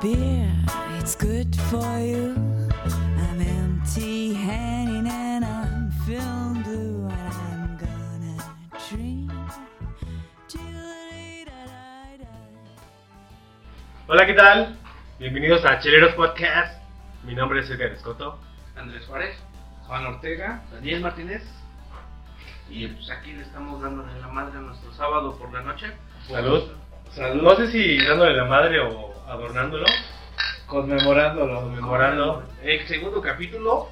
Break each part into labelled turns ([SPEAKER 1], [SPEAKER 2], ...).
[SPEAKER 1] beer, it's good for you. I'm empty handed and I'm feeling blue, and I'm gonna dream.
[SPEAKER 2] Hola, ¿qué tal? Bienvenidos a Chileros Podcast. Mi nombre es Edgar Escoto.
[SPEAKER 3] Andrés Suárez, Juan Ortega, Daniel Martínez. Y pues aquí le estamos dándole la madre a nuestro sábado por la noche.
[SPEAKER 2] Salud. No sé si dándole la madre o adornándolo,
[SPEAKER 4] conmemorándolo.
[SPEAKER 2] conmemorando.
[SPEAKER 3] El segundo capítulo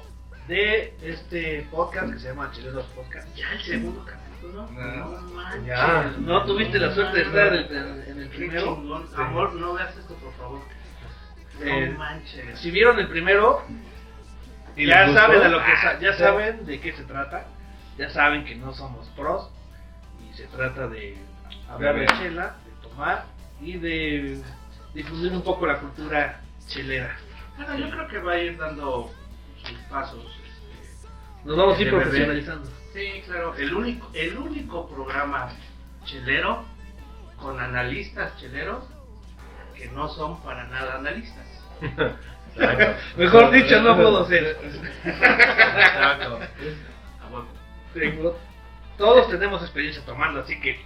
[SPEAKER 3] de este podcast que se llama Chilenos Podcast. Ya el segundo capítulo.
[SPEAKER 4] No,
[SPEAKER 3] manches.
[SPEAKER 2] ya.
[SPEAKER 3] No tuviste la suerte de estar en el, en el
[SPEAKER 5] Qué
[SPEAKER 3] primero.
[SPEAKER 5] chingón.
[SPEAKER 3] Sí.
[SPEAKER 5] Amor, no veas esto, por favor.
[SPEAKER 3] Eh,
[SPEAKER 5] no manches.
[SPEAKER 3] Si vieron el primero,
[SPEAKER 2] ¿Y les
[SPEAKER 3] ya
[SPEAKER 2] gustó?
[SPEAKER 3] saben, a lo que sa- ya
[SPEAKER 2] sí.
[SPEAKER 3] saben de qué se trata. Ya saben que no somos pros. Y se trata de hablar de
[SPEAKER 2] Beber.
[SPEAKER 3] chela, de tomar y de difundir un poco la cultura chilena.
[SPEAKER 5] Bueno, yo creo que va a ir dando sus pasos. este.
[SPEAKER 3] Nos vamos a
[SPEAKER 5] De
[SPEAKER 3] ir
[SPEAKER 5] beber.
[SPEAKER 3] profesionalizando.
[SPEAKER 5] Sí, claro. El único, el único programa chelero con analistas cheleros que no son para nada analistas.
[SPEAKER 2] Exacto.
[SPEAKER 3] Mejor dicho, no puedo ser. Ah.
[SPEAKER 2] Exacto.
[SPEAKER 5] A huevo.
[SPEAKER 3] Tengo- Todos tenemos experiencia tomando, así que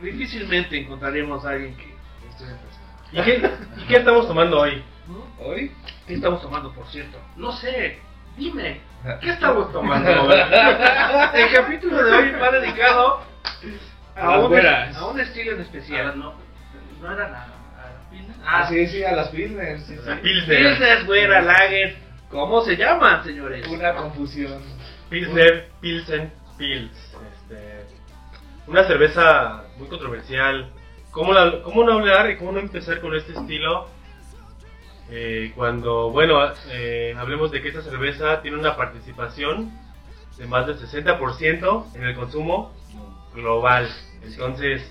[SPEAKER 3] difícilmente encontraremos a alguien que esté empezando.
[SPEAKER 2] ¿Y qué, y qué estamos tomando hoy?
[SPEAKER 4] ¿Hoy?
[SPEAKER 3] ¿Qué estamos tomando, por cierto?
[SPEAKER 5] No sé, dime, ¿qué estamos tomando?
[SPEAKER 3] El capítulo de hoy va dedicado a,
[SPEAKER 4] A las
[SPEAKER 3] un,
[SPEAKER 4] güeras.
[SPEAKER 3] a un estilo en
[SPEAKER 5] Ah,
[SPEAKER 3] especial.
[SPEAKER 5] no, no era nada. ¿A la pila?
[SPEAKER 4] Ah, sí, sí, a las Pilsners. sí, sí.
[SPEAKER 2] Pilsner.
[SPEAKER 3] Pilsner, güera, lager. ¿Cómo se llaman, señores?
[SPEAKER 4] Una confusión.
[SPEAKER 2] Pilsner, Pilsen, Pils. Este, una cerveza muy controversial. ¿Cómo, la- ¿Cómo no hablar y cómo no empezar con este estilo? Eh, cuando, bueno, eh, hablemos de que esta cerveza tiene una participación de más del 60% en el consumo global. Entonces,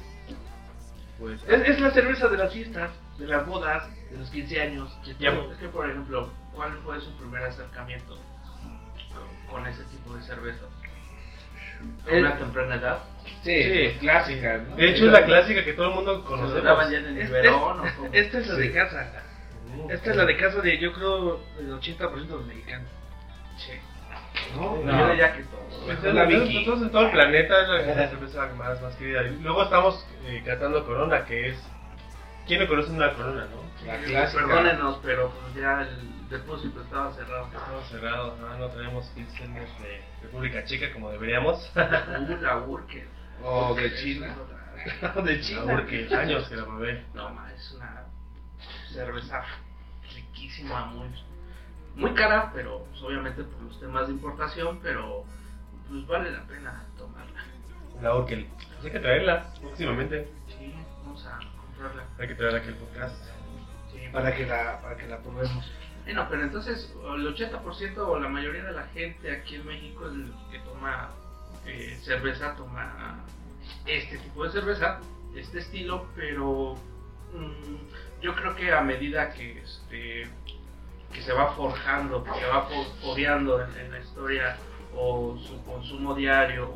[SPEAKER 2] pues...
[SPEAKER 3] Es, es la cerveza de las fiestas, de las bodas, de los 15 años.
[SPEAKER 5] Que tú-
[SPEAKER 2] Ya.
[SPEAKER 5] Es que, por ejemplo, ¿cuál fue su primer acercamiento con- con ese tipo de cerveza? ¿A
[SPEAKER 3] El-
[SPEAKER 5] una temprana edad?
[SPEAKER 4] Sí,
[SPEAKER 3] Sí.
[SPEAKER 4] clásica. ¿no?
[SPEAKER 2] De hecho, es la clásica que todo el mundo
[SPEAKER 5] ¿Se lo daban
[SPEAKER 2] conoce.
[SPEAKER 5] ya en el
[SPEAKER 3] Es-
[SPEAKER 5] biberón o cómo?
[SPEAKER 3] Esta es la de casa.
[SPEAKER 2] Mm.
[SPEAKER 3] Esta es la de casa de, yo creo, el 80% de los mexicanos.
[SPEAKER 5] Che,
[SPEAKER 4] No,
[SPEAKER 5] yo
[SPEAKER 2] No.
[SPEAKER 5] diría que todo.
[SPEAKER 2] Esta es la Vicky. Este, Nosotros en todo el planeta es la, es la cerveza más, más querida. Y luego estamos eh, catando Corona, que es... ¿Quién no conoce una Corona, no?
[SPEAKER 4] La clásica.
[SPEAKER 5] Perdónenos, pero pues ya el depósito estaba cerrado.
[SPEAKER 2] Estamos cerrados, ah, no tenemos Pilsner de República Checa como deberíamos.
[SPEAKER 5] Un labur que... Oh,
[SPEAKER 4] O de China.
[SPEAKER 3] De
[SPEAKER 2] Porque años que la probé.
[SPEAKER 5] No, ma, es una cerveza riquísima, muy, muy cara, pero pues, obviamente por los temas de importación, pero pues vale la pena tomarla.
[SPEAKER 2] La Urkel. Pues hay que traerla próximamente.
[SPEAKER 5] Sí, vamos a comprarla.
[SPEAKER 2] Hay que traerla aquí al podcast.
[SPEAKER 5] Sí.
[SPEAKER 4] Para que la, para que la probemos.
[SPEAKER 5] Bueno, pero entonces el 80% o la mayoría de la gente aquí en México el que toma eh, cerveza toma este tipo de cerveza, este estilo, pero mm, yo creo que a medida que este que se va forjando, que se va fo- fogueando en, en la historia o su consumo diario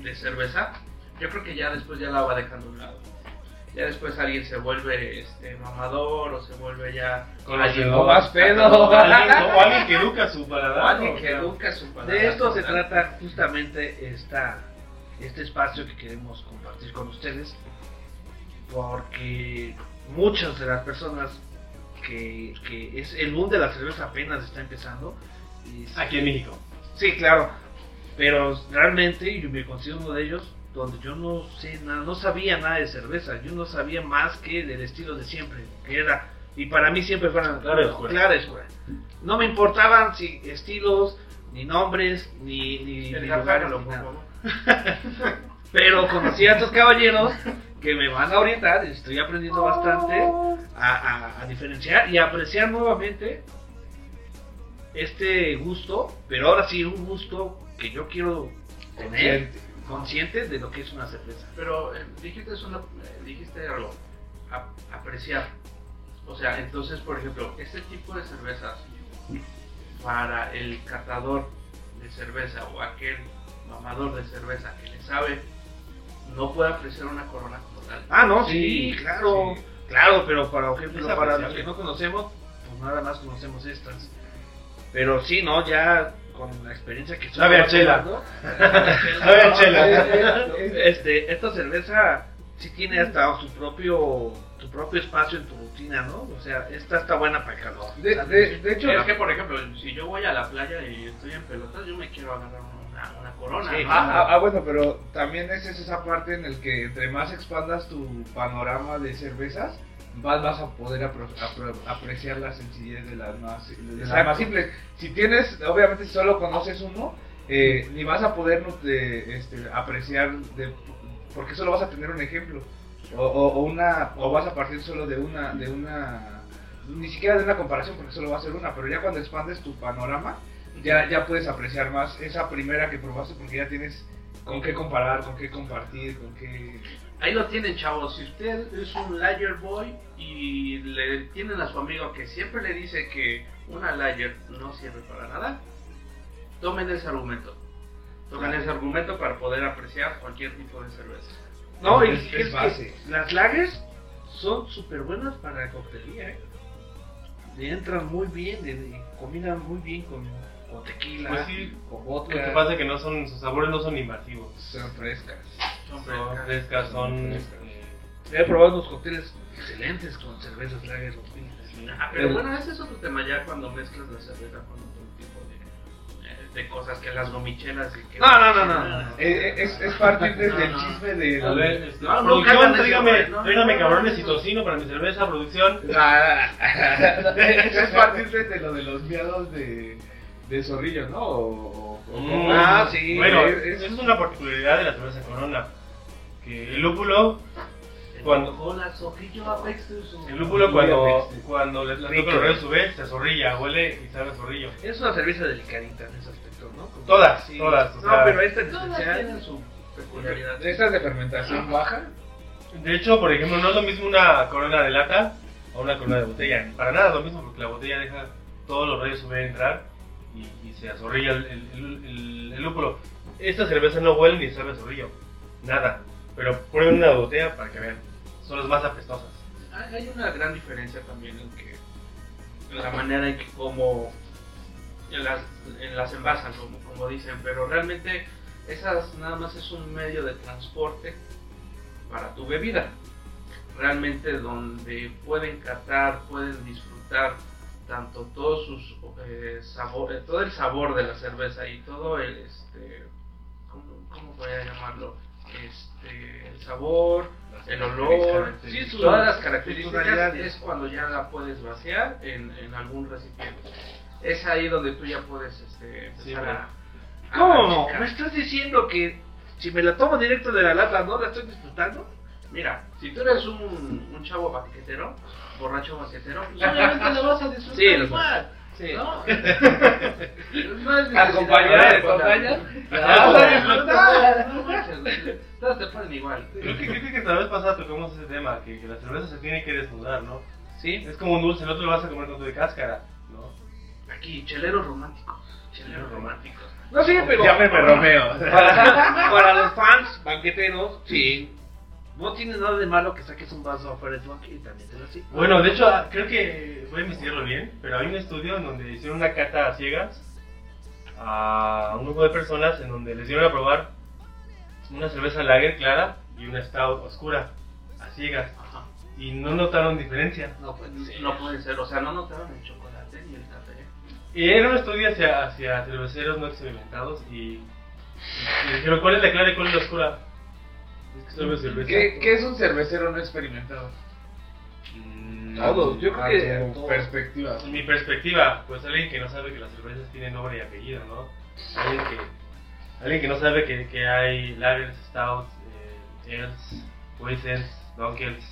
[SPEAKER 5] de cerveza, yo creo que ya después ya la va dejando a un lado. Ya después alguien se vuelve este mamador o se vuelve ya alguien
[SPEAKER 2] O
[SPEAKER 4] más pedo.
[SPEAKER 2] O alguien, o alguien que educa su paladar.
[SPEAKER 5] alguien
[SPEAKER 2] ¿no?
[SPEAKER 5] que educa su palabra.
[SPEAKER 3] De esto se trata justamente esta, este espacio que queremos compartir con ustedes, porque muchas de las personas que, que es el boom de la cerveza apenas está empezando. y-
[SPEAKER 2] Aquí en México.
[SPEAKER 3] Sí, claro, pero realmente yo me considero uno de ellos donde yo no sé nada, no sabía nada de cerveza, yo no sabía más que del estilo de siempre, que era, y para mí siempre fueron
[SPEAKER 2] Clara y oscura.
[SPEAKER 3] Clara y oscura. No me importaban si estilos, ni nombres, ni, ni, ni
[SPEAKER 5] El
[SPEAKER 3] lugares,
[SPEAKER 5] Gáfalo,
[SPEAKER 3] ni
[SPEAKER 5] por
[SPEAKER 3] nada.
[SPEAKER 5] favor.
[SPEAKER 3] Pero conocí a estos caballeros que me van a orientar, estoy aprendiendo bastante a, a- a diferenciar y a apreciar nuevamente este gusto, pero ahora sí un gusto que yo quiero tener
[SPEAKER 4] Consciente.
[SPEAKER 3] consciente de lo que es una cerveza.
[SPEAKER 5] Pero eh, dijiste, es una- eh, dijiste algo, a- apreciar. O sea, entonces, por ejemplo, este tipo de cervezas, para el catador de cerveza o aquel mamador de cerveza que le sabe, no puede apreciar una corona como tal.
[SPEAKER 3] Ah, no,
[SPEAKER 4] Sí,
[SPEAKER 3] sí, claro.
[SPEAKER 4] sí.
[SPEAKER 3] Claro, pero para por ejemplo,
[SPEAKER 2] Es
[SPEAKER 3] para los
[SPEAKER 2] apreciable.
[SPEAKER 3] que no conocemos, pues nada más conocemos estas. Pero sí, ¿no? Ya con la experiencia que
[SPEAKER 2] Sabe a
[SPEAKER 3] estoy
[SPEAKER 2] chela.
[SPEAKER 3] hablando,
[SPEAKER 2] A ver, Chela.
[SPEAKER 3] este, esta cerveza sí tiene hasta su propio su propio espacio en tu rutina, ¿no? O sea, esta está buena para el calor.
[SPEAKER 4] De, de- de hecho,
[SPEAKER 5] Es que, por ejemplo, si yo voy a la playa y estoy en pelotas, yo me quiero agarrar una, una corona.
[SPEAKER 3] Sí,
[SPEAKER 5] ¿no?
[SPEAKER 4] Ah, ah, ah, bueno, pero también esa es esa parte en el que entre más expandas tu panorama de cervezas, más vas a poder apro- apro- apreciar la sencillez de las más, de las
[SPEAKER 3] Exacto.
[SPEAKER 4] más simples. Si tienes, obviamente, si solo conoces uno, eh, ni vas a poder no te- este, apreciar, de, porque solo vas a tener un ejemplo. O, o- o una o vas a partir solo de una de una ni siquiera de una comparación porque solo va a ser una pero ya cuando expandes tu panorama ya ya puedes apreciar más esa primera que probaste porque ya tienes con qué comparar, con qué compartir, con qué...
[SPEAKER 5] Ahí lo tienen, chavos. Si usted es un Lager Boy y le tienen a su amigo que siempre le dice que una Lager no sirve para nada, tomen ese argumento. Tomen ese argumento para poder apreciar cualquier tipo de cerveza.
[SPEAKER 3] No, y
[SPEAKER 4] Es-
[SPEAKER 3] es,
[SPEAKER 4] es
[SPEAKER 3] que
[SPEAKER 4] base.
[SPEAKER 3] las lagers son súper buenas para la coctelería, ¿eh? Le entran muy bien, le, le combinan muy bien con, con tequila,
[SPEAKER 2] Pues sí,
[SPEAKER 3] con
[SPEAKER 2] Lo que
[SPEAKER 3] vodka.
[SPEAKER 2] pasa es que no son, sus sabores no son invasivos.
[SPEAKER 4] Son frescas.
[SPEAKER 2] Son
[SPEAKER 5] Son frescas.
[SPEAKER 2] frescas, son...
[SPEAKER 4] Frescas.
[SPEAKER 2] eh,
[SPEAKER 3] He probado unos cócteles excelentes con cervezas lager. los Pilsner.
[SPEAKER 5] Ah, pero bueno, ese es otro tema ya cuando mezclas la cerveza con otro tipo de, eh, de cosas que las gomichelas y que... Ah,
[SPEAKER 3] No, no, no, no, no.
[SPEAKER 4] Eh, eh, Es, es partir desde el
[SPEAKER 5] No, no.
[SPEAKER 4] chisme de...
[SPEAKER 2] A ver, este,
[SPEAKER 5] No, no,
[SPEAKER 2] producción,
[SPEAKER 5] cállate,
[SPEAKER 2] tráigame,
[SPEAKER 5] güey, no,
[SPEAKER 2] tráigame
[SPEAKER 5] no,
[SPEAKER 2] cabrones
[SPEAKER 5] no.
[SPEAKER 2] y tocino para mi cerveza, producción.
[SPEAKER 4] es partir desde lo de los miados de, de zorrillo, ¿no? O- o- o-
[SPEAKER 2] Mm.
[SPEAKER 3] Ah, sí,
[SPEAKER 2] Bueno,
[SPEAKER 4] es-
[SPEAKER 2] es, es una particularidad de la cerveza Corona. Que el lúpulo, Cuando-
[SPEAKER 5] Cuando... Hola, Sojillo Apex.
[SPEAKER 2] el lúpulo
[SPEAKER 4] Muy
[SPEAKER 2] cuando,
[SPEAKER 4] apetite.
[SPEAKER 2] cuando le le
[SPEAKER 3] Rico.
[SPEAKER 2] toca el rollo a su vez, se azorrilla, huele y sabe a zorrillo.
[SPEAKER 3] Es una cerveza delicadita en ese aspecto, ¿no? Como-
[SPEAKER 2] Todas,
[SPEAKER 3] Sí.
[SPEAKER 2] todas, o
[SPEAKER 3] No,
[SPEAKER 2] sea.
[SPEAKER 3] pero esta en
[SPEAKER 5] Todas tienen
[SPEAKER 3] especial.
[SPEAKER 5] su peculiaridad.
[SPEAKER 4] Estas de fermentación baja,
[SPEAKER 2] De hecho, por ejemplo, no es lo mismo una corona de lata a una corona de botella. Para nada es lo mismo porque la botella deja todos los rayos UV entrar y, y se azorrilla el, el- el- el- el lúpulo. Esta cerveza no huele ni sabe a zorrillo. Nada. Pero prueben una botella para que vean. Son las más apestosas.
[SPEAKER 5] Hay hay una gran diferencia también en que en la manera en que como en las, en las envasan, como, como dicen, pero realmente esas nada más es un medio de transporte para tu bebida. Realmente donde pueden catar, pueden disfrutar tanto todos sus eh, sabor- eh, todo el sabor de la cerveza y todo el este ¿cómo, cómo podría llamarlo? Este el sabor, el olor, sí,
[SPEAKER 2] Sí,
[SPEAKER 5] sus-
[SPEAKER 2] su-
[SPEAKER 5] todas las características
[SPEAKER 3] Tonalidades.
[SPEAKER 5] es cuando ya la puedes vaciar en, en algún recipiente. Es ahí donde tú ya puedes este, empezar
[SPEAKER 2] Sí,
[SPEAKER 5] a, a
[SPEAKER 3] ¿Cómo?
[SPEAKER 5] masticar.
[SPEAKER 3] ¿Me estás diciendo que si me la tomo directo de la lata no la estoy disfrutando?
[SPEAKER 5] Mira, si tú eres un, un chavo baquetero, borracho baquetero, pues obviamente lo vas a disfrutar
[SPEAKER 3] Sí, lo-
[SPEAKER 5] igual,
[SPEAKER 3] Sí.
[SPEAKER 5] ¿no? No es necesidad
[SPEAKER 4] acompañada de
[SPEAKER 5] hablar con
[SPEAKER 4] pantallas.
[SPEAKER 5] la- la vas a disfrutar, no manches, Todas te ponen igual.
[SPEAKER 2] Creo que, creo que la vez pasada tocamos ese tema, que, que la cerveza se tiene que desnudar, ¿no?
[SPEAKER 3] Sí.
[SPEAKER 2] Es como un dulce, el otro lo vas a comer con tu de cáscara, ¿no?
[SPEAKER 5] Aquí, cheleros románticos, cheleros románticos.
[SPEAKER 3] No, sí, pero.
[SPEAKER 4] llámeme Romeo.
[SPEAKER 3] para, para los fans banqueteros, sí. No tiene nada de malo que saques un vaso afuera de tu banquete y también te lo sirvas.
[SPEAKER 2] Bueno, de hecho, ah, creo que voy a investigarlo bien, pero hay un estudio en donde hicieron una cata a ciegas a un grupo de personas en donde les dieron a probar una cerveza lager clara y una stout oscura a ciegas
[SPEAKER 5] Ajá.
[SPEAKER 2] y no notaron diferencia.
[SPEAKER 3] No, pues sí.
[SPEAKER 5] No puede ser, o sea, no notaron el chocolate ni el café.
[SPEAKER 2] Y era un estudio hacia, hacia cerveceros no experimentados y, y dijeron cuál es la clara y cuál es la oscura. Es que solo es cerveza.
[SPEAKER 4] ¿Qué, qué es un cervecero no experimentado?
[SPEAKER 2] Mm,
[SPEAKER 4] Todos, yo creo que
[SPEAKER 3] a tu
[SPEAKER 4] perspectiva.
[SPEAKER 2] En mi perspectiva, pues alguien que no sabe que las cervezas tienen nombre y apellido, ¿no? Alguien que, alguien que no sabe que, que hay lagers, stouts, eh, ales, Weissens, dunkels,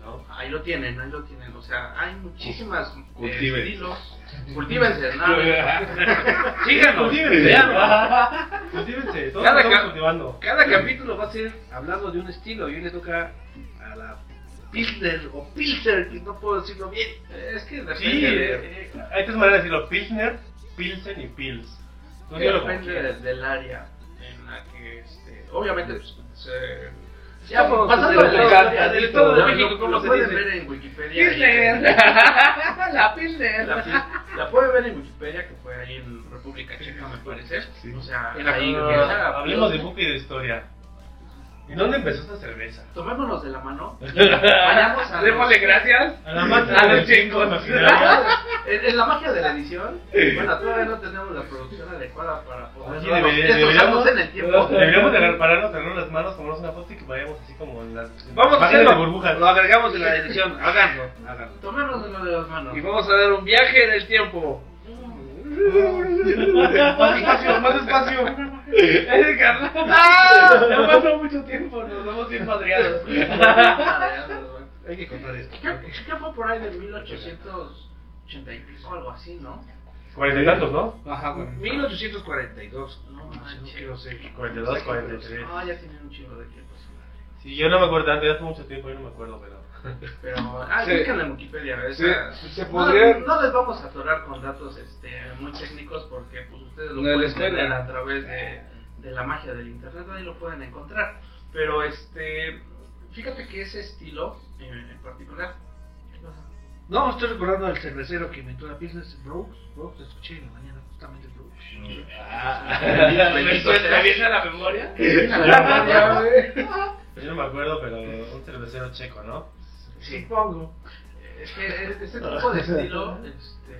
[SPEAKER 2] ¿no?
[SPEAKER 5] Ahí lo tienen, ahí lo tienen. O sea, hay muchísimas eh,
[SPEAKER 4] Cultiven.
[SPEAKER 5] estilos. Cultívense, nada.
[SPEAKER 3] Síganos,
[SPEAKER 2] Cultívense.
[SPEAKER 3] vean.
[SPEAKER 2] Cultívense, Pues todos
[SPEAKER 3] Cada
[SPEAKER 2] estamos
[SPEAKER 3] ca-
[SPEAKER 2] cultivando.
[SPEAKER 3] Cada capítulo va a ser hablando de un estilo y hoy le toca a la Pilsner o Pilser, que no puedo decirlo bien.
[SPEAKER 5] Es que depende
[SPEAKER 2] Sí,
[SPEAKER 5] de-
[SPEAKER 2] eh, hay tres maneras de decirlo, Pilsner, Pilsen y Pils. Tú dilo como
[SPEAKER 5] depende
[SPEAKER 2] quieras.
[SPEAKER 5] de- del área en la que, este, obviamente, pues, se- Ya,
[SPEAKER 3] Como
[SPEAKER 5] pasando
[SPEAKER 3] que
[SPEAKER 5] a
[SPEAKER 3] se
[SPEAKER 5] la
[SPEAKER 3] lo
[SPEAKER 5] historia
[SPEAKER 3] saca.
[SPEAKER 5] del Estado de
[SPEAKER 3] Lo-
[SPEAKER 5] México,
[SPEAKER 3] lo-
[SPEAKER 5] como
[SPEAKER 3] lo
[SPEAKER 5] lo
[SPEAKER 3] que
[SPEAKER 5] pueden
[SPEAKER 3] dice.
[SPEAKER 5] ver en Wikipedia.
[SPEAKER 4] Pilsen. La Pilsen.
[SPEAKER 5] La, fi- la pueden ver en Wikipedia, que fue ahí en República Checa, me parece.
[SPEAKER 4] Sí.
[SPEAKER 5] O sea,
[SPEAKER 3] En la-
[SPEAKER 5] ahí empieza
[SPEAKER 2] Ah,
[SPEAKER 5] a-
[SPEAKER 2] hablemos de buque y de historia. ¿En dónde empezó esta cerveza?
[SPEAKER 5] Tomémonos de la mano. Vayamos a.
[SPEAKER 4] Démosle gracias.
[SPEAKER 2] A la mata
[SPEAKER 4] A los
[SPEAKER 2] del tiempo
[SPEAKER 4] chicos.
[SPEAKER 2] imaginario.
[SPEAKER 5] En, en la magia de la edición, bueno, todavía no tenemos la producción adecuada para poder
[SPEAKER 2] Oye,
[SPEAKER 5] Pues no,
[SPEAKER 2] debería-
[SPEAKER 5] destrozarnos
[SPEAKER 2] deberíamos-
[SPEAKER 5] en el tiempo.
[SPEAKER 2] Deberíamos de pararnos, tener las manos, tomarnos una foto y que vayamos así como en las
[SPEAKER 3] Vamos a
[SPEAKER 2] páginas
[SPEAKER 3] hacerlo.
[SPEAKER 2] de burbujas.
[SPEAKER 3] Lo agregamos en la edición. Háganlo. háganlo.
[SPEAKER 5] Tomémonos de lo de las manos.
[SPEAKER 3] Y vamos a dar un viaje en el tiempo.
[SPEAKER 4] Más espacio, más espacio. Eh, carnal. No pasó mucho tiempo, nos vamos bien madreados.
[SPEAKER 3] Hay que contar esto.
[SPEAKER 5] ¿Qué, qué fue por ahí de 1880 y pico, algo así, no?
[SPEAKER 2] Cuarenta y tantos, ¿no?
[SPEAKER 4] Ajá, güey.
[SPEAKER 3] 1842.
[SPEAKER 5] No manches.
[SPEAKER 3] No sé.
[SPEAKER 2] Cuarenta y dos, cuarenta y tres.
[SPEAKER 5] No, ya tienen un chingo de tiempo. sí.
[SPEAKER 2] Sí, yo no me acuerdo tanto, ya hace mucho tiempo, yo no me acuerdo, pero...
[SPEAKER 5] Pero, ah,
[SPEAKER 4] Sí.
[SPEAKER 5] búsquenla en Wikipedia.
[SPEAKER 4] Sí,
[SPEAKER 5] esa-
[SPEAKER 4] se
[SPEAKER 5] No,
[SPEAKER 4] podría.
[SPEAKER 5] No, les vamos a atorar con datos este, muy técnicos porque pues ustedes lo
[SPEAKER 4] No, la
[SPEAKER 5] pueden
[SPEAKER 4] escuela.
[SPEAKER 5] tener a través de, de la magia del internet, ahí lo pueden encontrar. Pero este, fíjate que ese estilo eh, en particular.
[SPEAKER 3] No, estoy recordando al cervecero que inventó la pieza. es Brooks. Brooks, escuché en la mañana justamente Brooks.
[SPEAKER 5] Pues, viene
[SPEAKER 4] la memoria? ¿eh?
[SPEAKER 2] Yo no me acuerdo, pero un cervecero checo, ¿no?
[SPEAKER 5] Sí,
[SPEAKER 3] Supongo.
[SPEAKER 5] es que este tipo de estilo este,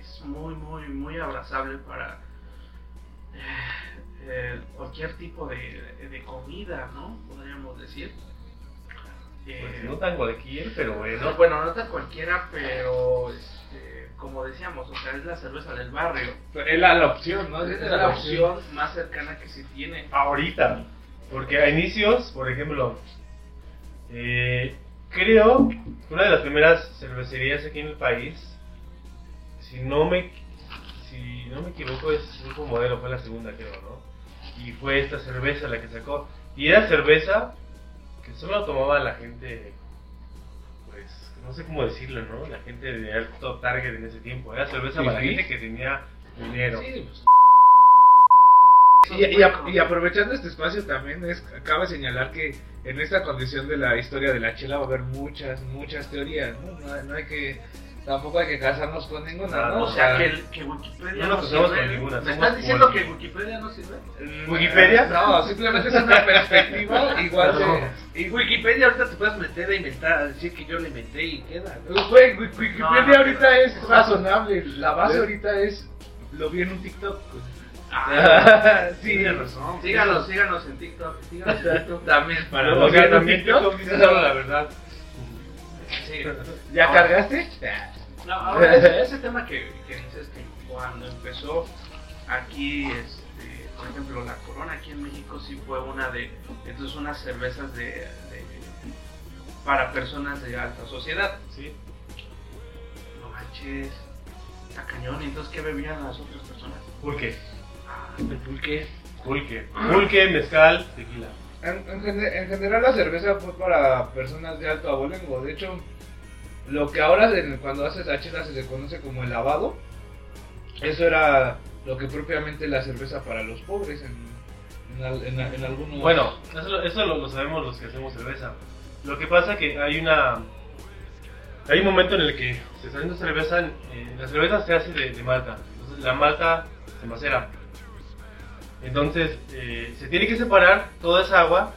[SPEAKER 5] es muy, muy, muy abrazable para eh, eh, cualquier tipo de, de comida, ¿no? Podríamos decir. Eh,
[SPEAKER 2] Pues no tan cualquier, pero
[SPEAKER 5] No,
[SPEAKER 2] bueno.
[SPEAKER 5] bueno, no tan cualquiera, pero este, como decíamos, o sea, es la cerveza del barrio.
[SPEAKER 4] Es la, la opción,
[SPEAKER 2] Pues
[SPEAKER 4] ¿no?
[SPEAKER 5] Es la opción más cercana que se tiene.
[SPEAKER 2] Ahorita. Porque a inicios, por ejemplo, eh, creo que una de las primeras cervecerías aquí en el país, si no me, si no me equivoco, es Grupo Modelo, fue la segunda, creo, ¿no? Y fue esta cerveza la que sacó. Y era cerveza que solo tomaba la gente, pues, no sé cómo decirlo, ¿no? La gente de alto target en ese tiempo. Era cerveza
[SPEAKER 4] Sí,
[SPEAKER 2] para la
[SPEAKER 4] sí.
[SPEAKER 2] gente que tenía dinero.
[SPEAKER 5] pues.
[SPEAKER 4] Y, y a- y aprovechando este espacio también, es, cabe señalar que en esta condición de la historia de la chela va a haber muchas, muchas teorías, ¿no? No, hay- no hay que, tampoco hay que casarnos con ninguna, ¿no?
[SPEAKER 5] O sea, que, que Wikipedia
[SPEAKER 2] No nos
[SPEAKER 5] no,
[SPEAKER 2] casamos
[SPEAKER 5] sirve.
[SPEAKER 2] con ninguna,
[SPEAKER 5] ¿Me
[SPEAKER 2] somos
[SPEAKER 5] estás diciendo
[SPEAKER 2] multi.
[SPEAKER 5] que Wikipedia no sirve?
[SPEAKER 2] ¿Wikipedia?
[SPEAKER 4] No, simplemente es una perspectiva igual se-
[SPEAKER 3] Y Wikipedia ahorita te puedes meter a inventar, a decir que yo la inventé y queda. ¿no?
[SPEAKER 4] pues, Güey, Wik- Wikipedia
[SPEAKER 5] No, no,
[SPEAKER 4] ahorita
[SPEAKER 5] no.
[SPEAKER 4] es razonable, la base ahorita es, lo vi en un TikTok. pues.
[SPEAKER 5] Ah,
[SPEAKER 4] sí,
[SPEAKER 3] Tienes razón.
[SPEAKER 5] síganos, síganos en TikTok. Síganos en TikTok también.
[SPEAKER 2] Para
[SPEAKER 4] O
[SPEAKER 2] o
[SPEAKER 4] sea,
[SPEAKER 2] sea, también
[SPEAKER 4] ¿no?
[SPEAKER 2] TikTok dice solo la verdad.
[SPEAKER 5] Sí.
[SPEAKER 4] ¿Ya
[SPEAKER 5] Ahora-
[SPEAKER 4] cargaste?
[SPEAKER 5] No, ahora ese, ese tema que, que dices que cuando empezó aquí, este, por ejemplo, la Corona aquí en México sí fue una de, entonces unas cervezas de, de- para personas de alta sociedad.
[SPEAKER 2] Sí.
[SPEAKER 5] No manches, está cañón. Entonces, ¿qué bebían las otras personas?
[SPEAKER 2] Pulque.
[SPEAKER 5] Ah,
[SPEAKER 3] ¿Por qué?
[SPEAKER 2] Pulque. Pulque, mezcal, tequila.
[SPEAKER 4] En, en gene- en general la cerveza fue para personas de alto abolengo. De hecho, lo que ahora en- cuando haces la chela se le conoce como el lavado, eso era lo que propiamente la cerveza para los pobres en, en, al- en, en algunos...
[SPEAKER 2] Bueno, eso, eso lo, lo sabemos los que hacemos cerveza. Lo que pasa que hay una... Hay un momento en el que se está haciendo cerveza, eh, la cerveza se hace de, de malta. Entonces la malta se macera. Entonces eh, se tiene que separar toda esa agua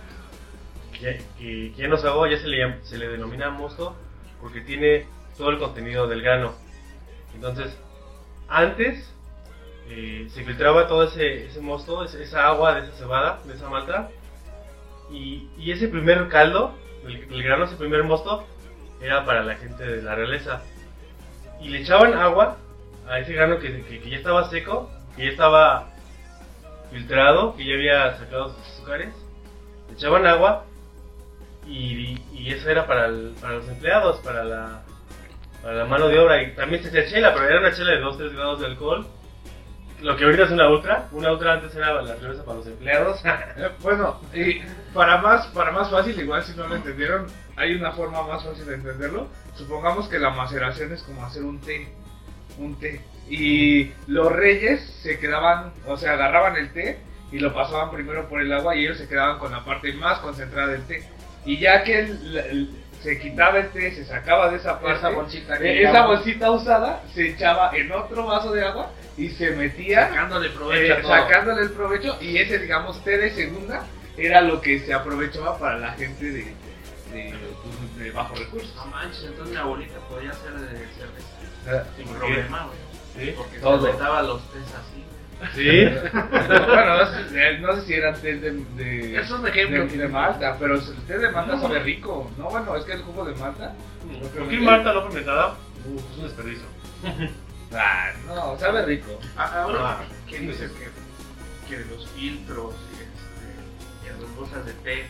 [SPEAKER 2] que, ya- que, que ya no es agua, ya se le, llam- se le denomina mosto porque tiene todo el contenido del grano. Entonces antes eh, se filtraba todo ese, ese mosto, ese- esa agua de esa cebada, de esa malta, y, y ese primer caldo, el, el grano, ese primer mosto, era para la gente de la realeza. Y le echaban agua a ese grano que, que- que ya estaba seco, que ya estaba filtrado, que ya había sacado sus azúcares, le echaban agua, y, y eso era para, el- para los empleados, para la, para la mano de obra. Y también se hacía chela, pero era una chela de 2-3 grados de alcohol. Lo que ahorita es una ultra, una ultra antes era la cerveza para los empleados.
[SPEAKER 4] Eh, Bueno, y para más, para más fácil, igual si no lo entendieron, hay una forma más fácil de entenderlo. Supongamos que la maceración es como hacer un té, un té. Y los reyes se quedaban, o sea, agarraban el té y lo pasaban primero por el agua y ellos se quedaban con la parte más concentrada del té. Y ya que el- la- el- se quitaba el té, se sacaba de esa parte,
[SPEAKER 5] E-, Esa bolsita
[SPEAKER 4] eh,
[SPEAKER 5] que
[SPEAKER 4] esa
[SPEAKER 5] llevaba,
[SPEAKER 4] bolsita usada se echaba en otro vaso de agua y se metía
[SPEAKER 5] sacándole provecho
[SPEAKER 4] eh,
[SPEAKER 5] a todo.
[SPEAKER 4] sacándole el provecho y ese digamos té de segunda era lo que se aprovechaba para la gente de, de, pues, de bajo recursos.
[SPEAKER 5] No manches, entonces mi abuelita podía hacer de cerveza sin
[SPEAKER 2] ¿Por qué?
[SPEAKER 5] problema, güey.
[SPEAKER 2] ¿Sí?
[SPEAKER 5] Porque se
[SPEAKER 4] Todo.
[SPEAKER 5] aventaba los tés así.
[SPEAKER 2] ¿Sí?
[SPEAKER 4] bueno, no sé, eh, no sé si era té de, de-
[SPEAKER 3] Es un ejemplo.
[SPEAKER 4] de- de Malta, pero el té de Malta sabe rico. No, bueno, es que el jugo de Malta.
[SPEAKER 2] ¿Por qué Marta no fermentada? Uh, es un desperdicio.
[SPEAKER 4] Ah, no, sabe rico.
[SPEAKER 5] Ah, Ahora,
[SPEAKER 2] Ah,
[SPEAKER 5] ¿qué
[SPEAKER 2] sí,
[SPEAKER 5] dices que, que los filtros este, y las bolsas de té?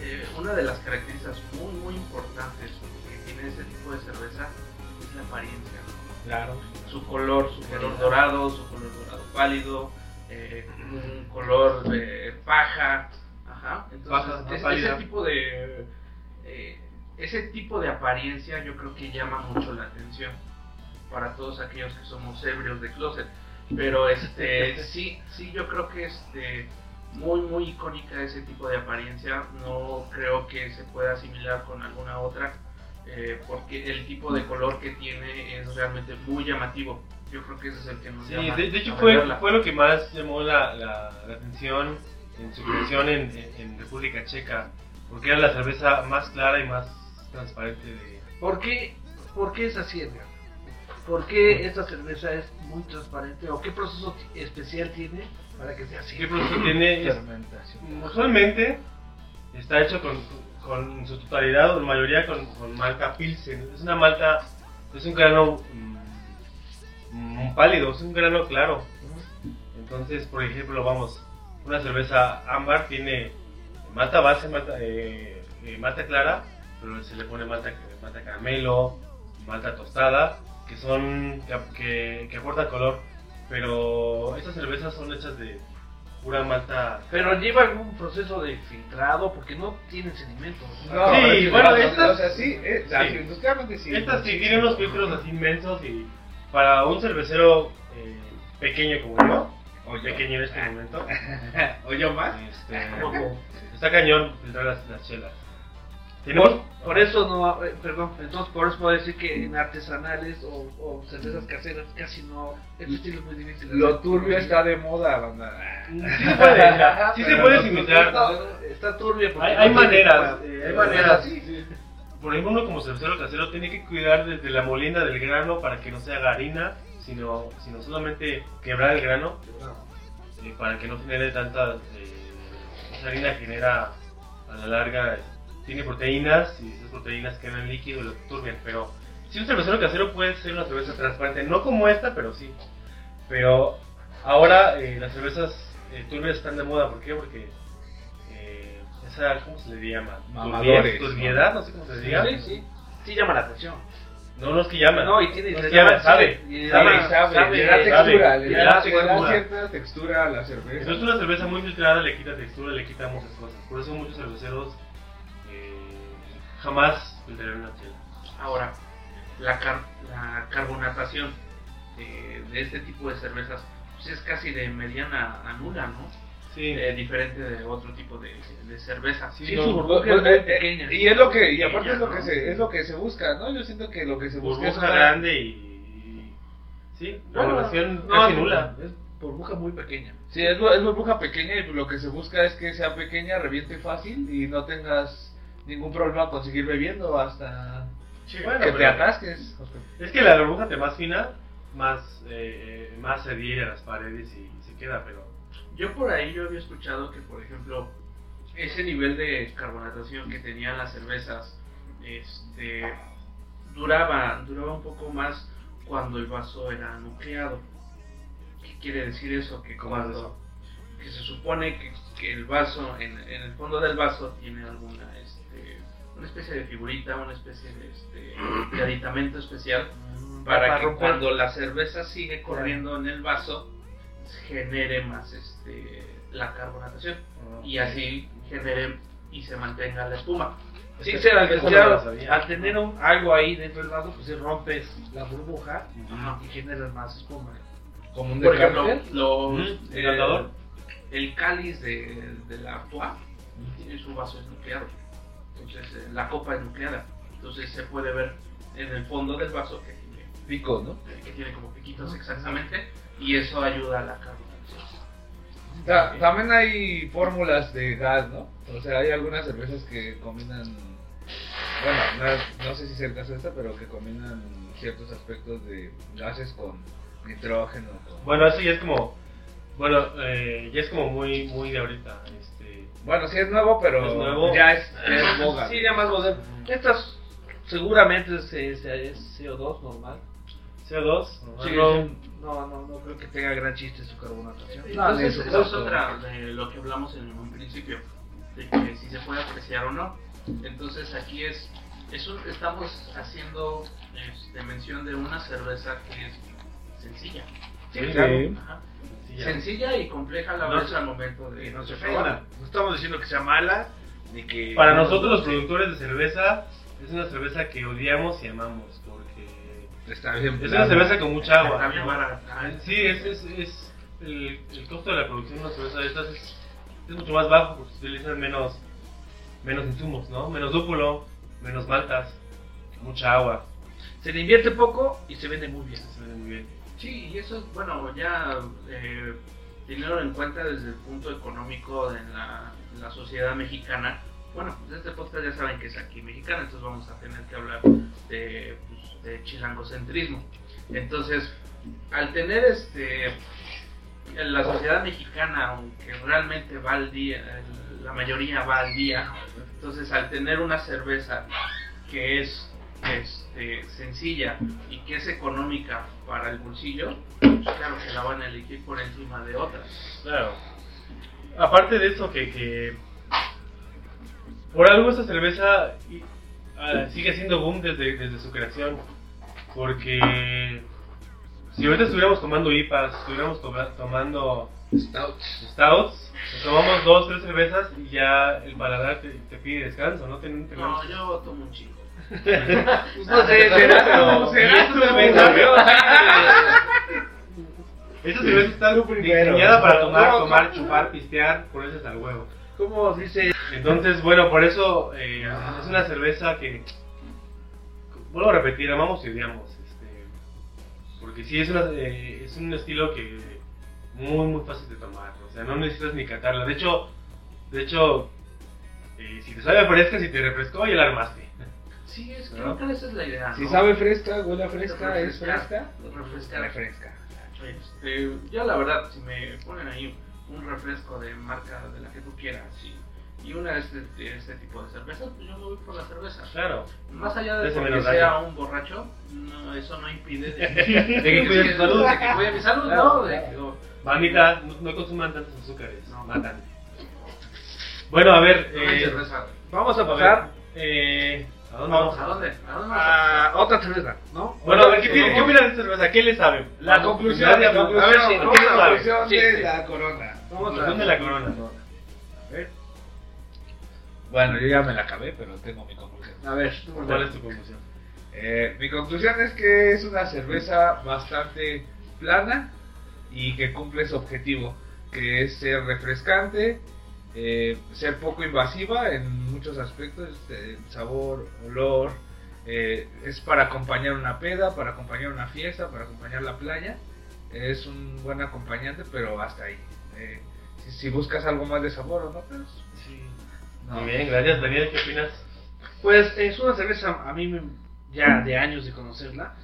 [SPEAKER 5] eh, una de las características muy, muy importantes que tiene este tipo de cerveza es la apariencia.
[SPEAKER 4] Claro.
[SPEAKER 5] Su color, su color dorado, su color dorado pálido, eh, un color de paja. Ajá. Entonces,
[SPEAKER 2] Paja,
[SPEAKER 5] es- ese
[SPEAKER 2] pálida.
[SPEAKER 5] tipo de. eh, ese tipo de apariencia yo creo que llama mucho la atención para todos aquellos que somos ebrios de closet. Pero este sí, sí yo creo que este muy muy icónica ese tipo de apariencia. No creo que se pueda asimilar con alguna otra. eh, porque el tipo de color que tiene es realmente muy llamativo. Yo creo que ese es el que nos
[SPEAKER 2] Sí,
[SPEAKER 5] llama
[SPEAKER 2] de, de hecho
[SPEAKER 5] a
[SPEAKER 2] fue,
[SPEAKER 5] verla.
[SPEAKER 2] fue lo que más llamó la, la- la atención en su creación en, en- en República Checa, porque era la cerveza más clara y más transparente de...
[SPEAKER 3] ¿Por qué, por qué es así, Edgar? ¿Por qué esta cerveza es muy transparente? ¿O qué proceso t- especial tiene para que sea así?
[SPEAKER 2] ¿Qué proceso tiene? Es- usualmente está hecho con, con- en su totalidad o en mayoría con, con malta Pilsen. Es una malta, es un grano mm, mm, pálido, es un grano claro. Entonces, por ejemplo, vamos, una cerveza ámbar tiene malta base, malta, eh, eh, malta clara, pero se le pone malta, malta caramelo, malta tostada, que son que- que, que aportan color. Pero estas cervezas son hechas de pura malta
[SPEAKER 3] Pero lleva algún proceso de filtrado porque no tiene sedimentos.
[SPEAKER 2] Sí,
[SPEAKER 4] No, es que
[SPEAKER 2] bueno,
[SPEAKER 4] no,
[SPEAKER 2] estas-
[SPEAKER 4] O sea, sí, eh, o sea,
[SPEAKER 2] sí.
[SPEAKER 4] industrialmente sí.
[SPEAKER 2] Estas sí tienen unos filtros así inmensos y para un cervecero eh, pequeño como yo,
[SPEAKER 4] O yo,
[SPEAKER 2] pequeño en este momento,
[SPEAKER 4] o yo más.
[SPEAKER 2] este,
[SPEAKER 3] Como-
[SPEAKER 2] está cañón filtrar las, las chelas. Tenemos,
[SPEAKER 3] Por eso no, eh, perdón, entonces por eso puedo decir que en artesanales o, o cervezas caseras casi no, el estilo es muy difícil.
[SPEAKER 4] Lo turbio está de moda, banda.
[SPEAKER 2] sí se puede, mira, sí se
[SPEAKER 4] Pero
[SPEAKER 2] puede
[SPEAKER 4] no,
[SPEAKER 2] filtrar.
[SPEAKER 3] No, está turbio. porque
[SPEAKER 2] Hay,
[SPEAKER 3] no
[SPEAKER 2] hay
[SPEAKER 3] tiene
[SPEAKER 2] maneras,
[SPEAKER 3] para-
[SPEAKER 2] eh, hay
[SPEAKER 4] Pero
[SPEAKER 2] maneras.
[SPEAKER 4] sí, sí.
[SPEAKER 2] Por ejemplo, uno como cervecero casero tiene que cuidar desde la molienda del grano para que no se haga harina, sino, sino solamente quebrar el grano eh, para que no genere tanta eh, esa harina genera a la larga eh, tiene proteínas y esas proteínas quedan líquido y lo turbian pero si un cervecero casero puede ser una cerveza transparente no como esta pero sí pero ahora eh, las cervezas eh, turbias están de moda ¿por qué? porque eh, esa ¿cómo se le llama?
[SPEAKER 4] Mamadores, ¿no?
[SPEAKER 2] turbiedad no sé cómo se le diga
[SPEAKER 3] Sí, sí, sí llama la atención.
[SPEAKER 2] no no es que llaman
[SPEAKER 3] No, y tiene...
[SPEAKER 2] No,
[SPEAKER 3] le
[SPEAKER 2] sabe,
[SPEAKER 3] llama-
[SPEAKER 2] sabe,
[SPEAKER 3] y le
[SPEAKER 4] Sabe,
[SPEAKER 3] llama-
[SPEAKER 4] sabe,
[SPEAKER 3] sabe,
[SPEAKER 4] le da
[SPEAKER 2] sabe,
[SPEAKER 4] textura, le
[SPEAKER 2] le
[SPEAKER 4] da
[SPEAKER 2] da
[SPEAKER 4] le da
[SPEAKER 2] textura.
[SPEAKER 4] cierta textura a la cerveza.
[SPEAKER 2] Entonces una cerveza muy filtrada le quita textura, le quita muchas cosas. Por eso muchos cerveceros eh, jamás filtrarían una chela.
[SPEAKER 5] Ahora, la, car- la carbonatación eh, de este tipo de cervezas pues es casi de mediana a nula, ¿no?
[SPEAKER 2] Sí.
[SPEAKER 5] Eh, diferente de otro tipo de, de cerveza.
[SPEAKER 2] Sí,
[SPEAKER 5] Sí,
[SPEAKER 2] no,
[SPEAKER 5] su burbuja
[SPEAKER 4] pues,
[SPEAKER 5] es muy
[SPEAKER 4] eh, eh,
[SPEAKER 5] pequeña.
[SPEAKER 4] y es lo que y aparte
[SPEAKER 5] Pequeña,
[SPEAKER 4] es lo que
[SPEAKER 5] ¿no?
[SPEAKER 4] se es lo que se busca no yo siento que lo que se busca
[SPEAKER 2] burbuja
[SPEAKER 4] es una-
[SPEAKER 2] grande y, y- Sí, la
[SPEAKER 5] Bueno,
[SPEAKER 2] valoración
[SPEAKER 5] no,
[SPEAKER 2] casi
[SPEAKER 5] no,
[SPEAKER 2] nula.
[SPEAKER 3] Es burbuja muy pequeña.
[SPEAKER 4] sí es, bu- es burbuja pequeña y lo que se busca es que sea pequeña reviente fácil y no tengas ningún problema con seguir bebiendo hasta
[SPEAKER 5] Sí,
[SPEAKER 2] Bueno,
[SPEAKER 4] que te
[SPEAKER 2] pero-
[SPEAKER 4] atasques
[SPEAKER 2] Es que la burbuja te más fina, más, eh, eh, más se adhiere a las paredes y, y se queda, pero...
[SPEAKER 5] Yo por ahí yo había escuchado que, por ejemplo, ese nivel de carbonatación que tenían las cervezas este, duraba, duraba un poco más cuando el vaso era nucleado. ¿Qué quiere decir eso? Que
[SPEAKER 2] ¿Cómo es
[SPEAKER 5] cuando-
[SPEAKER 2] eso?
[SPEAKER 5] que se supone que, que el vaso, en, en el fondo del vaso tiene alguna, este, una especie de figurita, una especie de, este, de aditamento especial para
[SPEAKER 2] Mm,
[SPEAKER 3] Para
[SPEAKER 5] que
[SPEAKER 3] romper.
[SPEAKER 5] cuando la cerveza sigue corriendo en el vaso genere más este la carbonatación y así genere y se mantenga la espuma.
[SPEAKER 3] Sí,
[SPEAKER 2] Eso-
[SPEAKER 3] se la
[SPEAKER 2] eso no
[SPEAKER 3] claro,
[SPEAKER 2] lo sabía. Ah,
[SPEAKER 3] al tener un- algo ahí dentro del vaso, pues se rompes la burbuja y generas más espuma.
[SPEAKER 4] como un
[SPEAKER 5] Por ejemplo,
[SPEAKER 4] decantador
[SPEAKER 5] los
[SPEAKER 2] Ujú,
[SPEAKER 5] eh,
[SPEAKER 2] encantador.
[SPEAKER 5] el cáliz de, de la Artois tiene su vaso es nucleado. Entonces, eh, la copa es nucleada. Entonces, se puede ver en el fondo del vaso que tiene
[SPEAKER 4] Pico, ¿no?
[SPEAKER 5] eh, que tiene como piquitos exactamente, y eso ayuda a la carbonatación.
[SPEAKER 4] Ta- también hay fórmulas de gas, ¿no? O sea, hay algunas cervezas que combinan, bueno, no, no sé si es el caso de esta, pero que combinan ciertos aspectos de gases con nitrógeno. con-
[SPEAKER 2] Bueno, eso ya es como. Bueno, eh, ya es como muy, muy de ahorita. Este,
[SPEAKER 4] Bueno, sí es nuevo, pero
[SPEAKER 2] Es nuevo.
[SPEAKER 4] ya es, ya es boga.
[SPEAKER 3] Ah, Sí, ya más moderno. Estas seguramente es, es- es CO2 normal.
[SPEAKER 2] CO2, ¿no?
[SPEAKER 3] Sí,
[SPEAKER 2] No,
[SPEAKER 3] sí. no, no, no creo que tenga gran chiste su carbonatación.
[SPEAKER 5] Entonces,
[SPEAKER 4] eso
[SPEAKER 5] eso es
[SPEAKER 4] pasa.
[SPEAKER 5] otra de lo que hablamos en un principio, de que si se puede apreciar o no. Entonces, aquí es, eso estamos haciendo este, mención de una cerveza que es sencilla.
[SPEAKER 2] Sí,
[SPEAKER 4] claro.
[SPEAKER 5] Ajá.
[SPEAKER 2] sí, ya.
[SPEAKER 5] Sencilla y compleja a la
[SPEAKER 3] No
[SPEAKER 5] vez
[SPEAKER 3] se-
[SPEAKER 5] al momento de.
[SPEAKER 3] Y no se
[SPEAKER 5] de
[SPEAKER 3] fregona.
[SPEAKER 5] probarla.
[SPEAKER 3] No estamos diciendo que sea mala, ni que...
[SPEAKER 2] Para nosotros, los productores de cerveza, es una cerveza que odiamos y amamos. Porque
[SPEAKER 4] Está bien.
[SPEAKER 2] es una cerveza con mucha agua.
[SPEAKER 5] Está bien
[SPEAKER 2] ¿no?
[SPEAKER 5] barata.
[SPEAKER 2] Sí, es, es, es el, el costo de la producción de una cerveza de estas es, es mucho más bajo porque se utilizan menos, menos insumos, ¿no? Menos lúpulo, menos maltas, mucha agua.
[SPEAKER 3] Se le invierte poco y se vende muy bien.
[SPEAKER 2] Se vende muy bien.
[SPEAKER 5] Sí, y eso es, bueno, ya eh, tenerlo en cuenta desde el punto económico de la, la sociedad mexicana. Bueno, pues este podcast ya saben que es aquí mexicana, entonces vamos a tener que hablar de, pues, de chilangocentrismo. Entonces, al tener este en la sociedad mexicana, aunque realmente va al día, eh, la mayoría va al día, entonces al tener una cerveza que es este, sencilla y que es económica para el bolsillo, pues claro que la van a elegir por encima de otras.
[SPEAKER 2] Claro. Aparte de eso, que, que por algo esta cerveza y- ah, sigue siendo boom desde, desde su creación. Porque si ahorita estuviéramos tomando IPAs, estuviéramos toba- tomando stouts, nos tomamos dos, tres cervezas y ya el paladar te, te pide descanso, ¿no? Ten-
[SPEAKER 5] No,
[SPEAKER 2] tenemos-
[SPEAKER 5] yo tomo un chico.
[SPEAKER 3] Pues
[SPEAKER 4] No sé, será,
[SPEAKER 2] Ah, Pero- y
[SPEAKER 4] será
[SPEAKER 2] esto
[SPEAKER 4] tu
[SPEAKER 2] es verdad. Esta cerveza está
[SPEAKER 4] Primero.
[SPEAKER 2] diseñada para tomar,
[SPEAKER 4] No,
[SPEAKER 2] tomar, chupar, pistear, ponerse hasta el huevo.
[SPEAKER 3] ¿Cómo dice?
[SPEAKER 2] Entonces, bueno, por eso eh, es una cerveza que, vuelvo a repetir, amamos y odiamos. Este, porque sí, es, una- eh, es un estilo que muy, muy fácil de tomar. O sea, no necesitas ni catarla. De hecho, de hecho eh, si te sabe a fresca, si te refrescó, ya la armaste.
[SPEAKER 5] Sí, es que
[SPEAKER 2] ¿No?
[SPEAKER 5] creo que esa es la idea.
[SPEAKER 4] Si
[SPEAKER 5] ¿no?
[SPEAKER 4] sabe fresca, huele a fresca, es fresca.
[SPEAKER 5] Refrescar.
[SPEAKER 4] Está fresca.
[SPEAKER 5] Este, yo la verdad, si me ponen ahí un refresco de marca de la que tú quieras y, y una de este, de este tipo de cervezas, pues yo me voy por la cerveza.
[SPEAKER 2] Claro.
[SPEAKER 5] Más allá de
[SPEAKER 2] Ese
[SPEAKER 5] que
[SPEAKER 2] menos
[SPEAKER 5] sea
[SPEAKER 2] daño.
[SPEAKER 5] un borracho, no, eso no impide de que,
[SPEAKER 2] De que cuides tu salud.
[SPEAKER 5] de que cuide mi salud,
[SPEAKER 4] Claro,
[SPEAKER 5] ¿no? De que- o-
[SPEAKER 2] Manita, no, no consuman tantos azúcares.
[SPEAKER 5] No.
[SPEAKER 2] Matan. Bueno, a ver.
[SPEAKER 5] no hay
[SPEAKER 2] Eh,
[SPEAKER 5] cerveza.
[SPEAKER 3] Vamos a
[SPEAKER 2] a
[SPEAKER 3] pasar
[SPEAKER 2] ver, eh, ¿A dónde
[SPEAKER 5] Vamos,
[SPEAKER 2] vamos?
[SPEAKER 5] ¿a dónde? ¿A dónde vamos?
[SPEAKER 3] a otra cerveza, ¿no?
[SPEAKER 2] Bueno, a ver, ¿qué, tiene- qué opinan de esta cerveza? ¿Qué le saben?
[SPEAKER 4] La conclusión, la conclusión,
[SPEAKER 2] A ver, sí, ¿qué le
[SPEAKER 4] la
[SPEAKER 2] saben?
[SPEAKER 4] conclusión
[SPEAKER 3] Sí,
[SPEAKER 4] de
[SPEAKER 3] sí.
[SPEAKER 4] la corona.
[SPEAKER 3] Vamos
[SPEAKER 2] Conclusión de la corona.
[SPEAKER 4] Bueno, yo ya me la acabé, pero tengo mi conclusión.
[SPEAKER 3] A ver,
[SPEAKER 2] ¿Cuál es tu conclusión?
[SPEAKER 4] Eh, mi conclusión es que es una cerveza bastante plana y que cumple su objetivo, que es ser refrescante, eh, ser poco invasiva en muchos aspectos, eh, sabor, olor, eh, es para acompañar una peda, para acompañar una fiesta, para acompañar la playa, es un buen acompañante, pero hasta ahí. Eh, si, si buscas algo más de sabor o no, pues... no.
[SPEAKER 2] Muy bien, gracias. Daniel, ¿qué opinas?
[SPEAKER 3] Pues es una cerveza, a mí me- ya de años de conocerla,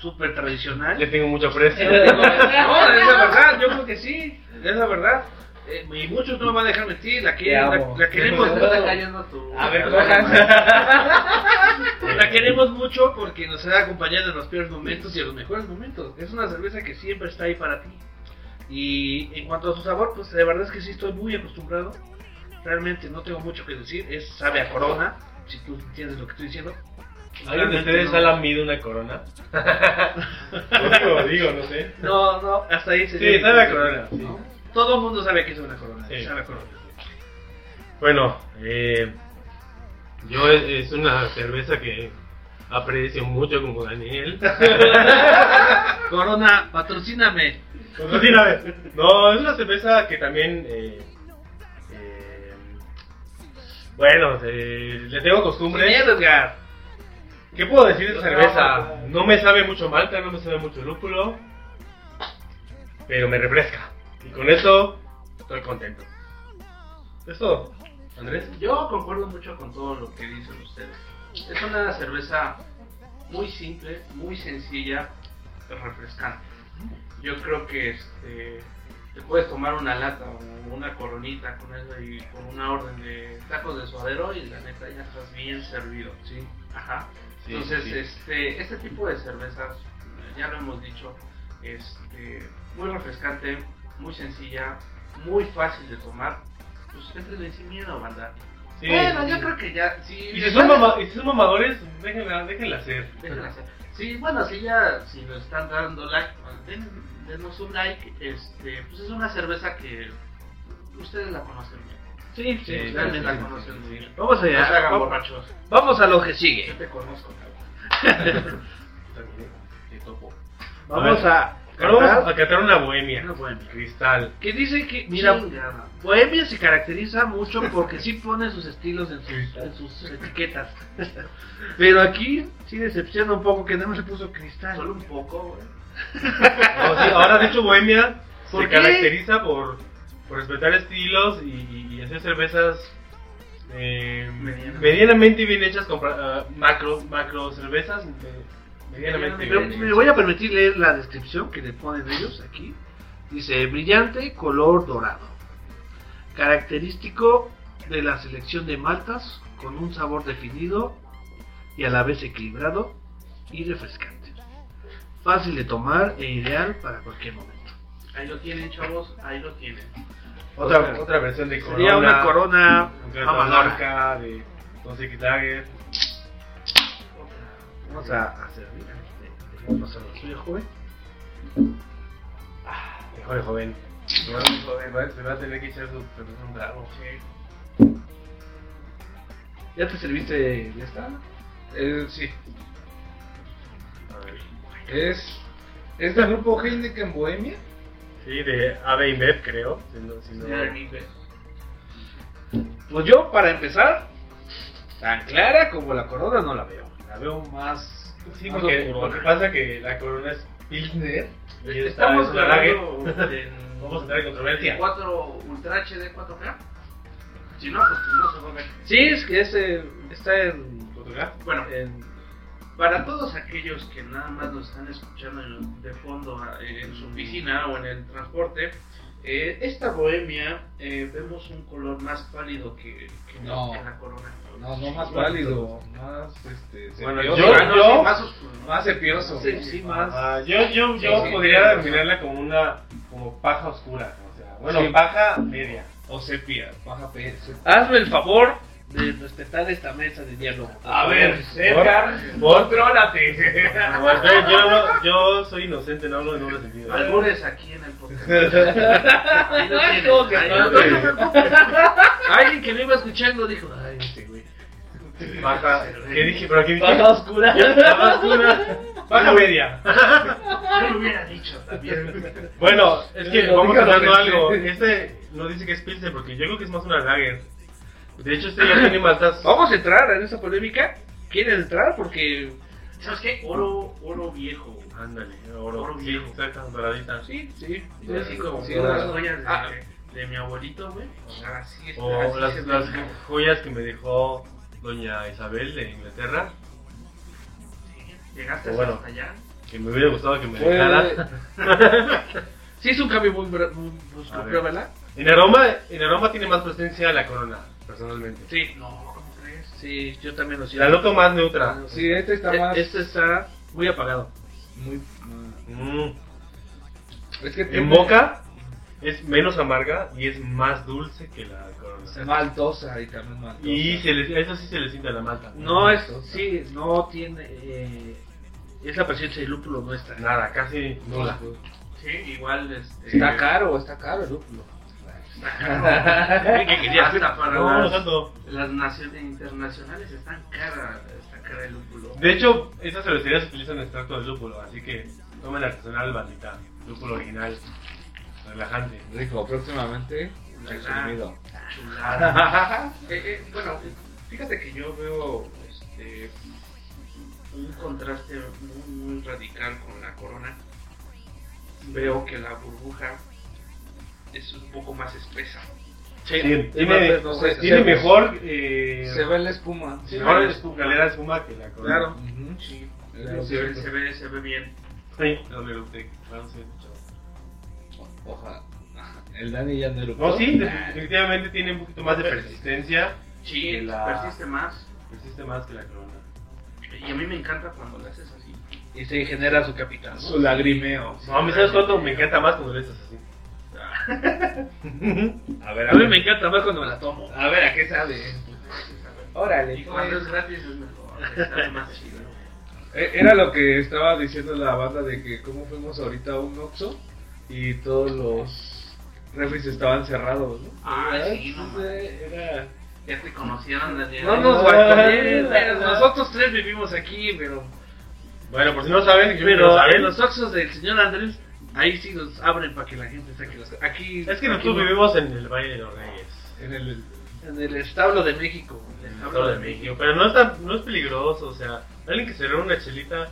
[SPEAKER 3] súper tradicional.
[SPEAKER 2] Le tengo mucho aprecio.
[SPEAKER 3] No, es la verdad, yo creo que sí, es la verdad. Eh, y muchos no me van a dejar mentir, la, que-
[SPEAKER 4] Te
[SPEAKER 3] la,
[SPEAKER 4] amo.
[SPEAKER 3] la queremos,
[SPEAKER 5] Se está cayendo tu-
[SPEAKER 4] pues, A ver,
[SPEAKER 5] tu-
[SPEAKER 2] Eh,
[SPEAKER 3] la queremos mucho porque nos ha acompañado en los peores momentos y en los mejores momentos. Es una cerveza que siempre está ahí para ti. Y en cuanto a su sabor, pues la verdad es que sí estoy muy acostumbrado. Realmente no tengo mucho que decir, es sabe a corona, si tú entiendes lo que estoy diciendo.
[SPEAKER 2] ¿Alguien de ustedes ha lamido una corona? Lo digo, no sé.
[SPEAKER 3] No, no, hasta ahí se
[SPEAKER 2] Sí, sabe a corona. sí.
[SPEAKER 3] ¿no? Todo el mundo sabe que es una corona.
[SPEAKER 2] Sí.
[SPEAKER 3] Sabe a corona.
[SPEAKER 2] Bueno, eh, yo es, es una cerveza que aprecio mucho como Daniel.
[SPEAKER 3] Corona, patrocíname.
[SPEAKER 2] Pues no tiene a ver. No, es una cerveza que también. eh, eh, bueno, eh, le tengo
[SPEAKER 3] Sin
[SPEAKER 2] costumbre.
[SPEAKER 3] miedo, Edgar.
[SPEAKER 2] ¿Qué puedo decir de esta
[SPEAKER 3] No,
[SPEAKER 2] cerveza?
[SPEAKER 3] no.
[SPEAKER 2] No me sabe mucho malta, no me sabe mucho lúpulo. Pero me refresca. Y con eso estoy contento. Es todo, Andrés.
[SPEAKER 5] Yo concuerdo mucho con todo lo que dicen ustedes. Es una cerveza muy simple, muy sencilla, pero refrescante. Yo creo que este, te puedes tomar una lata o una coronita con eso y con una orden de tacos de suadero y la neta ya estás bien servido.
[SPEAKER 3] Sí.
[SPEAKER 5] Ajá.
[SPEAKER 2] Sí,
[SPEAKER 5] Entonces,
[SPEAKER 2] sí.
[SPEAKER 5] este, este tipo de cervezas, ya lo hemos dicho, este, muy refrescante, muy sencilla, muy fácil de tomar. Pues entrenle sin miedo, banda.
[SPEAKER 2] Sí.
[SPEAKER 5] Bueno, yo creo que ya, si
[SPEAKER 2] Y si
[SPEAKER 5] les
[SPEAKER 2] son,
[SPEAKER 5] dan-
[SPEAKER 2] mama- y si son mamadores, déjenla, déjenla hacer.
[SPEAKER 5] déjenla hacer. Sí, bueno, si ya, si nos están dando like, pues, den- denos un like, este, pues es una cerveza que ustedes la conocen bien.
[SPEAKER 3] Sí,
[SPEAKER 2] Sí,
[SPEAKER 5] ustedes
[SPEAKER 2] claro, sí,
[SPEAKER 5] la
[SPEAKER 2] sí,
[SPEAKER 5] conocen
[SPEAKER 2] sí,
[SPEAKER 5] muy
[SPEAKER 2] sí. Ah,
[SPEAKER 5] bien.
[SPEAKER 3] Vamos
[SPEAKER 5] No se
[SPEAKER 3] allá.
[SPEAKER 5] hagan
[SPEAKER 3] Vamos,
[SPEAKER 5] borrachos.
[SPEAKER 3] vamos a lo que
[SPEAKER 5] Yo
[SPEAKER 3] sigue.
[SPEAKER 5] te conozco, cabrón.
[SPEAKER 2] También, sí, topo.
[SPEAKER 3] Vamos
[SPEAKER 2] ver.
[SPEAKER 3] a.
[SPEAKER 2] Ahora vamos
[SPEAKER 3] cantar
[SPEAKER 2] a catar una bohemia.
[SPEAKER 3] una bohemia.
[SPEAKER 2] Cristal.
[SPEAKER 3] Que dice que. Mira,
[SPEAKER 5] Mira, Chingada.
[SPEAKER 3] Bohemia se caracteriza mucho porque sí pone sus estilos en sus, en sus etiquetas. Pero aquí sí decepciona un poco que nada más le puso
[SPEAKER 5] solo
[SPEAKER 3] cristal.
[SPEAKER 5] un poco, güey.
[SPEAKER 2] No, sí, ahora, de hecho, Bohemia
[SPEAKER 3] ¿Por
[SPEAKER 2] se
[SPEAKER 3] qué?
[SPEAKER 2] caracteriza por, por respetar estilos y, y- y hacer cervezas eh,
[SPEAKER 5] Medianamente.
[SPEAKER 2] medianamente bien hechas, compra- ah, macro, macro cervezas eh, medianamente
[SPEAKER 5] Medianamente
[SPEAKER 3] Pero
[SPEAKER 2] bien
[SPEAKER 3] me
[SPEAKER 2] hechas.
[SPEAKER 3] voy a permitir leer la descripción que le ponen ellos aquí. Dice, brillante color dorado. Característico de la selección de maltas con un sabor definido y a la vez equilibrado y refrescante. Fácil de tomar e ideal para cualquier momento.
[SPEAKER 5] Ahí lo tienen, chavos, ahí lo tienen.
[SPEAKER 2] Otra,
[SPEAKER 3] o sea,
[SPEAKER 2] otra versión de Corona.
[SPEAKER 3] Sería una corona
[SPEAKER 2] con carta
[SPEAKER 3] mamadora.
[SPEAKER 2] blanca de 12 X Lager.
[SPEAKER 3] Vamos a hacer, mira,
[SPEAKER 2] este,
[SPEAKER 3] vamos a pasar la suya, joven.
[SPEAKER 2] Ah, Mejor joven. Mejor joven, va- se va a tener que echar su cerveza un trago.
[SPEAKER 3] ¿Ya te serviste ya está?
[SPEAKER 4] Eh, sí.
[SPEAKER 2] A ver.
[SPEAKER 4] Es, es del grupo Heineken Bohemia.
[SPEAKER 2] Sí, de AB InBev, creo. Si no, si no-
[SPEAKER 5] Ya, ni ve.
[SPEAKER 3] Pues yo, para empezar, tan clara como la corona no la veo.
[SPEAKER 2] La veo más. Sí,
[SPEAKER 3] más
[SPEAKER 2] porque lo
[SPEAKER 3] oscurona.
[SPEAKER 2] que pasa que la corona es Pilsner y esta
[SPEAKER 5] Estamos
[SPEAKER 2] es una lager.
[SPEAKER 5] grabando en
[SPEAKER 2] Vamos a entrar en controversia.
[SPEAKER 5] 4 Ultra HD 4K. Si no, pues no se va a ver.
[SPEAKER 3] Sí, es que ese está en.
[SPEAKER 5] Bueno,
[SPEAKER 3] en-
[SPEAKER 5] para todos aquellos que nada más nos están escuchando en- de fondo a- en su oficina o en el transporte, eh, esta bohemia eh, vemos un color más pálido que, que
[SPEAKER 4] No.
[SPEAKER 5] que la corona.
[SPEAKER 4] No, no más válido, más este.
[SPEAKER 2] Bueno,
[SPEAKER 4] sepioso.
[SPEAKER 2] yo-
[SPEAKER 5] Ah, no,
[SPEAKER 2] yo-
[SPEAKER 5] sí, más oscuro.
[SPEAKER 4] más sepioso.
[SPEAKER 3] sí, sí, más.
[SPEAKER 2] Ah, yo yo, yo
[SPEAKER 4] Sí, sí.
[SPEAKER 2] podría denominarla como una como paja oscura. O sea, bueno,
[SPEAKER 4] Sí.
[SPEAKER 2] paja media.
[SPEAKER 4] O sepia, baja PS.
[SPEAKER 3] Hazme el favor de respetar esta mesa de diálogo.
[SPEAKER 2] Edgar, contrólate. yo, Ah, no- yo soy inocente, no hablo de doble sentido.
[SPEAKER 5] Albures aquí en el podcast. Ahí lo
[SPEAKER 3] Ay,
[SPEAKER 5] tienen,
[SPEAKER 3] no, que-
[SPEAKER 5] ahí lo tienen.
[SPEAKER 3] Alguien que lo iba escuchando dijo: Ay, este güey.
[SPEAKER 2] Paja. ¿Qué dije? ¿Pero qué dije?
[SPEAKER 3] Paja oscura.
[SPEAKER 2] Paja oscura. Paja media.
[SPEAKER 5] Yo lo hubiera dicho también.
[SPEAKER 2] Bueno, es que
[SPEAKER 4] Lo
[SPEAKER 2] vamos
[SPEAKER 4] diga lo
[SPEAKER 2] hablando algo.
[SPEAKER 4] que esté.
[SPEAKER 2] Este no dice que es Pilsen porque yo creo que es más una lager. De hecho, este ya tiene maltas.
[SPEAKER 3] Vamos a entrar en esa polémica. ¿Quieren entrar? Porque.
[SPEAKER 5] ¿Sabes qué? Oro, oro viejo.
[SPEAKER 2] Ándale, oro.
[SPEAKER 5] Oro
[SPEAKER 2] sí,
[SPEAKER 5] viejo.
[SPEAKER 2] exacta, doradita.
[SPEAKER 3] Sí, sí.
[SPEAKER 5] Yo así como
[SPEAKER 4] Sí,
[SPEAKER 5] todas las
[SPEAKER 4] claro.
[SPEAKER 5] joyas de,
[SPEAKER 4] Ah.
[SPEAKER 5] de mi abuelito, güey. O sea,
[SPEAKER 3] Ah.
[SPEAKER 5] así es.
[SPEAKER 2] O
[SPEAKER 5] así
[SPEAKER 2] las,
[SPEAKER 5] se ve.
[SPEAKER 2] las joyas que me dejó doña Isabel de Inglaterra,
[SPEAKER 5] Sí, Llegaste
[SPEAKER 2] O bueno.
[SPEAKER 5] hasta allá.
[SPEAKER 2] que me hubiera gustado que me
[SPEAKER 4] Fue-
[SPEAKER 2] dejara.
[SPEAKER 3] Sí, es un cambio muy. bra- muy brusco,
[SPEAKER 2] A ver.
[SPEAKER 3] pruébala.
[SPEAKER 2] En aroma, en aroma tiene más presencia la corona, personalmente.
[SPEAKER 3] Sí.
[SPEAKER 5] No, ¿cómo crees?
[SPEAKER 3] Sí, yo también lo
[SPEAKER 2] La
[SPEAKER 3] siento.
[SPEAKER 2] noto más neutra.
[SPEAKER 4] Sí, este está
[SPEAKER 3] E-
[SPEAKER 4] más.
[SPEAKER 3] Este está muy apagado.
[SPEAKER 4] muy, ah,
[SPEAKER 2] Mm.
[SPEAKER 4] es que
[SPEAKER 2] En
[SPEAKER 4] tiene-
[SPEAKER 2] boca es menos amarga y es más dulce que la corona.
[SPEAKER 4] Maltosa y también maltosa.
[SPEAKER 2] Y se les, a eso sí se le siente la malta.
[SPEAKER 3] No eh. es, sí, no tiene. eh, es la presencia de lúpulo no está.
[SPEAKER 2] Nada, casi nula.
[SPEAKER 5] Sí, igual este.
[SPEAKER 4] Está caro, está caro el lúpulo.
[SPEAKER 5] está caro.
[SPEAKER 3] ¿Qué querías?
[SPEAKER 5] Hasta para
[SPEAKER 2] No, no
[SPEAKER 5] las,
[SPEAKER 2] tanto.
[SPEAKER 5] las naciones internacionales están cara, está cara el lúpulo.
[SPEAKER 2] De hecho, esas cervecerías utilizan extracto de lúpulo, así que Tomen artesanal, bandita. Lúpulo original. Relajante.
[SPEAKER 4] Rico, próximamente. Resumido.
[SPEAKER 5] Chulada. Eh, eh, bueno, fíjate que yo veo este, un contraste muy, muy radical con la corona. Veo que la burbuja es un poco más espesa.
[SPEAKER 2] Sí,
[SPEAKER 4] más
[SPEAKER 3] pues,
[SPEAKER 2] tiene,
[SPEAKER 4] verdoso, ese
[SPEAKER 2] tiene
[SPEAKER 4] cerdo.
[SPEAKER 2] mejor. Eh,
[SPEAKER 4] Se ve la espuma.
[SPEAKER 2] Sí, mejor espuma, galera de espuma que la corona.
[SPEAKER 5] Claro.
[SPEAKER 4] Ujú.
[SPEAKER 5] Sí,
[SPEAKER 4] Claro,
[SPEAKER 5] se, ve, se, ve, se ve bien.
[SPEAKER 2] Sí, no me gusta, claro, sí, mucho.
[SPEAKER 4] Ojalá. El Dani ya no eructó.
[SPEAKER 2] No, sí, de- definitivamente tiene un poquito más de persistencia.
[SPEAKER 5] Sí,
[SPEAKER 2] La-
[SPEAKER 5] persiste más.
[SPEAKER 2] Persiste más que la corona.
[SPEAKER 5] Y a mí me encanta cuando la haces así.
[SPEAKER 3] Y se genera su capital.
[SPEAKER 4] Su lagrimeo.
[SPEAKER 2] No, a mí, ¿sabes cuánto? Me encanta más cuando le haces así.
[SPEAKER 4] A ver,
[SPEAKER 3] A mí me encanta más cuando me la tomo.
[SPEAKER 4] A ver, ¿a qué sabe?
[SPEAKER 5] Y
[SPEAKER 4] Órale.
[SPEAKER 5] cuando
[SPEAKER 4] pues.
[SPEAKER 5] es gratis es mejor. Está más chido.
[SPEAKER 4] Eh, Era lo que estaba diciendo la banda de que cómo fuimos ahorita a un Oxxo y todos los refres estaban cerrados, ¿no?
[SPEAKER 5] Ah,
[SPEAKER 3] ¿Eh?
[SPEAKER 4] ¿Verdad?
[SPEAKER 5] sí, no
[SPEAKER 4] Entonces, era...
[SPEAKER 5] Ya te conocieron, Daniel.
[SPEAKER 3] No nos
[SPEAKER 4] balconees,
[SPEAKER 3] balcones. Nosotros tres vivimos aquí, pero.
[SPEAKER 2] Bueno, por si no saben, yo creo que lo
[SPEAKER 3] Pero
[SPEAKER 2] saben.
[SPEAKER 3] en los oxos del señor Andrés, ahí sí los abren para que la gente saque los. Aquí.
[SPEAKER 2] Es que
[SPEAKER 3] aquí
[SPEAKER 2] nosotros
[SPEAKER 3] no.
[SPEAKER 2] vivimos en el Valle de los Reyes.
[SPEAKER 4] En el...
[SPEAKER 3] En el establo de México.
[SPEAKER 2] en el Estado de México. Pero no, está, no es peligroso, o sea, alguien que se roba una chelita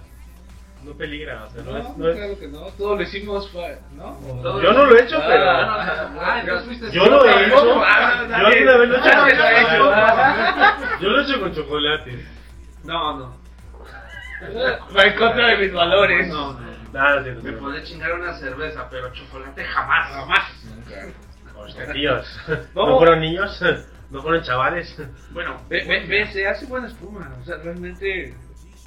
[SPEAKER 2] no peligra, o sea, no, es... No es-
[SPEAKER 4] claro que no. Todo lo hicimos, fue- ¿no?
[SPEAKER 5] Todo-
[SPEAKER 2] Yo no lo he hecho,
[SPEAKER 4] Ah,
[SPEAKER 2] pero...
[SPEAKER 5] Ah, no, no, no. Ah, entonces fuiste
[SPEAKER 2] Yo lo he hecho.
[SPEAKER 5] tampoco.
[SPEAKER 2] Yo
[SPEAKER 4] Ah,
[SPEAKER 2] alguna
[SPEAKER 4] dale.
[SPEAKER 2] vez lo he hecho.
[SPEAKER 4] Ah, lo he hecho.
[SPEAKER 2] Yo lo he hecho con chocolates.
[SPEAKER 3] No, no.
[SPEAKER 4] Va en contra de mis valores.
[SPEAKER 3] No, no.
[SPEAKER 2] Nada, de
[SPEAKER 5] Me podré chingar una cerveza, pero chocolate jamás. Jamás.
[SPEAKER 4] Nunca.
[SPEAKER 2] Tíos.
[SPEAKER 3] No.
[SPEAKER 2] No fueron niños, no fueron chavales.
[SPEAKER 5] Bueno,
[SPEAKER 3] Ve, ve- ve, se hace buena espuma. O sea, realmente.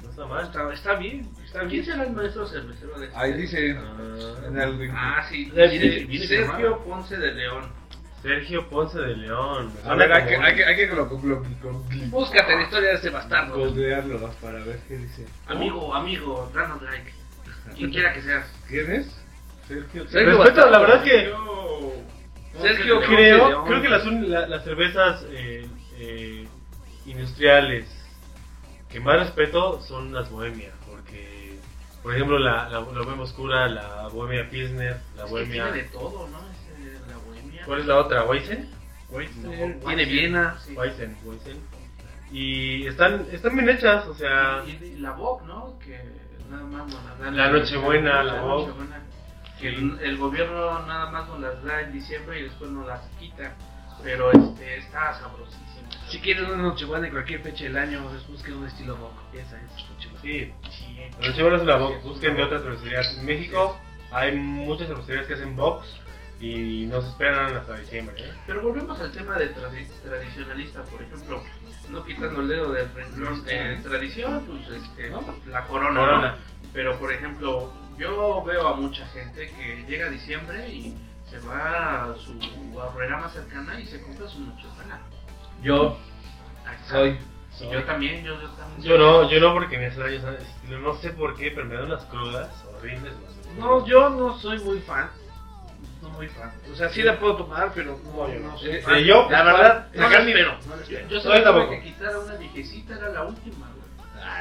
[SPEAKER 2] No está mal.
[SPEAKER 3] Está, está bien. Está
[SPEAKER 5] ¿quién
[SPEAKER 3] bien.
[SPEAKER 5] será el maestro cervecero de este?
[SPEAKER 4] Ahí dice.
[SPEAKER 2] Ah,
[SPEAKER 4] En el...
[SPEAKER 5] Ah, sí,
[SPEAKER 2] Eh,
[SPEAKER 5] viene-
[SPEAKER 2] sí,
[SPEAKER 5] viene
[SPEAKER 2] sí,
[SPEAKER 5] Sergio Ponce de León.
[SPEAKER 2] Sergio Ponce de León.
[SPEAKER 4] A ver, hay que,
[SPEAKER 2] Suena
[SPEAKER 4] hay que, hay que colo- colo- colo-
[SPEAKER 3] Búscate la historia de ese bastardo.
[SPEAKER 4] googlearlo para ver qué dice.
[SPEAKER 5] este Amigo, amigo, danos like. Quien quiera que seas.
[SPEAKER 4] ¿Quién es? Sergio.
[SPEAKER 3] Sergio
[SPEAKER 2] como- Respeto, la
[SPEAKER 3] Bastardo.
[SPEAKER 2] verdad es que
[SPEAKER 5] Sergio Ponce de
[SPEAKER 3] Sergio
[SPEAKER 5] León.
[SPEAKER 2] creo, creo que las, un- la- las cervezas eh, eh, industriales que más respeto son las bohemia, porque, por ejemplo, la, la, la bohemia oscura, la bohemia pilsner, la
[SPEAKER 5] Es que tiene de
[SPEAKER 2] bohemia... Pues,
[SPEAKER 5] todo, ¿no? Es, eh, la bohemia.
[SPEAKER 2] ¿Cuál es la otra? ¿Weizen?
[SPEAKER 5] No,
[SPEAKER 3] Tiene Viena.
[SPEAKER 5] sí.
[SPEAKER 2] Weizen, Weizen. Y están, están bien hechas, o sea...
[SPEAKER 5] Y, y la Vogue, ¿no? Que nada más nos las dan.
[SPEAKER 2] La Nochebuena, la Vogue.
[SPEAKER 5] Nochebuena. Que el, el gobierno nada más nos las da en diciembre y después nos las quita. Pero este, está sabrosísimo.
[SPEAKER 3] Si quieren una nochebuena en cualquier fecha del año, les busquen un estilo boc. Esa es nochebuena.
[SPEAKER 2] Sí, los chibolas de la box, busquen de otras cervecerías. En México hay muchas cervecerías que hacen box y no se esperan hasta diciembre. ¿eh?
[SPEAKER 5] Pero volvemos al tema de tradi- tradicionalista, por ejemplo, no quitando el dedo del renglón eh, tradición, pues este, la corona.
[SPEAKER 2] Corona.
[SPEAKER 5] ¿no? Pero por ejemplo, yo veo a mucha gente que llega a diciembre y se va a su barrera más cercana y se compra su nochebuena.
[SPEAKER 4] Yo
[SPEAKER 5] Ahí está.
[SPEAKER 4] soy.
[SPEAKER 5] Y Yo también, yo, yo también.
[SPEAKER 2] Yo no, yo no porque me hace daño, ¿sabes? no sé por qué, pero me dan unas crudas horribles.
[SPEAKER 3] No, yo no soy muy fan. No muy fan. O sea, sí la puedo tomar, pero no, yo no soy
[SPEAKER 2] Eh,
[SPEAKER 3] fan.
[SPEAKER 2] eh, yo,
[SPEAKER 3] la verdad,
[SPEAKER 2] no la
[SPEAKER 3] no
[SPEAKER 2] espero.
[SPEAKER 3] espero.
[SPEAKER 5] Yo
[SPEAKER 2] No,
[SPEAKER 5] sabía
[SPEAKER 2] yo tampoco.
[SPEAKER 5] que quitara una viejecita, era la última.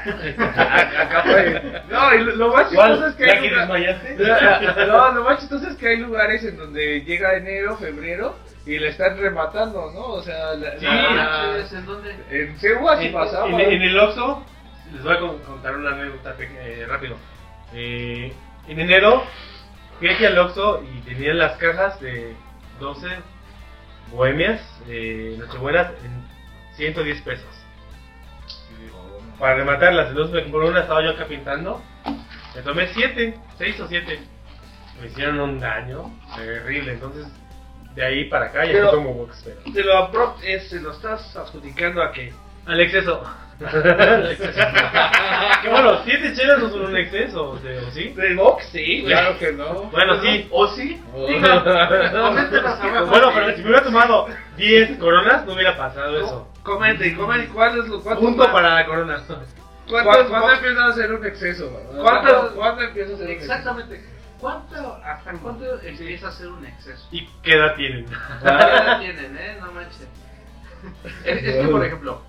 [SPEAKER 5] güey.
[SPEAKER 4] Acá fue. No, y lo, lo más chistoso
[SPEAKER 3] Pues
[SPEAKER 4] es que
[SPEAKER 2] ¿Ya
[SPEAKER 4] hay
[SPEAKER 2] que
[SPEAKER 4] lugar-
[SPEAKER 2] desmayaste?
[SPEAKER 4] No, lo más chistoso es que hay lugares en donde llega enero, febrero y le están rematando, ¿no? O sea, la-
[SPEAKER 2] Sí.
[SPEAKER 5] No
[SPEAKER 4] la-
[SPEAKER 2] Ah.
[SPEAKER 5] manches, ¿en dónde?
[SPEAKER 4] en Cegua sí
[SPEAKER 2] En,
[SPEAKER 4] pasaba.
[SPEAKER 2] en-
[SPEAKER 3] ¿eh?
[SPEAKER 2] en el Oxxo, les voy a con- contar una anécdota pe- eh, rápido. Eh, en enero fui aquí al Oxxo y tenían las cajas de 12 bohemias, eh, nochebuenas, en 110 pesos. Para rematarlas, entonces me compré una, estaba yo acá pintando. Me tomé 7, 6 o 7. Me hicieron un daño terrible, entonces de ahí para acá ya
[SPEAKER 3] Pero-
[SPEAKER 2] no tomo box, pero...
[SPEAKER 3] Te lo, apro- eh, se lo estás adjudicando a que
[SPEAKER 2] Al exceso. Al exceso. que bueno, siete chelas no son un exceso, o sea, ¿o ¿sí?
[SPEAKER 3] ¿De box? Sí, güey.
[SPEAKER 4] Claro que no.
[SPEAKER 2] Bueno, sí.
[SPEAKER 5] ¿O sí?
[SPEAKER 4] Oh.
[SPEAKER 5] Diga, coméntenos abajo.
[SPEAKER 2] Bueno, pero si me hubiera tomado 10 coronas, no hubiera pasado eso.
[SPEAKER 3] Comente, comente. ¿Cuál es lo cuánto
[SPEAKER 2] Punto para la corona.
[SPEAKER 4] ¿Cuándo,
[SPEAKER 3] ¿Cuántas,
[SPEAKER 4] cuándo
[SPEAKER 3] cuántas,
[SPEAKER 4] empieza a ser un exceso? ¿verdad?
[SPEAKER 3] ¿Cuántas-
[SPEAKER 4] ¿Cuándo, cuándo empieza a ser un exceso?
[SPEAKER 5] Exactamente. ¿Cuánto, ¿Hasta cuánto empieza a ser un exceso?
[SPEAKER 2] ¿Y qué edad tienen?
[SPEAKER 5] Ya tienen, ¿eh? No manches. Es, es que, por ejemplo,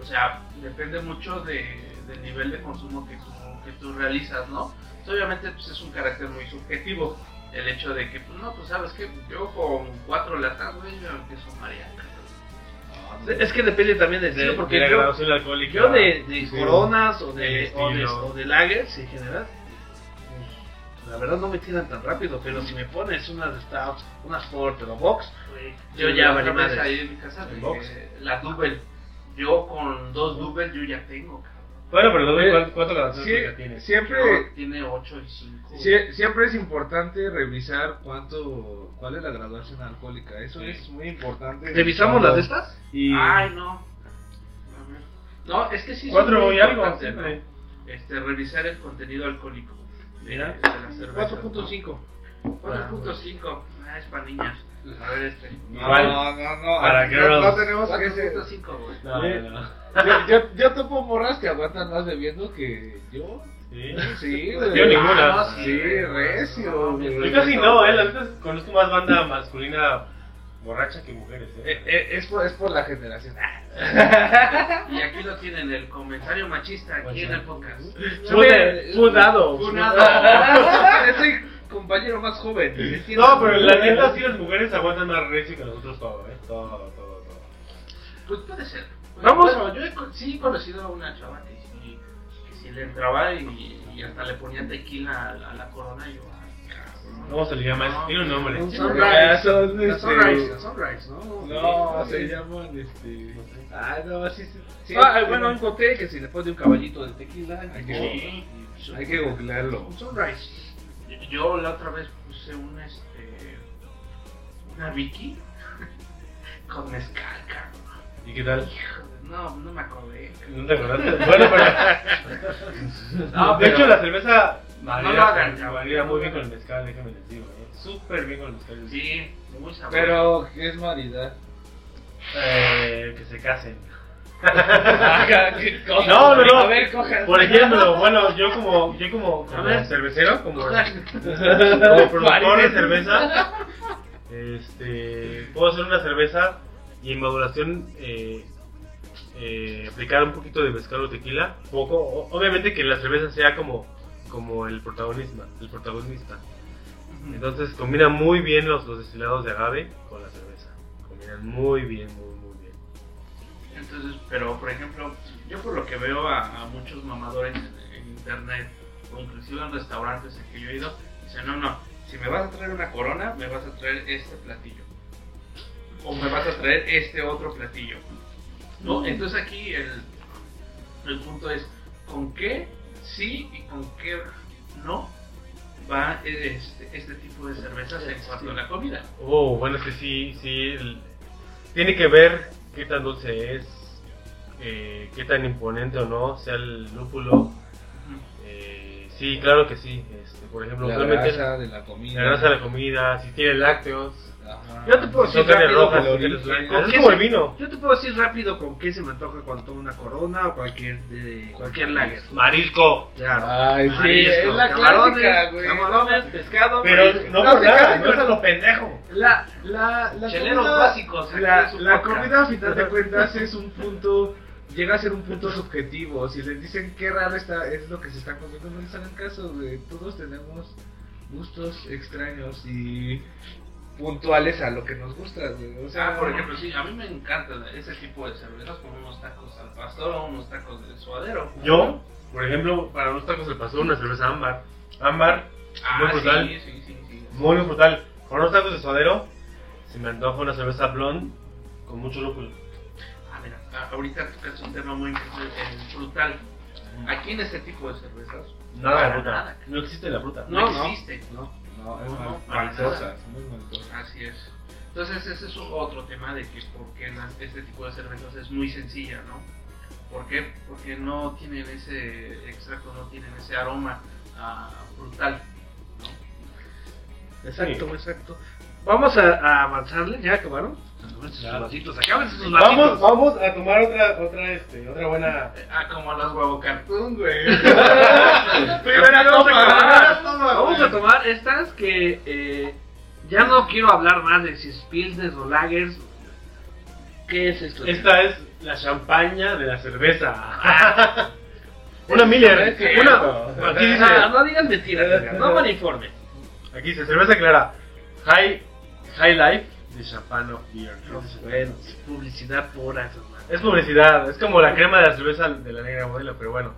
[SPEAKER 5] o sea, depende mucho de, del nivel de consumo que tú, que tú realizas, ¿no? obviamente pues, es un carácter muy subjetivo. El hecho de que, pues no, pues sabes que yo con cuatro latas, güey, yo empiezo mariaca.
[SPEAKER 3] Es que depende también del estilo, porque
[SPEAKER 2] de la
[SPEAKER 3] yo-
[SPEAKER 2] graduación alcohólica.
[SPEAKER 3] Yo de, de
[SPEAKER 2] Sí.
[SPEAKER 3] coronas o
[SPEAKER 2] El
[SPEAKER 3] de,
[SPEAKER 2] estilo.
[SPEAKER 3] o de, o de lagers en general, pues, la verdad no me tiran tan rápido, pero si me pones unas stouts, unas Ford, pero box,
[SPEAKER 5] Güey,
[SPEAKER 3] Sí,
[SPEAKER 5] Yo ya
[SPEAKER 3] la
[SPEAKER 5] valí
[SPEAKER 3] otra vez
[SPEAKER 5] más ahí en mi casa,
[SPEAKER 3] El
[SPEAKER 5] de
[SPEAKER 3] box.
[SPEAKER 5] que la double. Yo con dos double yo ya tengo, cabrón.
[SPEAKER 2] Bueno, pero luego,
[SPEAKER 4] Eh,
[SPEAKER 2] ¿cuál- ¿cuántas graduaciones
[SPEAKER 4] Sie-
[SPEAKER 2] alcohólicas tienes?
[SPEAKER 4] siempre,
[SPEAKER 5] Yo tiene ocho y cinco.
[SPEAKER 4] sie- siempre es importante revisar cuánto, cuál es la graduación alcohólica. Eso
[SPEAKER 5] Sí.
[SPEAKER 4] es muy importante.
[SPEAKER 3] ¿revisamos las de estas?
[SPEAKER 4] Y
[SPEAKER 5] Ay, no. A ver. No, es que sí. son
[SPEAKER 2] Cuatro
[SPEAKER 5] muy
[SPEAKER 2] y algo,
[SPEAKER 5] importantes,
[SPEAKER 2] siempre.
[SPEAKER 5] ¿no? Este, revisar el contenido alcohólico. de-
[SPEAKER 3] Mira.
[SPEAKER 5] de la cerveza,
[SPEAKER 3] 4.5.
[SPEAKER 5] ¿no? 4.5. Ah, es para niñas. A ver este.
[SPEAKER 4] No,
[SPEAKER 2] Igual.
[SPEAKER 4] no, no, no,
[SPEAKER 2] Para
[SPEAKER 4] no,
[SPEAKER 2] girls.
[SPEAKER 4] no tenemos que ser-
[SPEAKER 5] 4.5, güey.
[SPEAKER 2] No,
[SPEAKER 4] Eh,
[SPEAKER 2] no, no.
[SPEAKER 4] Yo, yo, yo topo morras que aguantan más bebiendo que yo.
[SPEAKER 2] Sí.
[SPEAKER 4] Sí,
[SPEAKER 2] Yo
[SPEAKER 4] güey. Ah,
[SPEAKER 2] ninguna.
[SPEAKER 5] no,
[SPEAKER 4] Sí,
[SPEAKER 5] güey.
[SPEAKER 4] recio,
[SPEAKER 5] No,
[SPEAKER 4] güey.
[SPEAKER 5] mi-
[SPEAKER 2] Yo casi no, eh. La neta conozco más banda masculina borracha que mujeres,
[SPEAKER 4] Eh,
[SPEAKER 2] eh.
[SPEAKER 4] eh, es, por, es por la generación. Ah,
[SPEAKER 5] Y aquí lo tienen, el comentario machista aquí en el podcast.
[SPEAKER 2] Fue- fue un dado.
[SPEAKER 5] Fue un
[SPEAKER 4] Ah,
[SPEAKER 5] dado.
[SPEAKER 4] ah, ah, Soy compañero más joven. ¿entiendes?
[SPEAKER 2] No, pero la neta sí las mujeres aguantan más recio que nosotros todo, eh. Todo, todo, todo.
[SPEAKER 5] Pues puede ser. Pues,
[SPEAKER 3] Vamos.
[SPEAKER 5] bueno, yo he con- sí he conocido a una chava que sí, que sí le entraba y, y hasta le ponía tequila a, la- a la corona y yo, ay, cabrón.
[SPEAKER 2] ¿Cómo se le llama eso? Tiene un nombre.
[SPEAKER 3] Un
[SPEAKER 5] sunrise.
[SPEAKER 4] Ah, son,
[SPEAKER 3] Las
[SPEAKER 4] este,
[SPEAKER 3] Sunrise, las Sunrise, ¿no?
[SPEAKER 4] No, se
[SPEAKER 3] sí.
[SPEAKER 4] llaman este. Ah, no, sí, sí. sí,
[SPEAKER 3] Ah,
[SPEAKER 4] sí,
[SPEAKER 3] bueno,
[SPEAKER 4] sí.
[SPEAKER 3] encontré que si le pones un caballito de tequila,
[SPEAKER 4] Hay que-
[SPEAKER 3] sí.
[SPEAKER 4] hay que googlearlo.
[SPEAKER 3] un Sunrise.
[SPEAKER 5] Pues, Yo la otra vez puse un este. Una Vicky con mezcal, cabrón.
[SPEAKER 2] ¿Y qué tal?
[SPEAKER 5] No, no me acordé.
[SPEAKER 2] ¿No te acordaste? Bueno, pero.
[SPEAKER 5] No,
[SPEAKER 2] de
[SPEAKER 5] pero-
[SPEAKER 2] hecho, la cerveza.
[SPEAKER 5] No, no
[SPEAKER 2] varía-
[SPEAKER 5] lo hagan, ya.
[SPEAKER 2] varía muy bien con el mezcal, déjame les digo, eh. Súper bien con el mezcal.
[SPEAKER 5] Sí, muy sabroso.
[SPEAKER 4] Pero, ¿qué es maridad?
[SPEAKER 2] Eh, que se casen.
[SPEAKER 4] no,
[SPEAKER 2] No, no, no.
[SPEAKER 4] A ver, cojan.
[SPEAKER 2] Por ejemplo, bueno, yo como, yo como, como
[SPEAKER 5] A ver.
[SPEAKER 2] cervecero, como, como productor de
[SPEAKER 4] Parece.
[SPEAKER 2] cerveza, este, puedo hacer una cerveza y en maduración eh, eh, aplicar un poquito de mezcal o tequila, poco, o- obviamente que la cerveza sea como, como el protagonista, el protagonista. Entonces combina muy bien los, los destilados de agave con la cerveza, combinan muy bien, muy muy bien.
[SPEAKER 5] Entonces, pero por ejemplo, yo por lo que veo a, a muchos mamadores en, en internet, o inclusive en restaurantes a que yo he ido, dicen, no, no, si me vas a traer una corona, me vas a traer este platillo. O me vas a traer este otro platillo. ¿No? Entonces aquí el, el punto es, ¿con qué sí y con qué no va eh, este, este tipo de cervezas en cuanto a la comida?
[SPEAKER 2] Oh, bueno, es que sí, sí. el- Tiene que ver qué tan dulce es, eh, qué tan imponente o no sea el lúpulo. Eh, sí, claro que sí. Este, por ejemplo,
[SPEAKER 4] La
[SPEAKER 2] usualmente
[SPEAKER 4] grasa de la comida.
[SPEAKER 2] la grasa de la comida, si tiene lácteos,
[SPEAKER 4] Ajá.
[SPEAKER 3] Yo te puedo
[SPEAKER 2] si son
[SPEAKER 3] decir
[SPEAKER 2] carnes
[SPEAKER 3] rápido
[SPEAKER 2] rojas, si
[SPEAKER 4] el
[SPEAKER 2] son carnes
[SPEAKER 4] origen.
[SPEAKER 2] blancas.
[SPEAKER 3] ¿Con
[SPEAKER 2] Es
[SPEAKER 3] qué
[SPEAKER 2] como el
[SPEAKER 3] se-
[SPEAKER 2] vino.
[SPEAKER 3] Yo te puedo decir rápido con qué se me antoja cuando tomo una corona o cualquier, de, cualquier lager.
[SPEAKER 2] Marisco.
[SPEAKER 3] Claro.
[SPEAKER 4] Ay, sí,
[SPEAKER 3] Marisco,
[SPEAKER 4] es la
[SPEAKER 3] camarones,
[SPEAKER 4] clásica, güey.
[SPEAKER 3] Camarones, pescado,
[SPEAKER 2] Pero
[SPEAKER 3] marisco.
[SPEAKER 2] no
[SPEAKER 4] No
[SPEAKER 2] por
[SPEAKER 4] se
[SPEAKER 2] nada,
[SPEAKER 4] casen,
[SPEAKER 2] no
[SPEAKER 4] no
[SPEAKER 2] es a lo pendejo.
[SPEAKER 3] La, la, la
[SPEAKER 5] Cheleros
[SPEAKER 3] comida-
[SPEAKER 5] básicos, aquí
[SPEAKER 4] La,
[SPEAKER 5] es un
[SPEAKER 4] la
[SPEAKER 5] podcast.
[SPEAKER 4] comida, a final de cuentas, es un punto. Llega a ser un punto subjetivo. Si les dicen qué raro está, es lo que se está comiendo, no les hagan caso, güey. Todos tenemos gustos extraños y puntuales a lo que nos gusta, güey. O sea,
[SPEAKER 5] Ah, por ejemplo, sí, a mí me encanta ese tipo de cervezas como unos tacos al pastor o unos tacos de suadero.
[SPEAKER 2] Yo, por ejemplo, para los tacos del pastor, una cerveza ámbar. Ámbar, muy
[SPEAKER 5] Ah,
[SPEAKER 2] brutal.
[SPEAKER 5] sí, sí, sí, sí.
[SPEAKER 2] Muy muy brutal. Con unos tacos de suadero, se me antoja una cerveza blonde con mucho lúpulo.
[SPEAKER 5] Ah, mira, a- ahorita tocas un tema muy importante, el frutal. Aquí en este tipo de cervezas
[SPEAKER 2] Nada de
[SPEAKER 5] Para
[SPEAKER 2] fruta.
[SPEAKER 5] nada.
[SPEAKER 2] No existe la fruta.
[SPEAKER 5] no,
[SPEAKER 3] No, no.
[SPEAKER 5] existe.
[SPEAKER 4] No, no, es
[SPEAKER 5] No,
[SPEAKER 4] mal-
[SPEAKER 5] no, para
[SPEAKER 4] maltosa,
[SPEAKER 5] nada.
[SPEAKER 4] es muy maltosa.
[SPEAKER 5] Así es. Entonces ese es otro tema de que por qué la- este tipo de cervezas es muy sencilla, ¿no? ¿Por qué? Porque no tienen ese extracto, no tienen ese aroma ah, frutal.
[SPEAKER 3] Exacto, exacto. Vamos a, a avanzarle, ya acabaron. Acábense sus
[SPEAKER 2] Claro.
[SPEAKER 3] vasitos, acábense sus
[SPEAKER 2] Vamos,
[SPEAKER 3] vasitos.
[SPEAKER 2] vamos a tomar otra, otra, este, otra buena.
[SPEAKER 5] Ah, como Pues, los huevo cartoon, güey.
[SPEAKER 3] Primera
[SPEAKER 4] Vamos a
[SPEAKER 3] toma.
[SPEAKER 4] acabar, toma,
[SPEAKER 3] Vamos
[SPEAKER 4] güey.
[SPEAKER 3] a tomar estas que eh, ya no quiero hablar más de si es Pilsner o Lagers. ¿Qué es esto?
[SPEAKER 2] Esta es la champaña de la cerveza. Una Miller.
[SPEAKER 4] No es cierto.
[SPEAKER 2] Una. Aquí dice.
[SPEAKER 3] Ah, no digas mentiras, Edgar, no malinformes.
[SPEAKER 2] Aquí dice cerveza clara. High, high Life de Champagne of Beer.
[SPEAKER 3] Bueno, es publicidad pura, esa madre.
[SPEAKER 2] Es publicidad. Es como la crema de la cerveza de la negra modelo, pero bueno.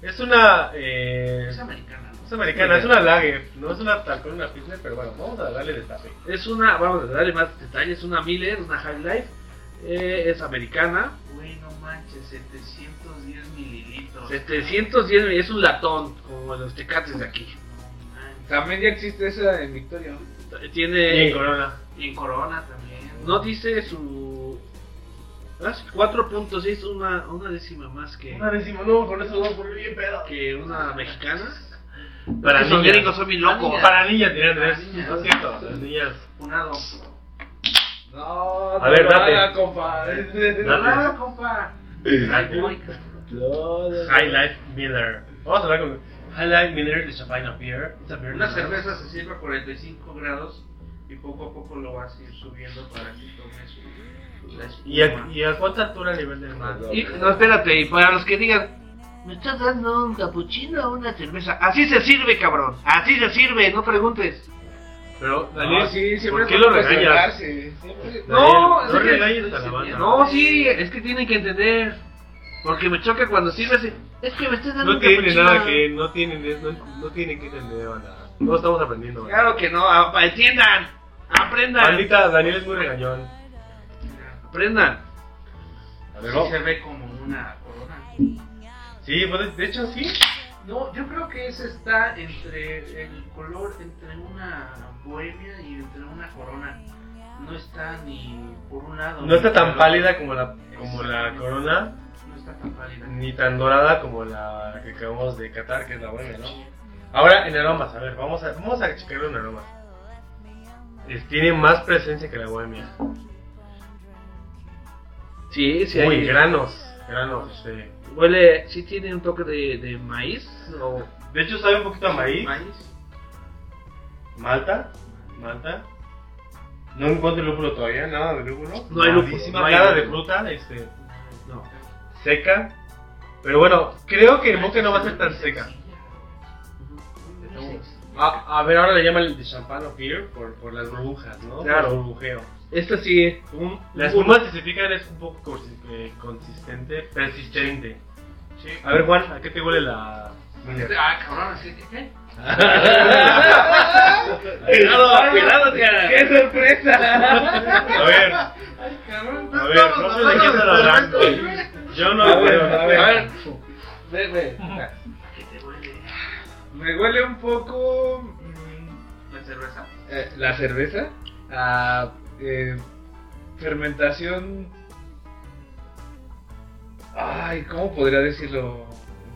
[SPEAKER 2] Es una. Eh,
[SPEAKER 5] Es americana, ¿no?
[SPEAKER 2] es americana, es una lager. No es una tal cual una pilsner, pero bueno, vamos a darle destape.
[SPEAKER 3] Es una, vamos a darle más detalles, una Miller, una High Life, eh, es americana,
[SPEAKER 5] Güey, no manches, 710 mililitros.
[SPEAKER 3] 710, Este, es un latón, como los tecates de aquí.
[SPEAKER 5] No manches.
[SPEAKER 4] También ya existe esa en Victoria. ¿no?
[SPEAKER 2] Y
[SPEAKER 3] Tiene,
[SPEAKER 2] en Corona.
[SPEAKER 5] Y en Corona también.
[SPEAKER 3] no dice su... ah, sí, 4.6, una, una décima más que,
[SPEAKER 2] Una décima, no, con eso vamos a poner bien pedo.
[SPEAKER 3] que una mexicana.
[SPEAKER 2] Para
[SPEAKER 3] Esos
[SPEAKER 2] niñas.
[SPEAKER 3] gringos son bien locos.
[SPEAKER 2] Para niñas tienen
[SPEAKER 5] Para
[SPEAKER 2] tres.
[SPEAKER 5] niñas.
[SPEAKER 2] No es cierto, las niñas.
[SPEAKER 5] Una dos.
[SPEAKER 4] No,
[SPEAKER 2] A ver,
[SPEAKER 4] no lo
[SPEAKER 2] date.
[SPEAKER 4] haga, compa.
[SPEAKER 2] Date.
[SPEAKER 5] Nada, compa. Alcohólica.
[SPEAKER 4] No, no,
[SPEAKER 2] High Life Miller. Vamos a hablar con. High Life Miller de Champagne of Beer. It's a beer
[SPEAKER 5] Una
[SPEAKER 2] now.
[SPEAKER 5] cerveza se sirve a 45 grados y poco a poco lo vas a ir subiendo para que tome su, la espuma.
[SPEAKER 2] ¿Y a, ¿Y a cuánta altura a nivel del mar?
[SPEAKER 3] Y, no, espérate, y para los que digan, ¿me estás dando un capuchino o una cerveza? Así se sirve, cabrón, así se sirve, no preguntes.
[SPEAKER 2] Pero,
[SPEAKER 4] No, sí, siempre
[SPEAKER 2] ¿por qué lo
[SPEAKER 4] es para
[SPEAKER 2] regañas?
[SPEAKER 4] regalarse, siempre-
[SPEAKER 3] No,
[SPEAKER 2] no
[SPEAKER 3] es que-
[SPEAKER 2] regañes a la banda.
[SPEAKER 3] No, sí, es que tienen que entender, porque me choca cuando sirve así, es que me estás dando
[SPEAKER 2] No
[SPEAKER 3] un
[SPEAKER 2] tiene
[SPEAKER 3] capuchino.
[SPEAKER 2] nada que, no tienen, es- no, no tienen que entender, banda. No estamos aprendiendo. banda.
[SPEAKER 3] Claro que no, a- a- entiendan, aprendan,
[SPEAKER 2] Maldita, Daniel es muy regañón.
[SPEAKER 3] aprendan.
[SPEAKER 2] A
[SPEAKER 5] Sí
[SPEAKER 2] ver, vamos.
[SPEAKER 5] se ve como una corona.
[SPEAKER 2] Sí, pues, de hecho sí.
[SPEAKER 5] No, yo creo que esa está entre el color, entre una bohemia y entre una corona. No está ni por un lado.
[SPEAKER 2] No
[SPEAKER 5] ni
[SPEAKER 2] está
[SPEAKER 5] por
[SPEAKER 2] tan
[SPEAKER 5] el
[SPEAKER 2] pálida como la, como la corona,
[SPEAKER 5] otro. No está tan pálida.
[SPEAKER 2] ni tan dorada como la que acabamos de catar, que es la buena, ¿no? Ahora, en aromas, a ver, vamos a, vamos a checarlo en aromas. Es- tiene más presencia que la bohemia.
[SPEAKER 3] Sí, sí,
[SPEAKER 2] Uy,
[SPEAKER 3] hay,
[SPEAKER 2] granos, granos, este.
[SPEAKER 3] huele, sí tiene un toque de, de maíz o
[SPEAKER 2] De hecho, sabe un poquito a maíz.
[SPEAKER 5] Maíz.
[SPEAKER 2] Malta, Malta. No encuentro lúpulo todavía, nada de lúpulo.
[SPEAKER 3] No hay lúpulo,
[SPEAKER 2] Malísima
[SPEAKER 3] no hay
[SPEAKER 2] nada de
[SPEAKER 3] lúpulo.
[SPEAKER 2] fruta, este,
[SPEAKER 3] no.
[SPEAKER 2] seca. Pero bueno, creo que en boca no va a ser tan seca. Ah, A, a ver, ahora le llaman el de champán o beer por, por las burbujas, ¿no?
[SPEAKER 3] Claro.
[SPEAKER 2] Por el burbujeo.
[SPEAKER 3] Esta Este sí es
[SPEAKER 2] Un- la espuma, si se fijan, es un poco consi- eh, consistente, persistente.
[SPEAKER 5] Sí.
[SPEAKER 2] A ver, Juan, ¿a qué te huele la...
[SPEAKER 5] Ah, cabrón, así que qué.
[SPEAKER 3] Cuidado, cuidado, tía.
[SPEAKER 4] ¡Qué sorpresa!
[SPEAKER 2] A ver, a
[SPEAKER 5] Ay, cabrón.
[SPEAKER 2] ver, no sé de qué están hablando. Yo no
[SPEAKER 4] A ver,
[SPEAKER 2] veo.
[SPEAKER 4] a ver.
[SPEAKER 3] A ver,
[SPEAKER 4] Ve, ve.
[SPEAKER 5] ¿Qué te huele?
[SPEAKER 4] Me huele un poco mm,
[SPEAKER 5] La cerveza.
[SPEAKER 4] eh, la cerveza a eh, fermentación. Ay, ¿cómo podría decirlo?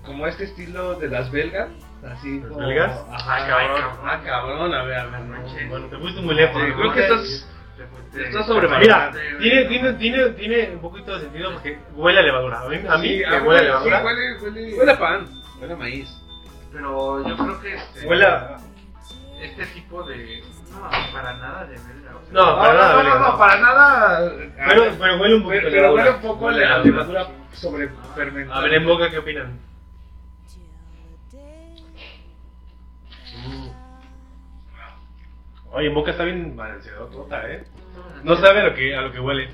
[SPEAKER 4] Como este estilo de las belgas, así
[SPEAKER 2] ¿Las
[SPEAKER 4] como.
[SPEAKER 2] belgas?
[SPEAKER 4] Ajá,
[SPEAKER 5] Ah,
[SPEAKER 4] cabrón,
[SPEAKER 5] cabrón.
[SPEAKER 4] ah, cabrón, a ver, a ver, no.
[SPEAKER 5] Manches.
[SPEAKER 2] Bueno, te fuiste muy lejos.
[SPEAKER 4] Sí,
[SPEAKER 2] ¿no?
[SPEAKER 4] creo que estás-
[SPEAKER 5] Estás
[SPEAKER 2] Mira, tiene, tiene, tiene, tiene un poquito de sentido porque huele a levadura. A mí, a mí
[SPEAKER 4] Sí,
[SPEAKER 2] que
[SPEAKER 4] ah,
[SPEAKER 2] huele a
[SPEAKER 4] sí,
[SPEAKER 2] levadura.
[SPEAKER 4] huele, huele,
[SPEAKER 3] huele a pan.
[SPEAKER 4] huele a maíz.
[SPEAKER 5] Pero yo creo que este,
[SPEAKER 2] Huele a...
[SPEAKER 5] este tipo de. No, para nada de verga. o sea,
[SPEAKER 2] No, para
[SPEAKER 4] no,
[SPEAKER 2] nada.
[SPEAKER 4] no,
[SPEAKER 2] huele a
[SPEAKER 4] no,
[SPEAKER 2] levadura.
[SPEAKER 4] no, para nada.
[SPEAKER 2] Pero, pero huele un poquito
[SPEAKER 4] Pero,
[SPEAKER 2] a
[SPEAKER 4] pero
[SPEAKER 2] levadura.
[SPEAKER 4] huele un poco
[SPEAKER 2] Huele a
[SPEAKER 4] la
[SPEAKER 2] levadura.
[SPEAKER 4] levadura sobre fermentada.
[SPEAKER 2] A ver, en boca, ¿qué opinan? Mm. Oye, en boca está bien balanceado, tota, ¿eh? No sabe a lo que, a lo que huele.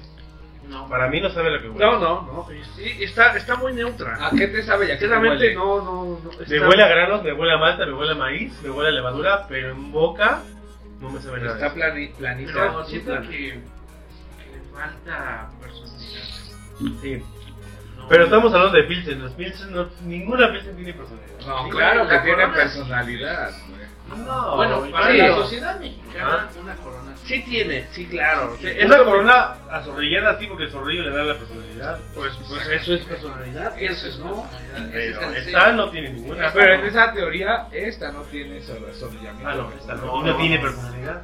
[SPEAKER 5] No,
[SPEAKER 2] Para mí no sabe a lo que huele.
[SPEAKER 3] No, no, no. Sí, está, está muy neutra.
[SPEAKER 5] Ah,
[SPEAKER 4] ¿A qué te sabe ya?
[SPEAKER 3] Sinceramente, no, no, no.
[SPEAKER 2] Me
[SPEAKER 3] está-
[SPEAKER 2] huele a granos, me huele a malta, me huele a maíz, me huele a levadura, pero en boca no me sabe nada.
[SPEAKER 4] Está plani- planita.
[SPEAKER 5] Pero siento
[SPEAKER 4] plan.
[SPEAKER 5] que, que le falta personalidad.
[SPEAKER 2] Sí.
[SPEAKER 5] No,
[SPEAKER 2] Pero estamos hablando de Pilsen, los Pilsen no, ninguna Pilsen tiene personalidad.
[SPEAKER 4] No,
[SPEAKER 5] Sí,
[SPEAKER 4] claro que
[SPEAKER 5] la
[SPEAKER 4] tiene
[SPEAKER 5] corona-
[SPEAKER 4] personalidad. güey.
[SPEAKER 2] No, Ah,
[SPEAKER 5] Bueno, para
[SPEAKER 3] sí.
[SPEAKER 5] la sociedad mexicana, una corona.
[SPEAKER 3] Sí tiene, sí, claro. Sí,
[SPEAKER 2] es la corona azorrillada así porque el zorrillo le da la personalidad.
[SPEAKER 3] Pues, pues eso es personalidad, eso es, ¿no?
[SPEAKER 2] Pero
[SPEAKER 5] Ese es el
[SPEAKER 2] esta no tiene ninguna.
[SPEAKER 4] Pero en esa teoría, esta no tiene sobre- sobrellamiento.
[SPEAKER 2] Ah, no, esta no, no tiene personalidad.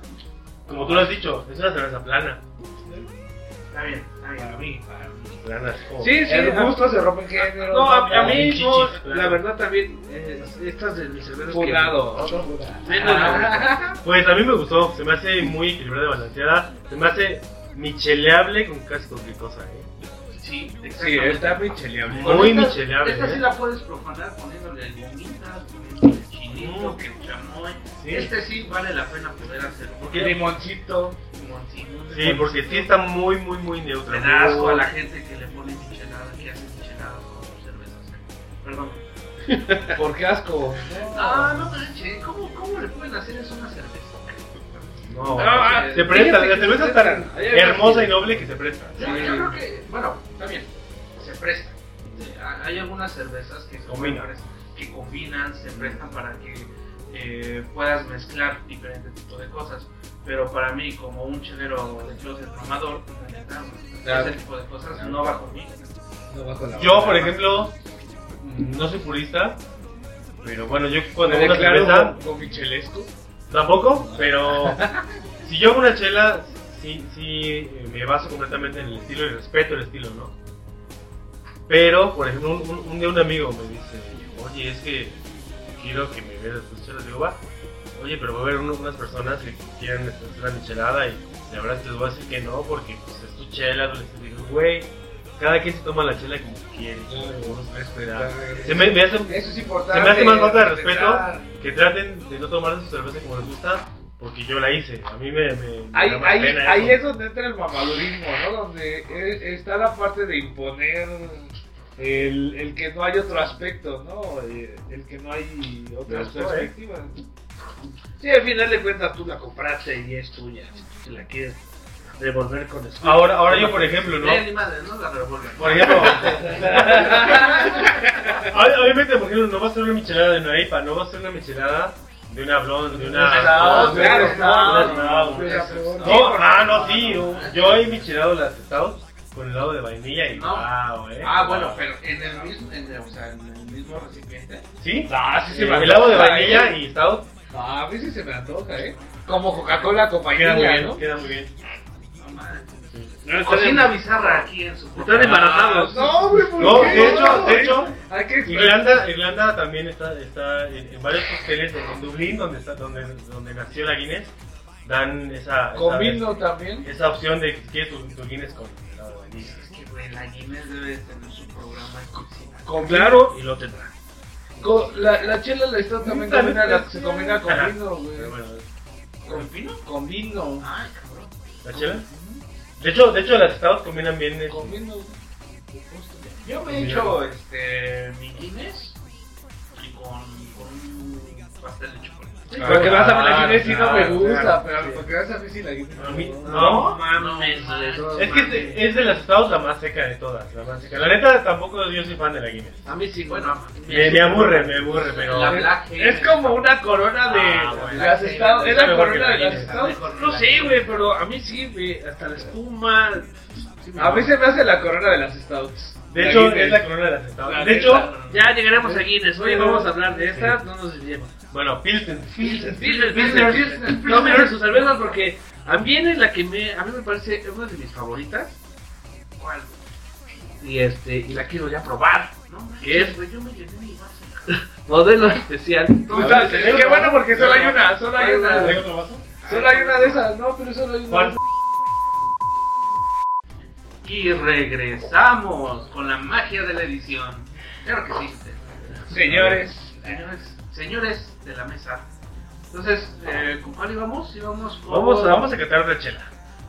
[SPEAKER 2] Como tú lo has dicho, es una cerveza plana.
[SPEAKER 5] Está bien, está bien.
[SPEAKER 2] Plana es como-
[SPEAKER 3] Sí, sí,
[SPEAKER 4] El
[SPEAKER 3] ajá.
[SPEAKER 4] gusto se rompe en género.
[SPEAKER 3] No, a, a mí,
[SPEAKER 2] Chichis,
[SPEAKER 3] no,
[SPEAKER 2] claro.
[SPEAKER 3] la verdad también, eh, estas de mis cervezas que-
[SPEAKER 4] Fulado. Otro Ah. fulado.
[SPEAKER 3] Menos
[SPEAKER 2] Pues a mí me gustó, se me hace muy equilibrada y balanceada. Se me hace micheleable con casi con glucosa, ¿eh?
[SPEAKER 5] Sí,
[SPEAKER 3] la-
[SPEAKER 4] Sí,
[SPEAKER 5] exactamente.
[SPEAKER 4] está bien cheleable.
[SPEAKER 2] Muy
[SPEAKER 5] Ahorita,
[SPEAKER 2] micheleable,
[SPEAKER 5] Esta
[SPEAKER 2] ¿eh?
[SPEAKER 5] sí la puedes profanar poniéndole gomitas, poniéndole chinito,
[SPEAKER 2] Mm.
[SPEAKER 5] que chamoy.
[SPEAKER 2] Sí.
[SPEAKER 5] Este sí vale la pena poder hacerlo.
[SPEAKER 4] Porque limoncito.
[SPEAKER 5] limoncito,
[SPEAKER 2] Sí, porque sí está muy, muy, muy neutra.
[SPEAKER 5] Le da asco
[SPEAKER 2] muy-
[SPEAKER 5] a la gente que le pone michelada, que hace micheladas con cervezas. ¿eh? Perdón.
[SPEAKER 4] ¿Por qué asco?
[SPEAKER 5] Ah, no manches, ¿cómo, ¿cómo le pueden hacer eso a una cerveza?
[SPEAKER 2] No,
[SPEAKER 4] Ah,
[SPEAKER 2] se
[SPEAKER 4] ah,
[SPEAKER 2] presta,
[SPEAKER 4] fíjate
[SPEAKER 2] la
[SPEAKER 4] que
[SPEAKER 2] cerveza
[SPEAKER 4] se
[SPEAKER 2] es tan
[SPEAKER 4] prestan. Ahí hay
[SPEAKER 2] hermosa
[SPEAKER 4] varios.
[SPEAKER 2] y noble que se presta.
[SPEAKER 5] Yo, yo creo que, bueno, también, se presta. Eh, ha- Hay algunas cervezas que, son
[SPEAKER 2] Combina.
[SPEAKER 5] mejores, que combinan, se prestan para que eh, puedas mezclar diferentes tipos de cosas. Pero para mí, como un chelero de closet mamador, pues, la neta,
[SPEAKER 4] Claro.
[SPEAKER 5] ese tipo de cosas
[SPEAKER 4] Claro.
[SPEAKER 5] no va conmigo.
[SPEAKER 4] No va con la
[SPEAKER 2] Yo,
[SPEAKER 4] boca.
[SPEAKER 2] por ejemplo, no soy purista, pero bueno, yo cuando
[SPEAKER 4] me
[SPEAKER 2] hago una cerveza,
[SPEAKER 4] declaro con Michelesco.
[SPEAKER 2] tampoco, pero si yo hago una chela, sí, sí eh, me baso completamente en el estilo y respeto el estilo, ¿no? Pero, por ejemplo, un, un- un día un amigo me dice, oye, es que quiero que me veas tus chelas. Digo, va. Oye, pero va a haber uno- unas personas que quieren hacer una michelada y la verdad te voy a decir que no, porque pues, es tu chela. pues, les digo, güey, cada quien se toma la chela como quiere.
[SPEAKER 4] Respetar.
[SPEAKER 2] Se me, me hace
[SPEAKER 4] Eso es importante.
[SPEAKER 2] se me hace más falta de respeto
[SPEAKER 4] respetar.
[SPEAKER 2] que traten de no tomarse su cerveza como les gusta, porque yo la hice. A mí me. me- me
[SPEAKER 4] Ahí,
[SPEAKER 2] da más
[SPEAKER 4] ahí,
[SPEAKER 2] pena
[SPEAKER 4] ahí es
[SPEAKER 2] eso.
[SPEAKER 4] donde entra el mamadurismo, ¿no? Donde eh, está la parte de imponer el, el que no hay otro aspecto, ¿no? Eh, El que no hay otras
[SPEAKER 2] Me gustó,
[SPEAKER 4] perspectivas. Sí, al final de cuentas tú la compraste y es tuya. Si tú la quieres devolver con eso.
[SPEAKER 2] Ahora, ahora yo, por ejemplo, ¿no?
[SPEAKER 5] Eh, ni madre, no la revuelven.
[SPEAKER 2] Por ejemplo. Ob- Obviamente, por ejemplo, no va a ser una michelada de una IPA, no va a ser una michelada de una blonde, de una.
[SPEAKER 4] Stout,
[SPEAKER 2] de
[SPEAKER 4] claro,
[SPEAKER 2] una
[SPEAKER 4] stout,
[SPEAKER 2] stout.
[SPEAKER 4] de una blonde.
[SPEAKER 2] No, ah, no, sí. Yo he michelado las stouts con helado de vainilla y
[SPEAKER 5] No.
[SPEAKER 2] wow, eh.
[SPEAKER 5] Ah, bueno, pero en el mismo, en el- o sea, en el mismo recipiente.
[SPEAKER 2] ¿Sí? Eh,
[SPEAKER 4] Ah, sí se me
[SPEAKER 2] Helado de
[SPEAKER 4] antoja,
[SPEAKER 2] vainilla
[SPEAKER 4] ¿eh?
[SPEAKER 2] y stout
[SPEAKER 4] Ah, a mí sí se me antoja,
[SPEAKER 2] Ah,
[SPEAKER 4] ¿eh? Como Coca-Cola
[SPEAKER 2] queda muy
[SPEAKER 4] compañía,
[SPEAKER 2] bien,
[SPEAKER 4] ¿no?
[SPEAKER 2] queda muy bien.
[SPEAKER 5] No mames.
[SPEAKER 3] No, está bien.
[SPEAKER 5] Cocina bizarra aquí en su
[SPEAKER 3] Están embarazados.
[SPEAKER 4] Ah, No, güey, ¿por
[SPEAKER 2] No,
[SPEAKER 4] qué?
[SPEAKER 2] de hecho, de hecho,
[SPEAKER 4] Hay que
[SPEAKER 2] Irlanda, Irlanda también está, está en, en varios hoteles en, en Dublín, donde, está, donde, donde nació la Guinness, dan esa, esa,
[SPEAKER 4] Con vino también.
[SPEAKER 2] esa opción de que quieres tu, tu Guinness con helado de vainilla.
[SPEAKER 5] Es que, güey, la Guinness debe de tener su programa de cocina.
[SPEAKER 4] Con
[SPEAKER 3] Claro, y lo tendrá.
[SPEAKER 4] Co- la, la chela la está también
[SPEAKER 2] También
[SPEAKER 4] combina, la,
[SPEAKER 2] es-
[SPEAKER 4] se combina con
[SPEAKER 2] Ajá.
[SPEAKER 4] vino, güey.
[SPEAKER 2] Pero bueno,
[SPEAKER 5] ¿Con vino?
[SPEAKER 4] Con vino.
[SPEAKER 5] Ah, cabrón.
[SPEAKER 2] ¿la chela? De hecho, de hecho las estados combinan bien eso.
[SPEAKER 4] Con vino.
[SPEAKER 5] Yo me he hecho este, mi Guinness y con, con un pastel de chocolate.
[SPEAKER 4] Pero que vas a mí la Guinness sí no me
[SPEAKER 2] claro,
[SPEAKER 4] gusta,
[SPEAKER 2] claro,
[SPEAKER 4] pero
[SPEAKER 2] sí.
[SPEAKER 4] porque vas a mí sí la Guinness.
[SPEAKER 2] A mí-
[SPEAKER 4] Ah, no.
[SPEAKER 2] No,
[SPEAKER 5] mames.
[SPEAKER 3] no,
[SPEAKER 2] Es que es de, es de las estados la más seca de todas, la más seca. La neta tampoco yo soy fan de la Guinness.
[SPEAKER 5] A mí sí, bueno.
[SPEAKER 2] Me, me aburre, me aburre, pero
[SPEAKER 5] La Black Hair.
[SPEAKER 4] Es como una corona de
[SPEAKER 2] Ah, bueno.
[SPEAKER 4] las estados. Es la
[SPEAKER 2] Mejor que
[SPEAKER 4] corona
[SPEAKER 2] la
[SPEAKER 4] de las
[SPEAKER 2] Guinness.
[SPEAKER 4] estados.
[SPEAKER 3] No sé, güey, pero a mí sí, güey, hasta la espuma. sí me
[SPEAKER 4] A mí
[SPEAKER 3] gusta.
[SPEAKER 4] se me hace la corona de las stouts.
[SPEAKER 2] de hecho
[SPEAKER 4] Guinness.
[SPEAKER 2] es la corona de las estados.
[SPEAKER 4] La
[SPEAKER 2] De hecho,
[SPEAKER 4] neta.
[SPEAKER 3] Ya llegaremos a Guinness. Oye, vamos a hablar de esta, no nos desviemos.
[SPEAKER 2] bueno, Pilsen.
[SPEAKER 3] Pilsner, Pilsner, Pilsner. No me hagas sus cervezas porque también es la que me, a mí me parece una de mis favoritas.
[SPEAKER 5] ¿Cuál?
[SPEAKER 3] Y este, y la quiero ya probar.
[SPEAKER 5] No
[SPEAKER 3] ¿Qué
[SPEAKER 5] manches,
[SPEAKER 3] es?
[SPEAKER 5] güey, yo me llené mi vaso.
[SPEAKER 3] Modelo especial.
[SPEAKER 4] O sea, es que bueno porque solo hay
[SPEAKER 5] Ah,
[SPEAKER 4] una, solo hay una.
[SPEAKER 2] ¿Tengo otro vaso?
[SPEAKER 4] Solo hay una de esas, no, pero solo hay una.
[SPEAKER 2] ¿Cuál?
[SPEAKER 5] Y regresamos con la magia de la edición. Claro que sí.
[SPEAKER 4] Señores.
[SPEAKER 5] Señores, señores de la mesa. Entonces, eh, ¿con cuál íbamos? Íbamos con...
[SPEAKER 2] Vamos, vamos a catar otra chela.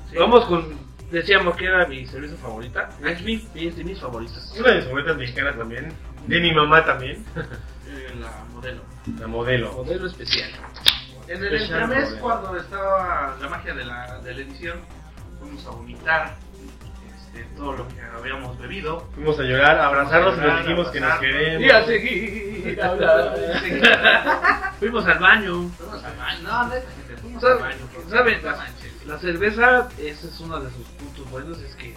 [SPEAKER 5] Sí.
[SPEAKER 3] Vamos con, decíamos que era mi cerveza favorita. Es mi, es de mis favoritas.
[SPEAKER 2] Una de mis favoritas mexicanas también. De mi mamá también.
[SPEAKER 5] Eh, la modelo.
[SPEAKER 2] La modelo.
[SPEAKER 3] Modelo especial.
[SPEAKER 5] En el
[SPEAKER 2] Especial
[SPEAKER 5] entremés,
[SPEAKER 2] modelo.
[SPEAKER 5] cuando estaba la magia de la, de la edición, fuimos a vomitar este, todo lo que habíamos bebido.
[SPEAKER 2] Fuimos a llorar, a abrazarnos y nos
[SPEAKER 5] Llorar,
[SPEAKER 2] dijimos que nos
[SPEAKER 5] abrazarnos.
[SPEAKER 2] queremos.
[SPEAKER 4] Y a seguir hablando.
[SPEAKER 3] Fuimos al baño.
[SPEAKER 5] Fuimos al baño. No, neta, gente, fuimos al
[SPEAKER 3] ¿Saben?
[SPEAKER 5] baño. porque-
[SPEAKER 3] ¿Saben?
[SPEAKER 5] no manches.
[SPEAKER 3] La cerveza, ese es uno de sus puntos buenos, es que...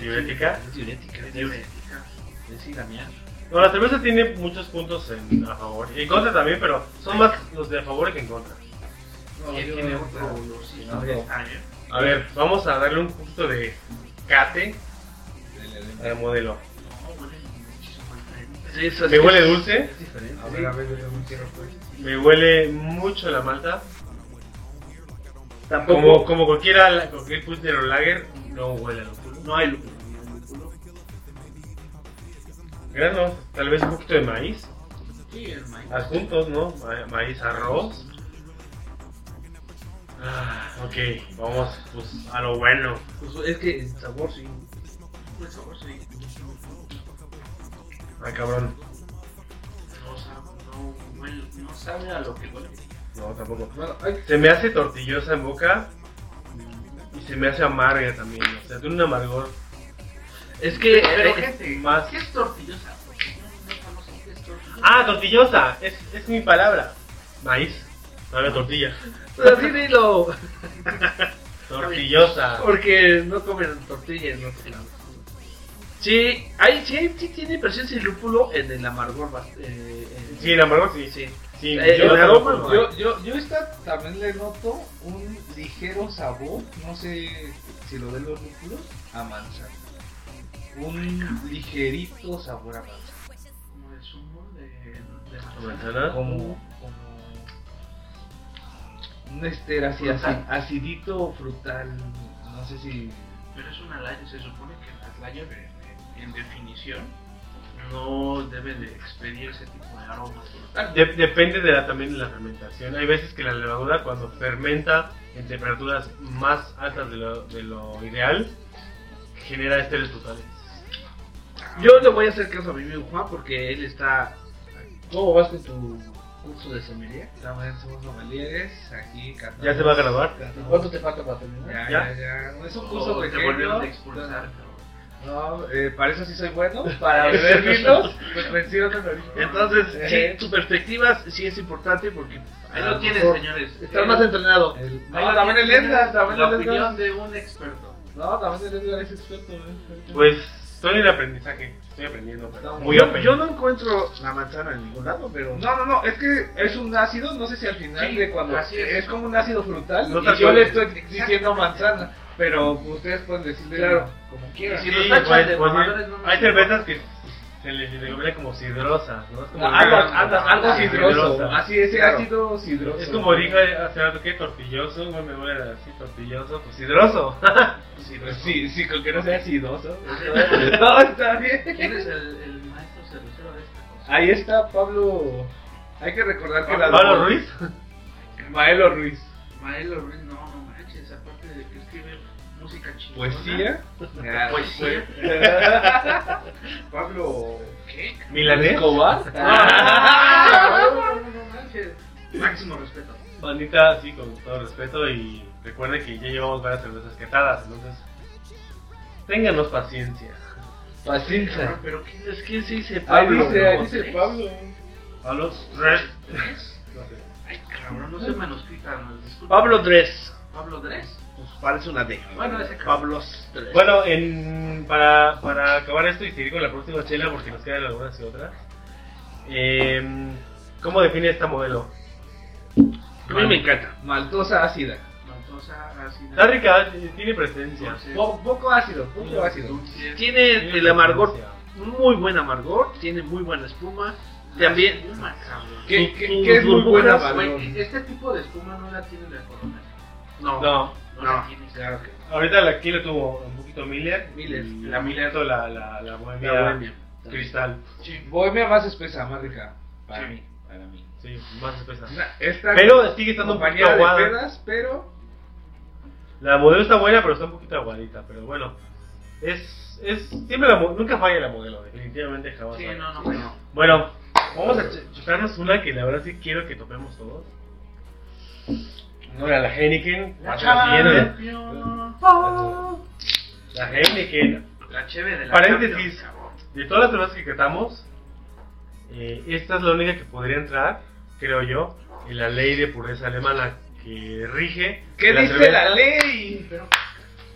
[SPEAKER 2] ¿Diurética?
[SPEAKER 3] Es diurética. Es diurética. Es ir a mear.
[SPEAKER 2] No, la cerveza tiene muchos puntos en, a favor. Y en contra también, pero son más los de a favor que en contra.
[SPEAKER 5] Y él tiene otro olorcito
[SPEAKER 4] no.
[SPEAKER 5] de año.
[SPEAKER 2] A ver, vamos a darle un punto de cate a la modelo.
[SPEAKER 5] No, huele muchísimo al tren.
[SPEAKER 3] Sí, eso es
[SPEAKER 2] Me
[SPEAKER 3] que
[SPEAKER 2] huele
[SPEAKER 3] es-
[SPEAKER 2] dulce.
[SPEAKER 3] es diferente.
[SPEAKER 4] A ver, a ver, yo tengo un cierre, pues.
[SPEAKER 2] Me huele mucho la malta.
[SPEAKER 3] Tampoco
[SPEAKER 2] Como, como cualquiera, cualquier Pilsner o Lager, no huele a lúpulo.
[SPEAKER 3] no hay lúpulo.
[SPEAKER 2] granos, tal vez un poquito de maíz,
[SPEAKER 5] Sí, el maíz.
[SPEAKER 2] adjuntos, ¿no? Ma- maíz, arroz. Ah, ok, vamos pues a lo bueno.
[SPEAKER 3] Pues es que el sabor sí.
[SPEAKER 5] Por favor, sí.
[SPEAKER 2] Ah, cabrón.
[SPEAKER 5] No sabe, no, huele- no sabe a lo que huele.
[SPEAKER 2] No, tampoco.
[SPEAKER 4] Bueno, ay,
[SPEAKER 2] Se me hace tortillosa en boca y se me hace amarga también. O sea, tiene un amargor.
[SPEAKER 3] Es que.
[SPEAKER 5] Pero,
[SPEAKER 3] eh,
[SPEAKER 5] gente,
[SPEAKER 2] más-
[SPEAKER 5] ¿qué es tortillosa? Porque no, no conocen qué es tortillosa.
[SPEAKER 2] Ah, tortillosa, es, es mi palabra. Maíz, sabe a tortilla.
[SPEAKER 3] así dilo.
[SPEAKER 2] Tortillosa.
[SPEAKER 3] Porque no comen tortilla en otros lados. Sí, hay, sí, sí tiene presencia de lúpulo en el amargor. bast- eh, en-
[SPEAKER 2] Sí, el amargor sí.
[SPEAKER 3] sí.
[SPEAKER 2] Sí,
[SPEAKER 3] Eh,
[SPEAKER 2] yo
[SPEAKER 3] el aroma,
[SPEAKER 2] tampoco.
[SPEAKER 4] Yo, yo, yo esta también le noto un ligero sabor, no sé si lo de los lúpulos, a manzana. Un ligerito sabor a manzana.
[SPEAKER 5] Como el zumo de, de
[SPEAKER 2] Manzana.
[SPEAKER 4] Como, como un ester así, así,
[SPEAKER 5] Frutal.
[SPEAKER 4] acidito frutal, no sé si...
[SPEAKER 5] Pero es una laya, se supone que las layas de- de- en definición no deben de expedir ese tipo de aromas. por lo tanto,
[SPEAKER 2] De- depende de la, también de la fermentación. Hay veces que la levadura cuando fermenta en temperaturas más altas de lo, de lo ideal, genera este esteres totales.
[SPEAKER 3] Yo le voy a hacer caso a mi amigo Juan porque él está. ¿Cómo vas con tu curso de sommelier?
[SPEAKER 4] También somos novelieres, aquí catamos-
[SPEAKER 2] ¿Ya se va a graduar?
[SPEAKER 4] catamos-
[SPEAKER 3] ¿Cuánto te falta para terminar?
[SPEAKER 4] Ya,
[SPEAKER 2] ¿Ya?
[SPEAKER 4] ya, ya. No es un curso
[SPEAKER 5] o Oh, te
[SPEAKER 4] pequeño.
[SPEAKER 5] volvieron a expulsar.
[SPEAKER 4] No, eh, para eso sí soy bueno. Para beber vinos, pues vencí otros ahorita.
[SPEAKER 3] Entonces,
[SPEAKER 4] Eh,
[SPEAKER 3] sí, tu perspectiva sí es importante porque
[SPEAKER 5] Ahí
[SPEAKER 3] a
[SPEAKER 5] lo tienes,
[SPEAKER 3] mejor
[SPEAKER 5] señores.
[SPEAKER 3] Estás
[SPEAKER 5] Eh,
[SPEAKER 3] más entrenado.
[SPEAKER 4] el-
[SPEAKER 5] ahí
[SPEAKER 4] no,
[SPEAKER 5] lo
[SPEAKER 4] también el
[SPEAKER 5] tienes,
[SPEAKER 4] Edgar, también
[SPEAKER 5] Ah, La
[SPEAKER 4] el Edgar.
[SPEAKER 5] opinión de un experto.
[SPEAKER 4] No, también el Edgar es experto. eh.
[SPEAKER 2] Pues estoy en aprendizaje, estoy aprendiendo. Pero
[SPEAKER 4] No,
[SPEAKER 2] muy
[SPEAKER 3] yo,
[SPEAKER 2] open.
[SPEAKER 3] yo no encuentro la manzana en ningún lado, pero.
[SPEAKER 4] No, no, no, es que es un ácido, no sé si al final
[SPEAKER 5] Sí,
[SPEAKER 4] de cuando.
[SPEAKER 5] así es.
[SPEAKER 4] Es como un ácido frutal.
[SPEAKER 2] No
[SPEAKER 4] y
[SPEAKER 2] te
[SPEAKER 4] yo le
[SPEAKER 2] acuerdes.
[SPEAKER 4] estoy diciendo manzana, pero ustedes pueden decirle
[SPEAKER 3] Claro.
[SPEAKER 4] como
[SPEAKER 5] Y
[SPEAKER 4] quieran.
[SPEAKER 5] si
[SPEAKER 2] Sí,
[SPEAKER 5] los tachan
[SPEAKER 2] pues,
[SPEAKER 5] de
[SPEAKER 2] pues,
[SPEAKER 5] mamadores, no me
[SPEAKER 2] hay cervezas que se les denomina como sidrosas, ¿no? Es como
[SPEAKER 4] No, algo,
[SPEAKER 5] Ah,
[SPEAKER 4] algo, algo
[SPEAKER 5] ah,
[SPEAKER 4] sidroso.
[SPEAKER 2] sidrosa.
[SPEAKER 4] Así, ese
[SPEAKER 3] Claro.
[SPEAKER 4] ácido sidroso.
[SPEAKER 2] Es como dije hace rato que tortilloso, güey, me voy a decir tortilloso, pues sidroso.
[SPEAKER 5] Sí,
[SPEAKER 4] Pues Sí, sí, con que no sea acidoso.
[SPEAKER 5] ¿Quién
[SPEAKER 4] No, está bien.
[SPEAKER 5] es el, el maestro cervecero de esta cosa?
[SPEAKER 4] Ahí está Pablo. Hay que recordar que la.
[SPEAKER 2] Pablo Ruiz,
[SPEAKER 4] Maelo Ruiz.
[SPEAKER 5] Maelo Ruiz, no, no manches, aparte de que escribe música chingona.
[SPEAKER 4] Poesía. Pues,
[SPEAKER 5] Poesía.
[SPEAKER 4] Pablo.
[SPEAKER 5] ¿Qué?
[SPEAKER 2] milanés,
[SPEAKER 4] Escobar.
[SPEAKER 5] Ah, no, no, no, no manches. Máximo respeto.
[SPEAKER 2] Juanita, sí, con todo respeto y recuerden que ya llevamos varias cervezas quetadas, entonces ténganos paciencia.
[SPEAKER 4] Paciencia.
[SPEAKER 5] Cabrón, Pero ¿quién es quién se dice
[SPEAKER 4] Ahí
[SPEAKER 5] Pablo?
[SPEAKER 4] dice, ahí
[SPEAKER 5] ¿No?
[SPEAKER 4] dice
[SPEAKER 5] ¿Tres?
[SPEAKER 4] Pablo.
[SPEAKER 2] Pablo,
[SPEAKER 5] ¿Tres? Ay, cabrón, no se manuscrita, no, disculpa.
[SPEAKER 3] Pablo Dres.
[SPEAKER 5] Pablo Dres.
[SPEAKER 3] Pues parece una D.
[SPEAKER 5] Bueno, ese cabrón.
[SPEAKER 3] Pablos Dres.
[SPEAKER 2] Bueno, en, para, para acabar esto y seguir con la próxima chela, porque nos quedan algunas y otras, em, ¿cómo define esta modelo?
[SPEAKER 3] a mí me encanta.
[SPEAKER 4] Maltosa ácida.
[SPEAKER 5] Maltosa, ácida.
[SPEAKER 2] Está rica, tiene presencia.
[SPEAKER 5] dulce,
[SPEAKER 4] Po- poco ácido, poco ácido.
[SPEAKER 5] dulce.
[SPEAKER 3] Tiene
[SPEAKER 2] Tiene
[SPEAKER 3] el amargor,
[SPEAKER 2] presencia.
[SPEAKER 3] muy buen amargor, tiene muy buena espuma.
[SPEAKER 5] La
[SPEAKER 3] También,
[SPEAKER 5] espuma, cabrón.
[SPEAKER 4] Que,
[SPEAKER 3] Sus-
[SPEAKER 4] que-
[SPEAKER 3] sus
[SPEAKER 4] que es muy
[SPEAKER 3] burbujas,
[SPEAKER 4] buena
[SPEAKER 5] Güey,
[SPEAKER 4] varón.
[SPEAKER 5] este tipo de espuma no la tiene la corona.
[SPEAKER 3] no,
[SPEAKER 2] No,
[SPEAKER 5] No, la
[SPEAKER 3] No,
[SPEAKER 5] tiene.
[SPEAKER 4] Claro que
[SPEAKER 2] ahorita la, aquí la tuvo un poquito Miller.
[SPEAKER 4] Miller.
[SPEAKER 2] y La Miller, la, la, la bohemia,
[SPEAKER 3] la bohemia.
[SPEAKER 2] cristal.
[SPEAKER 5] Sí.
[SPEAKER 4] Bohemia más espesa, más rica. Para
[SPEAKER 5] Sí.
[SPEAKER 4] mí. Para mí.
[SPEAKER 2] Sí, más espesa.
[SPEAKER 4] Una- Esta
[SPEAKER 2] Pero sigue estando un poquito
[SPEAKER 4] compañía de
[SPEAKER 2] aguada.
[SPEAKER 4] pedas, pero
[SPEAKER 2] La modelo está buena, pero está un poquito aguadita. Pero bueno, es. es siempre la, mo- nunca falla la modelo, definitivamente jamás.
[SPEAKER 5] Sí,
[SPEAKER 2] falla.
[SPEAKER 5] no, no, no.
[SPEAKER 2] Bueno, vamos a ch- chutarnos una que la verdad sí quiero que tomemos todos. No, era la Heineken.
[SPEAKER 5] La
[SPEAKER 2] hasta La siguiente.
[SPEAKER 5] champion.
[SPEAKER 2] La Heineken.
[SPEAKER 5] La cheve de la
[SPEAKER 2] Paréntesis.
[SPEAKER 5] Champion, cabrón.
[SPEAKER 2] De todas las cervezas que catamos, eh, esta es la única que podría entrar, creo yo, en la ley de pureza alemana que rige.
[SPEAKER 4] ¿Qué
[SPEAKER 2] la
[SPEAKER 4] dice
[SPEAKER 2] cerveza.
[SPEAKER 4] la ley?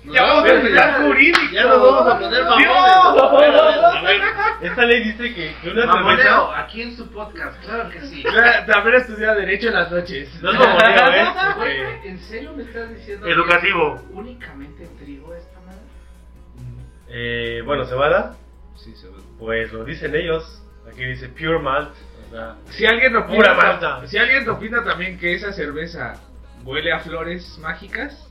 [SPEAKER 4] ya
[SPEAKER 3] No,
[SPEAKER 4] vamos a
[SPEAKER 3] pero
[SPEAKER 4] empezar
[SPEAKER 3] ya-
[SPEAKER 4] jurídico.
[SPEAKER 3] ya nos vamos a poner mamones.
[SPEAKER 4] ¡Dios!
[SPEAKER 2] A ver, esta ley dice que, que una cerveza.
[SPEAKER 5] Mamoneo, aquí en su podcast, claro que sí.
[SPEAKER 4] Ya, También estudiaba derecho en las noches.
[SPEAKER 2] No es mamoneo, ¿eh? Este,
[SPEAKER 5] Güey, ¿En serio me estás diciendo que
[SPEAKER 2] Educativo.
[SPEAKER 5] es únicamente trigo esta madre?
[SPEAKER 2] Eh, bueno, cebada,
[SPEAKER 4] Sí, seguro.
[SPEAKER 2] pues lo dicen ellos. Aquí dice pure malt. O sea,
[SPEAKER 4] Si alguien
[SPEAKER 2] Pura
[SPEAKER 4] opina,
[SPEAKER 2] malta.
[SPEAKER 4] si alguien opina también que esa cerveza huele a flores mágicas,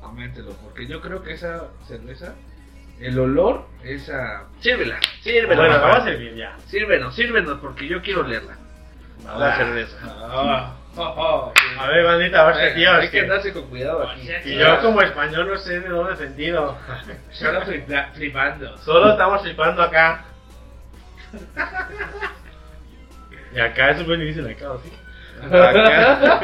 [SPEAKER 4] coméntelo, porque yo creo que esa cerveza El olor es a...
[SPEAKER 3] Sírvela,
[SPEAKER 2] Bueno,
[SPEAKER 3] sírvela.
[SPEAKER 2] vamos a
[SPEAKER 3] papá.
[SPEAKER 2] servir ya.
[SPEAKER 3] Sírvenos, sírvenos, porque yo quiero leerla.
[SPEAKER 2] Ah.
[SPEAKER 3] La cerveza.
[SPEAKER 2] Ah.
[SPEAKER 4] Oh,
[SPEAKER 2] A ver, bandita, ahora sí, tío,
[SPEAKER 4] hay
[SPEAKER 2] es
[SPEAKER 4] que
[SPEAKER 2] que-
[SPEAKER 4] andarse con cuidado
[SPEAKER 5] O
[SPEAKER 4] aquí.
[SPEAKER 5] sea,
[SPEAKER 2] Y yo como español no sé de dónde he sentido.
[SPEAKER 4] Solo flipa- flipando.
[SPEAKER 2] Solo estamos flipando acá. Y acá es súper difícil acá, ¿o ¿sí?
[SPEAKER 4] Acá.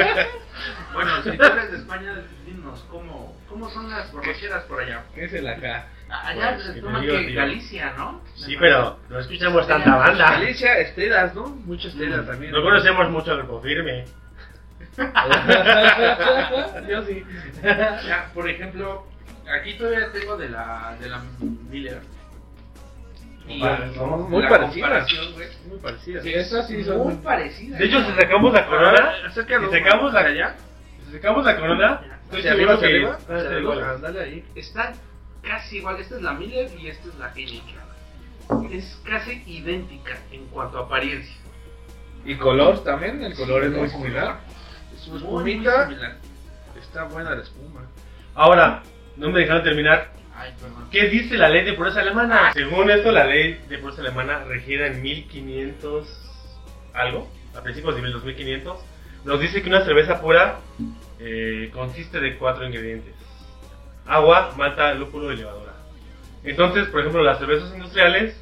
[SPEAKER 5] Bueno, si tú eres de España, dinos, ¿cómo, cómo son las borracheras por allá?
[SPEAKER 4] ¿Qué es el acá?
[SPEAKER 5] A- Allá
[SPEAKER 2] Pues,
[SPEAKER 5] se
[SPEAKER 2] que
[SPEAKER 5] toma
[SPEAKER 2] te digo,
[SPEAKER 5] que
[SPEAKER 2] tío.
[SPEAKER 5] Galicia, ¿no?
[SPEAKER 2] Sí,
[SPEAKER 5] Me
[SPEAKER 2] pero no escuchamos tanta banda.
[SPEAKER 3] Galicia, esteras, ¿no? Muchas esteras también.
[SPEAKER 2] No conocemos mucho al confirme.
[SPEAKER 4] Yo sí.
[SPEAKER 5] parece. Ya, por ejemplo, aquí todavía tengo de la, de la Miller. Y
[SPEAKER 4] Vale,
[SPEAKER 5] la
[SPEAKER 4] somos muy parecidas.
[SPEAKER 5] comparación, güey,
[SPEAKER 3] Muy parecidas.
[SPEAKER 4] Sí, esas sí son...
[SPEAKER 5] Muy parecida.
[SPEAKER 2] De hecho, si sacamos la corona,
[SPEAKER 5] acércalo.
[SPEAKER 2] si sacamos la-
[SPEAKER 5] allá,
[SPEAKER 2] si sacamos la corona, estoy
[SPEAKER 3] ¿Hacia arriba,
[SPEAKER 2] seguro
[SPEAKER 3] hacia
[SPEAKER 2] que
[SPEAKER 3] arriba?
[SPEAKER 2] Ah,
[SPEAKER 3] Hacia
[SPEAKER 2] está
[SPEAKER 3] arriba,
[SPEAKER 2] igual.
[SPEAKER 3] Dale ahí.
[SPEAKER 5] están casi igual. Esta es la Miller y esta es la Heineken. Es casi idéntica en cuanto a apariencia.
[SPEAKER 4] Y color también, el color es muy similar.
[SPEAKER 3] Su
[SPEAKER 5] Muy, muy
[SPEAKER 4] Ah.
[SPEAKER 3] espumita
[SPEAKER 5] similar.
[SPEAKER 3] está buena la espuma.
[SPEAKER 2] Ahora, no me dejaron terminar.
[SPEAKER 5] Ay, perdón.
[SPEAKER 2] ¿Qué dice la ley de pureza alemana? Según esto, la ley de pureza alemana regida en 1500 algo, a principios de 2500, nos dice que una cerveza pura eh, consiste de cuatro ingredientes. Agua, malta, lúpulo y levadura. Entonces, por ejemplo, las cervezas industriales,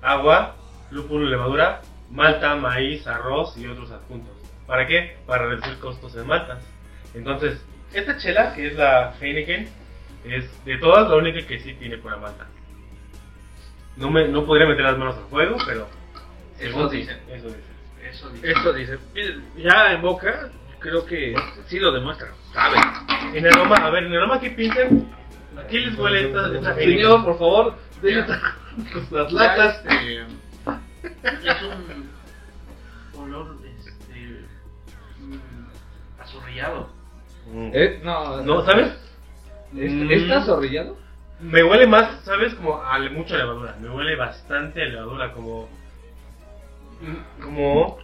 [SPEAKER 2] agua, lúpulo, levadura, malta, maíz, arroz y otros adjuntos. ¿Para qué? Para reducir costos en maltas. Entonces, esta chela, que es la Heineken, es de todas la única que sí tiene pura malta. No, me, no podría meter las manos al fuego, pero... según
[SPEAKER 5] dicen.
[SPEAKER 2] Eso dicen.
[SPEAKER 5] Eso dije.
[SPEAKER 3] Esto dice, ya en boca, creo que sí lo demuestra. Sabe.
[SPEAKER 2] En aroma, a ver, en aroma que pinten, ¿a qué les huele esta, esta Heineken?
[SPEAKER 3] Señor, por favor, deje las
[SPEAKER 5] Ya,
[SPEAKER 3] latas.
[SPEAKER 5] este, es un color este, mm, azurrillado.
[SPEAKER 2] Mm.
[SPEAKER 4] Eh, no, mm.
[SPEAKER 2] No, ¿sabes?
[SPEAKER 4] ¿Est- ¿Estás zorrillado?
[SPEAKER 2] Me huele más, ¿sabes? Como a le- mucha levadura. Me huele bastante a levadura, como. Como.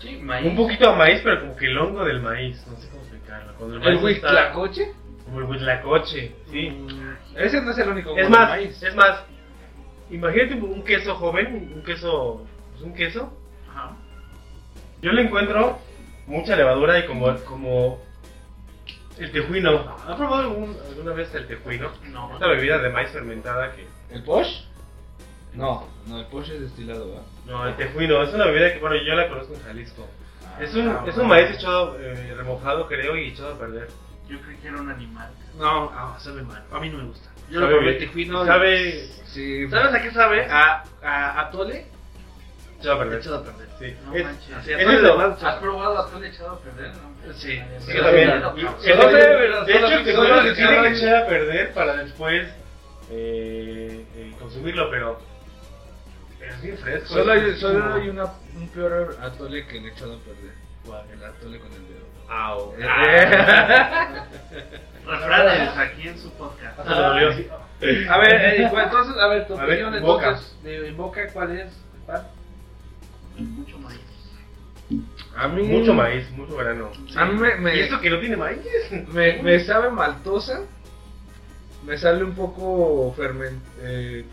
[SPEAKER 5] Sí, maíz.
[SPEAKER 2] Un poquito a maíz, pero como que el hongo del maíz. No sé cómo explicarlo. Cuando el maíz
[SPEAKER 4] ¿El
[SPEAKER 2] está-
[SPEAKER 4] huitlacoche?
[SPEAKER 2] Como el huitlacoche, sí.
[SPEAKER 5] Mm,
[SPEAKER 4] Ese no es el único.
[SPEAKER 2] Es
[SPEAKER 4] con
[SPEAKER 2] más,
[SPEAKER 4] maíz.
[SPEAKER 2] es más. Imagínate un un queso joven, un queso. Pues un queso.
[SPEAKER 5] ajá.
[SPEAKER 2] Yo le encuentro mucha levadura y como. como el tejuino. ¿Has probado algún- alguna vez el tejuino?
[SPEAKER 5] No,
[SPEAKER 2] Esta bebida de maíz fermentada que.
[SPEAKER 4] ¿El posh? No, no, el posh es destilado, ¿verdad?
[SPEAKER 2] No, el tejuino es una bebida que, bueno, yo la conozco en Jalisco. Es un,
[SPEAKER 5] Ah,
[SPEAKER 2] es un maíz echado, eh, remojado, creo, y echado a perder.
[SPEAKER 5] yo creí que era un animal.
[SPEAKER 3] No, ah, sabe mal. A mí no me gusta. Yo lo
[SPEAKER 2] Sabe
[SPEAKER 3] probé
[SPEAKER 2] bien.
[SPEAKER 3] tejuino.
[SPEAKER 2] Sabe
[SPEAKER 4] Sí.
[SPEAKER 3] ¿Sabes a qué sabe? A, a, a tole
[SPEAKER 2] echado a perder.
[SPEAKER 3] echado a perder.
[SPEAKER 2] Sí.
[SPEAKER 5] No
[SPEAKER 2] Es-
[SPEAKER 5] manches.
[SPEAKER 3] Así, a
[SPEAKER 2] Ese
[SPEAKER 3] tole
[SPEAKER 2] es
[SPEAKER 3] de
[SPEAKER 2] lo-
[SPEAKER 3] mancha.
[SPEAKER 5] ¿Has probado atole echado a perder? No?
[SPEAKER 3] Sí, sí,
[SPEAKER 2] yo
[SPEAKER 4] yo
[SPEAKER 2] también.
[SPEAKER 4] también.
[SPEAKER 2] Y-
[SPEAKER 5] Sí,
[SPEAKER 2] el
[SPEAKER 4] Solo-
[SPEAKER 2] hombre, de
[SPEAKER 4] solo-
[SPEAKER 2] hecho, el
[SPEAKER 4] solo
[SPEAKER 2] tejuino
[SPEAKER 4] le
[SPEAKER 2] se
[SPEAKER 4] echaba
[SPEAKER 2] tiene que
[SPEAKER 4] el-
[SPEAKER 2] echar a perder para después eh, eh, consumirlo, pero es bien fresco.
[SPEAKER 4] Solo hay,
[SPEAKER 2] es
[SPEAKER 4] solo
[SPEAKER 2] como-
[SPEAKER 4] hay una, un peor atole que le he echado a perder.
[SPEAKER 2] ¿Cuál?
[SPEAKER 4] El atole con el dedo. Eh,
[SPEAKER 2] Au. Ah,
[SPEAKER 5] Refranes aquí en su podcast.
[SPEAKER 2] Hasta le Ah, dolió.
[SPEAKER 3] A ver, eh, cu- entonces, a ver, tu
[SPEAKER 2] A ver,
[SPEAKER 3] opinión
[SPEAKER 2] Boca.
[SPEAKER 3] entonces de Boca, ¿cuál es? Pat?
[SPEAKER 5] Mucho maíz.
[SPEAKER 4] A mí,
[SPEAKER 2] Mucho maíz, mucho grano.
[SPEAKER 4] A mí me, me,
[SPEAKER 2] ¿Y esto que no tiene maíz?
[SPEAKER 4] me, me sabe maltosa. Me sale un poco fermen, eh,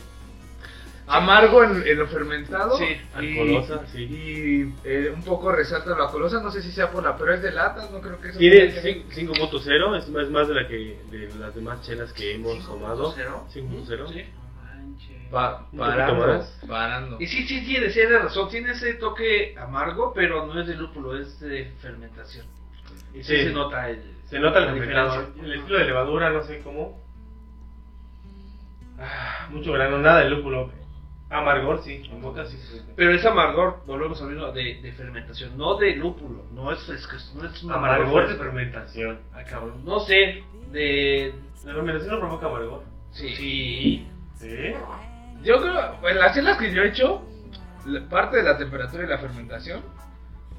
[SPEAKER 4] amargo en, en lo fermentado.
[SPEAKER 3] Sí,
[SPEAKER 4] y-
[SPEAKER 2] Alcoholosa, sí.
[SPEAKER 4] Y eh, un poco resalta la colosa, no sé si sea por la, pero es de latas, no creo que eso
[SPEAKER 2] Tiene
[SPEAKER 4] tenga que-
[SPEAKER 2] cin- 5.0, es más, es más de, la que, de las demás chelas que hemos tomado.
[SPEAKER 5] 5.0.
[SPEAKER 2] 5.0
[SPEAKER 3] Sí.
[SPEAKER 5] No manches.
[SPEAKER 4] Pa-
[SPEAKER 2] Un
[SPEAKER 4] parando,
[SPEAKER 2] poquito más.
[SPEAKER 4] parando.
[SPEAKER 3] Y sí, sí, tiene, tiene razón, tiene ese toque amargo, pero no es de lúpulo, es de fermentación. Y sí,
[SPEAKER 2] Sí.
[SPEAKER 3] se nota el...
[SPEAKER 2] Se nota
[SPEAKER 3] La
[SPEAKER 2] la diferencia.
[SPEAKER 3] diferencia.
[SPEAKER 2] El estilo de levadura, no sé cómo. Ah, mucho grano, nada de lúpulo. Amargor, sí, en boca sí. se siente.
[SPEAKER 3] Pero es amargor, volvemos a mismo, de, de fermentación, no de lúpulo, no es, es, que no es un
[SPEAKER 2] Amargor de
[SPEAKER 3] fresco.
[SPEAKER 2] fermentación. Ah, cabrón.
[SPEAKER 3] No sé, de...
[SPEAKER 2] ¿La fermentación no provoca amargor?
[SPEAKER 3] Sí.
[SPEAKER 2] Sí.
[SPEAKER 4] Yo creo, en las celas que yo he hecho, la- parte de la temperatura y la fermentación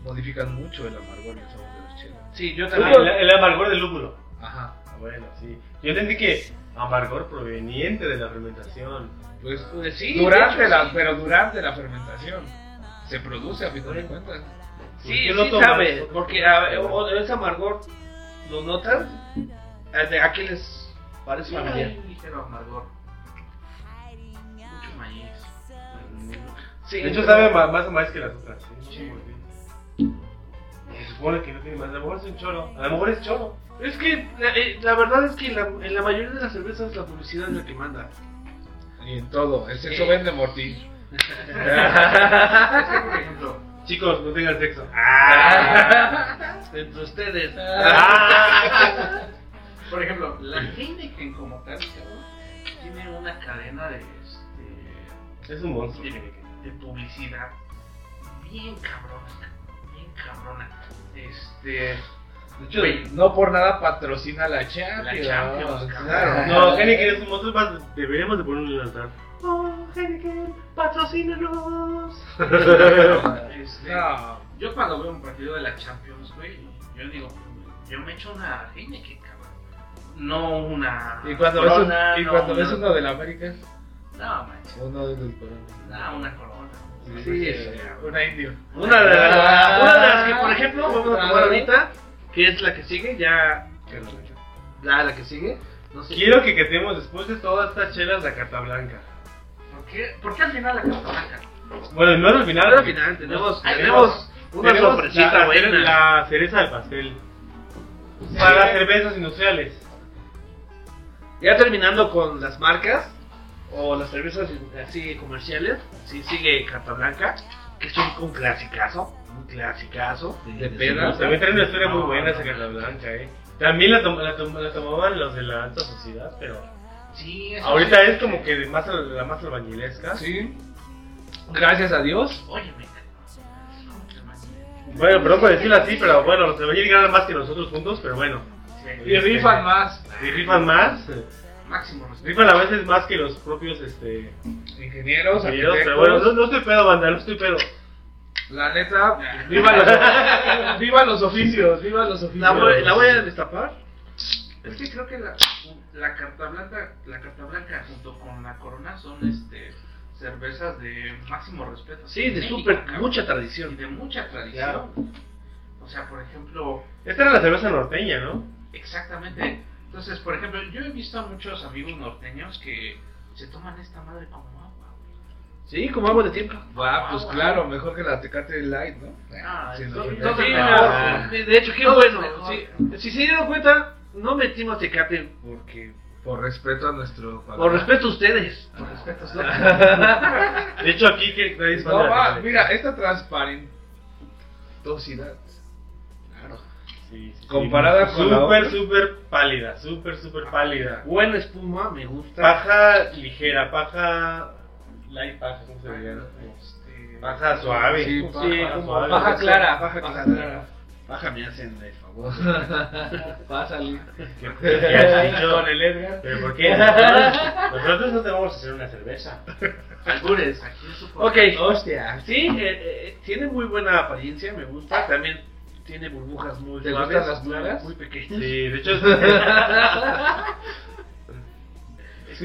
[SPEAKER 4] modifican mucho el amargor y el sabor de las chelas.
[SPEAKER 3] Sí, yo
[SPEAKER 2] Ah,
[SPEAKER 3] también...
[SPEAKER 2] el, el amargor del lúpulo.
[SPEAKER 4] Ajá,
[SPEAKER 2] Ah, Bueno, sí. Yo entendí que amargor proveniente de la fermentación.
[SPEAKER 4] pues
[SPEAKER 3] Pues sí, de
[SPEAKER 4] durante
[SPEAKER 3] hecho,
[SPEAKER 4] la,
[SPEAKER 3] sí.
[SPEAKER 4] pero durante la fermentación se produce a final de cuentas.
[SPEAKER 3] Sí,
[SPEAKER 2] Yo no
[SPEAKER 3] sí
[SPEAKER 2] tomo
[SPEAKER 3] sabe,
[SPEAKER 2] eso.
[SPEAKER 3] porque a, o- o- ese amargor lo notan. ¿A, de- a qué les Parece
[SPEAKER 5] Sí,
[SPEAKER 3] familiar.
[SPEAKER 5] hay un ligero amargor. Mucho maíz.
[SPEAKER 3] Sí,
[SPEAKER 2] De hecho,
[SPEAKER 3] pero-
[SPEAKER 2] sabe ma- más, a maíz que las otras. ¿eh? Se supone que no tiene más. A lo mejor es un choro. A lo mejor es choro.
[SPEAKER 3] Es que la, eh, la verdad es que la- en la mayoría de las cervezas la publicidad es la que manda.
[SPEAKER 4] Y en todo. El sexo vende mortín.
[SPEAKER 5] Es que, por ejemplo,
[SPEAKER 2] Chicos, no tengan sexo.
[SPEAKER 3] Entre ustedes. Ah,
[SPEAKER 2] Ah.
[SPEAKER 5] Por ejemplo, la Heineken como tal, cabrón, tiene una cadena de, este,
[SPEAKER 2] Es un monstruo.
[SPEAKER 5] de, de publicidad bien cabrona, bien cabrona. Este,
[SPEAKER 4] De hecho,
[SPEAKER 5] Güey.
[SPEAKER 4] no por nada patrocina la
[SPEAKER 5] La
[SPEAKER 4] Champions.
[SPEAKER 5] Champions,
[SPEAKER 4] claro.
[SPEAKER 2] No, Heineken es un monstruo. es más, deberíamos de ponerlo en el altar. Oh, Heineken, patrocínanos.
[SPEAKER 5] este,
[SPEAKER 4] No.
[SPEAKER 5] yo cuando veo un partido de la Champions, güey, yo digo, yo me echo una Heineken, cabrón. No una.
[SPEAKER 4] Y cuando,
[SPEAKER 5] Corona,
[SPEAKER 4] ves, un- y
[SPEAKER 5] no
[SPEAKER 4] cuando
[SPEAKER 5] una-
[SPEAKER 4] ves uno del América,
[SPEAKER 5] No, manches,
[SPEAKER 4] uno del Corona.
[SPEAKER 5] no, una corona.
[SPEAKER 4] Sí,
[SPEAKER 5] Sí,
[SPEAKER 4] pues, eh, una indio.
[SPEAKER 3] Una de, las, una de las que, por ejemplo, vamos a tomar ahorita, que es la que sigue, ya. La, la que sigue. No sé.
[SPEAKER 2] Quiero que quedemos después de todas estas chelas la carta blanca.
[SPEAKER 5] ¿Por qué, ¿Por qué al final la carta blanca?
[SPEAKER 2] Bueno, no era el final.
[SPEAKER 3] Ahora al final tenemos,
[SPEAKER 5] Ahí
[SPEAKER 3] tenemos una
[SPEAKER 2] Tenemos
[SPEAKER 3] sorpresita
[SPEAKER 2] la,
[SPEAKER 3] buena.
[SPEAKER 2] La cereza del pastel. Para las cervezas industriales.
[SPEAKER 3] Ya terminando con las marcas o las cervezas así comerciales, sí sigue Carta Blanca, que es un, un clasicazo, un clasicazo.
[SPEAKER 4] De peda.
[SPEAKER 2] También trae una historia muy buena esa carta blanca, eh. También la, tom- la tom- la tomaban los de la alta sociedad, pero
[SPEAKER 5] Sí, eso
[SPEAKER 2] ahorita
[SPEAKER 5] sí.
[SPEAKER 2] es como que de más, al- la más albañilesca.
[SPEAKER 4] Sí. Gracias a Dios.
[SPEAKER 5] Óyeme.
[SPEAKER 2] Bueno, perdón por decirlo así, pero bueno, los albañiles ganan más que nosotros juntos, pero bueno.
[SPEAKER 4] Y rifan más.
[SPEAKER 2] Y rifan más, eh,
[SPEAKER 5] Máximo respeto.
[SPEAKER 2] rifan a veces más que los propios, este...
[SPEAKER 4] Ingenieros,
[SPEAKER 2] ingenieros, pero bueno, no,
[SPEAKER 4] arquitectos.
[SPEAKER 2] no estoy pedo, banda, no estoy pedo.
[SPEAKER 4] La neta, pues, viva los, viva los oficios, viva los oficios.
[SPEAKER 3] La voy, la voy a destapar.
[SPEAKER 5] Es que creo que la, la carta blanca, la carta blanca junto con la corona son este cervezas de máximo respeto.
[SPEAKER 3] Sí, de
[SPEAKER 5] México,
[SPEAKER 3] súper,
[SPEAKER 5] cabrón.
[SPEAKER 3] mucha
[SPEAKER 5] Y
[SPEAKER 3] tradición.
[SPEAKER 5] de mucha tradición.
[SPEAKER 2] Claro.
[SPEAKER 5] O sea, por ejemplo,
[SPEAKER 2] Esta era la cerveza norteña, ¿no?
[SPEAKER 5] exactamente. Entonces, por ejemplo, yo he visto a muchos amigos norteños que se toman esta madre como agua. güey.
[SPEAKER 3] Sí, como hago de tiempo.
[SPEAKER 4] Va, pues claro, mejor que la Tecate Light, ¿no?
[SPEAKER 5] Ah,
[SPEAKER 4] Sí,
[SPEAKER 5] sí,
[SPEAKER 4] no,
[SPEAKER 5] sí,
[SPEAKER 4] no,
[SPEAKER 5] sí,
[SPEAKER 2] Ah.
[SPEAKER 3] de de hecho, qué
[SPEAKER 5] Todo es
[SPEAKER 3] bueno.
[SPEAKER 5] mejor.
[SPEAKER 3] Si, si se dieron cuenta, no metimos Tecate porque...
[SPEAKER 4] Por respeto a nuestro
[SPEAKER 3] Por respeto a ustedes.
[SPEAKER 5] Por respeto, sí.
[SPEAKER 2] De hecho, aquí que nadie es fan de
[SPEAKER 4] No
[SPEAKER 2] la
[SPEAKER 4] va,
[SPEAKER 2] Tecate.
[SPEAKER 4] mira, esta transparentosidad. Claro.
[SPEAKER 2] Sí, sí,
[SPEAKER 4] Comparada
[SPEAKER 2] sí.
[SPEAKER 4] con la
[SPEAKER 2] Súper,
[SPEAKER 4] otra.
[SPEAKER 2] súper pálida, súper, súper pálida.
[SPEAKER 3] Buena espuma, me gusta.
[SPEAKER 2] Paja ligera, paja... Light paja, ¿cómo se diría? no?
[SPEAKER 5] Este,
[SPEAKER 2] Paja suave.
[SPEAKER 4] Sí,
[SPEAKER 2] Paja
[SPEAKER 4] paja
[SPEAKER 2] suave.
[SPEAKER 4] Baja clara, baja
[SPEAKER 3] Baja
[SPEAKER 4] clara.
[SPEAKER 3] Paja me hacen el favor.
[SPEAKER 4] Va a salir.
[SPEAKER 2] ¿Qué- qué has dicho, Don Edgar? ¿Pero por qué? Nosotros, nosotros no te vamos a hacer una cerveza.
[SPEAKER 3] Algures.
[SPEAKER 5] aquí en su
[SPEAKER 3] Ok.
[SPEAKER 4] Hostia.
[SPEAKER 3] Sí, eh, eh, tiene muy buena apariencia, me gusta. También tiene burbujas muy
[SPEAKER 4] ¿Te
[SPEAKER 3] suaves,
[SPEAKER 4] gustan las
[SPEAKER 3] muy-
[SPEAKER 4] claras?
[SPEAKER 3] Muy pequeñas.
[SPEAKER 2] Sí, de hecho, es-
[SPEAKER 5] Es
[SPEAKER 4] ¿Sí?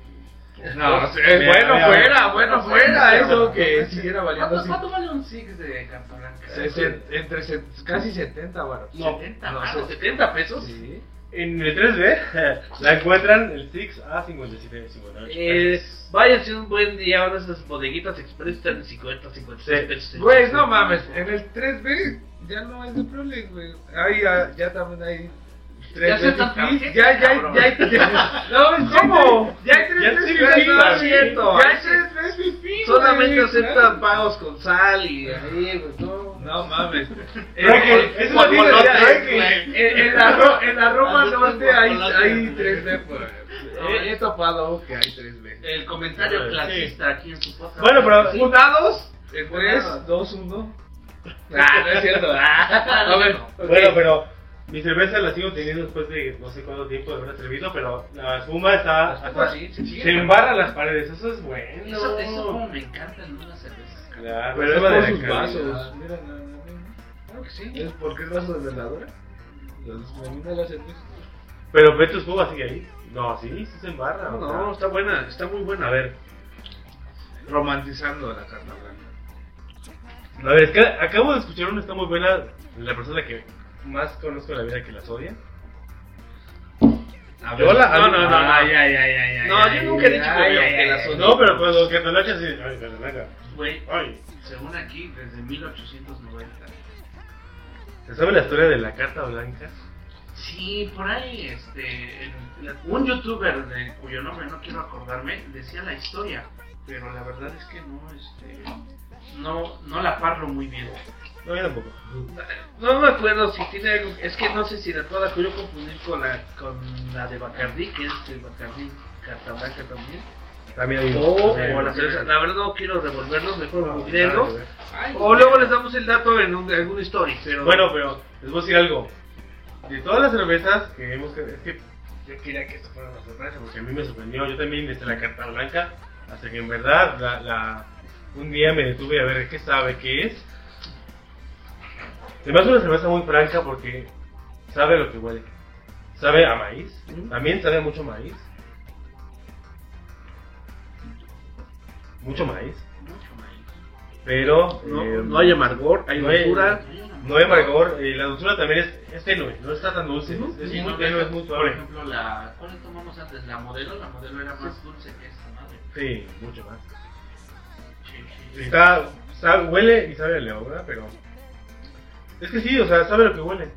[SPEAKER 4] No, sí,
[SPEAKER 2] Mira,
[SPEAKER 4] bueno
[SPEAKER 2] mira.
[SPEAKER 4] fuera, bueno fuera eso que siguiera valiendo
[SPEAKER 5] ¿Cuánto,
[SPEAKER 4] así.
[SPEAKER 5] cuánto vale un Six de carta blanca?
[SPEAKER 4] Sesen- Entre se- casi 70 baros.
[SPEAKER 2] No,
[SPEAKER 5] 70
[SPEAKER 4] no,
[SPEAKER 5] varos.
[SPEAKER 3] 70 ah, pesos.
[SPEAKER 4] Sí.
[SPEAKER 2] En el 3B la encuentran el 6 a 57, 58.
[SPEAKER 3] Eh, vaya, si un buen día van a esas bodeguitas express, están en 50, 56
[SPEAKER 2] Sí.
[SPEAKER 3] pesos.
[SPEAKER 4] Güey, no mames, en el 3B ya no es de Prolex, güey. Ahí ya, ya también hay. 3B
[SPEAKER 5] Ya aceptan
[SPEAKER 4] fifís.
[SPEAKER 5] tarjeta,
[SPEAKER 4] ya, ya, hay-
[SPEAKER 5] cabrón.
[SPEAKER 4] ya, hay- ya, no, ¿cómo? Ya hay 3
[SPEAKER 2] Ya
[SPEAKER 4] b
[SPEAKER 2] sí,
[SPEAKER 4] fifís,
[SPEAKER 2] sí,
[SPEAKER 4] no es
[SPEAKER 2] sí.
[SPEAKER 4] cierto.
[SPEAKER 3] Ya
[SPEAKER 4] Hay
[SPEAKER 3] sí.
[SPEAKER 4] 3 b fifís,
[SPEAKER 3] Solamente
[SPEAKER 4] güey,
[SPEAKER 3] aceptan
[SPEAKER 4] claro.
[SPEAKER 3] pagos con sal y ahí, güey, no.
[SPEAKER 4] No mames. Eh,
[SPEAKER 2] Trueque, es una
[SPEAKER 4] por-
[SPEAKER 2] tienda
[SPEAKER 4] por-
[SPEAKER 2] de
[SPEAKER 4] por-
[SPEAKER 2] trueque.
[SPEAKER 4] En, en la, Ro- en la Roma
[SPEAKER 3] Nosotros
[SPEAKER 4] Norte hay,
[SPEAKER 3] guajolotes.
[SPEAKER 4] hay 3B. por- He topado que hay 3B.
[SPEAKER 5] El comentario
[SPEAKER 2] Sí.
[SPEAKER 5] clasista aquí en su podcast.
[SPEAKER 2] Bueno, pero-
[SPEAKER 4] Fundados en
[SPEAKER 5] Fundados.
[SPEAKER 4] 3, 2, 1. Ah, no es cierto. Ah, a ver.
[SPEAKER 2] Bueno, pero Mi cerveza la sigo teniendo después de no sé cuánto tiempo de haberla servido, pero la espuma está. hasta-
[SPEAKER 5] Sí, sí, sí.
[SPEAKER 2] se embarra las paredes, eso es bueno.
[SPEAKER 5] Eso, eso como me encanta en una cerveza. cabrón.
[SPEAKER 2] Claro,
[SPEAKER 6] Pero es
[SPEAKER 2] problema
[SPEAKER 6] por
[SPEAKER 2] de
[SPEAKER 6] sus
[SPEAKER 2] calidad.
[SPEAKER 6] vasos.
[SPEAKER 4] Mira, no, no, no.
[SPEAKER 5] Claro que sí.
[SPEAKER 4] ¿Es porque es vaso de veladora? Los pues, mamina la cerveza.
[SPEAKER 2] Pero ve tu espuma, sigue ahí. No, sí, sí se embarra.
[SPEAKER 3] No,
[SPEAKER 2] o
[SPEAKER 3] no,
[SPEAKER 2] sea.
[SPEAKER 3] está buena, está muy buena.
[SPEAKER 2] A ver,
[SPEAKER 4] Romantizando la carta blanca.
[SPEAKER 2] a ver, es que acabo de escuchar una está muy buena. La persona que más conozco en la vida que las odia.
[SPEAKER 4] A
[SPEAKER 2] Yo la- no, no, no, no.
[SPEAKER 3] Ay, ay, ay, ay, ay,
[SPEAKER 5] No, yo nunca he dicho
[SPEAKER 3] ay,
[SPEAKER 5] que
[SPEAKER 3] ay,
[SPEAKER 5] que
[SPEAKER 3] ay,
[SPEAKER 5] las
[SPEAKER 3] ay.
[SPEAKER 5] odio.
[SPEAKER 2] No, pero cuando que te lo echas, sí. Ay, te lo echas.
[SPEAKER 5] Güey,
[SPEAKER 2] Ay.
[SPEAKER 5] según aquí, desde 1890.
[SPEAKER 2] ¿Se sabe la historia de la carta blanca?
[SPEAKER 5] Sí, por ahí, este, en- la- un youtuber de cuyo nombre no quiero acordarme decía la historia, pero la verdad es que no, este, no, no la parlo muy bien.
[SPEAKER 2] No, yo tampoco.
[SPEAKER 3] No me acuerdo si tiene algo. Es que no sé si la puedo yo confundir con la, con la de Bacardí, que es de Bacardí Cartablanca también.
[SPEAKER 2] También hay
[SPEAKER 3] O,
[SPEAKER 2] también hay-
[SPEAKER 3] o la cerveza. La verdad no quiero revolverlos, mejor
[SPEAKER 2] Ah,
[SPEAKER 3] confundirlos.
[SPEAKER 2] claro,
[SPEAKER 3] O luego les damos el dato en un, algún story. Pero
[SPEAKER 2] Bueno, pero les voy a decir algo. De todas las cervezas que hemos... Es que yo quería que esto fuera una sorpresa porque a mí me sorprendió. Yo también desde la carta blanca hasta que en verdad la, la- un día me detuve a ver qué sabe, qué es. Además una cerveza muy franca porque sabe lo que huele. Sabe a maíz. También sabe mucho maíz. Mucho maíz.
[SPEAKER 5] Mucho maíz.
[SPEAKER 2] Pero...
[SPEAKER 3] no,
[SPEAKER 2] eh,
[SPEAKER 3] no hay amargor, hay
[SPEAKER 2] no hay-
[SPEAKER 3] dulzura.
[SPEAKER 2] no hay amargor, eh, la dulzura también es, es tenue, no está tan dulce, es, es
[SPEAKER 5] Sí,
[SPEAKER 2] muy
[SPEAKER 5] no,
[SPEAKER 2] tenue, es muy
[SPEAKER 5] por
[SPEAKER 2] suave.
[SPEAKER 5] ejemplo, la, ¿cuál tomamos antes? La modelo, la modelo era más dulce que esta madre.
[SPEAKER 2] Sí, mucho más.
[SPEAKER 5] Sí, sí, sí.
[SPEAKER 2] Está, sabe- huele y sabe a león, ¿verdad? Pero es que sí, o sea, sabe lo que huele.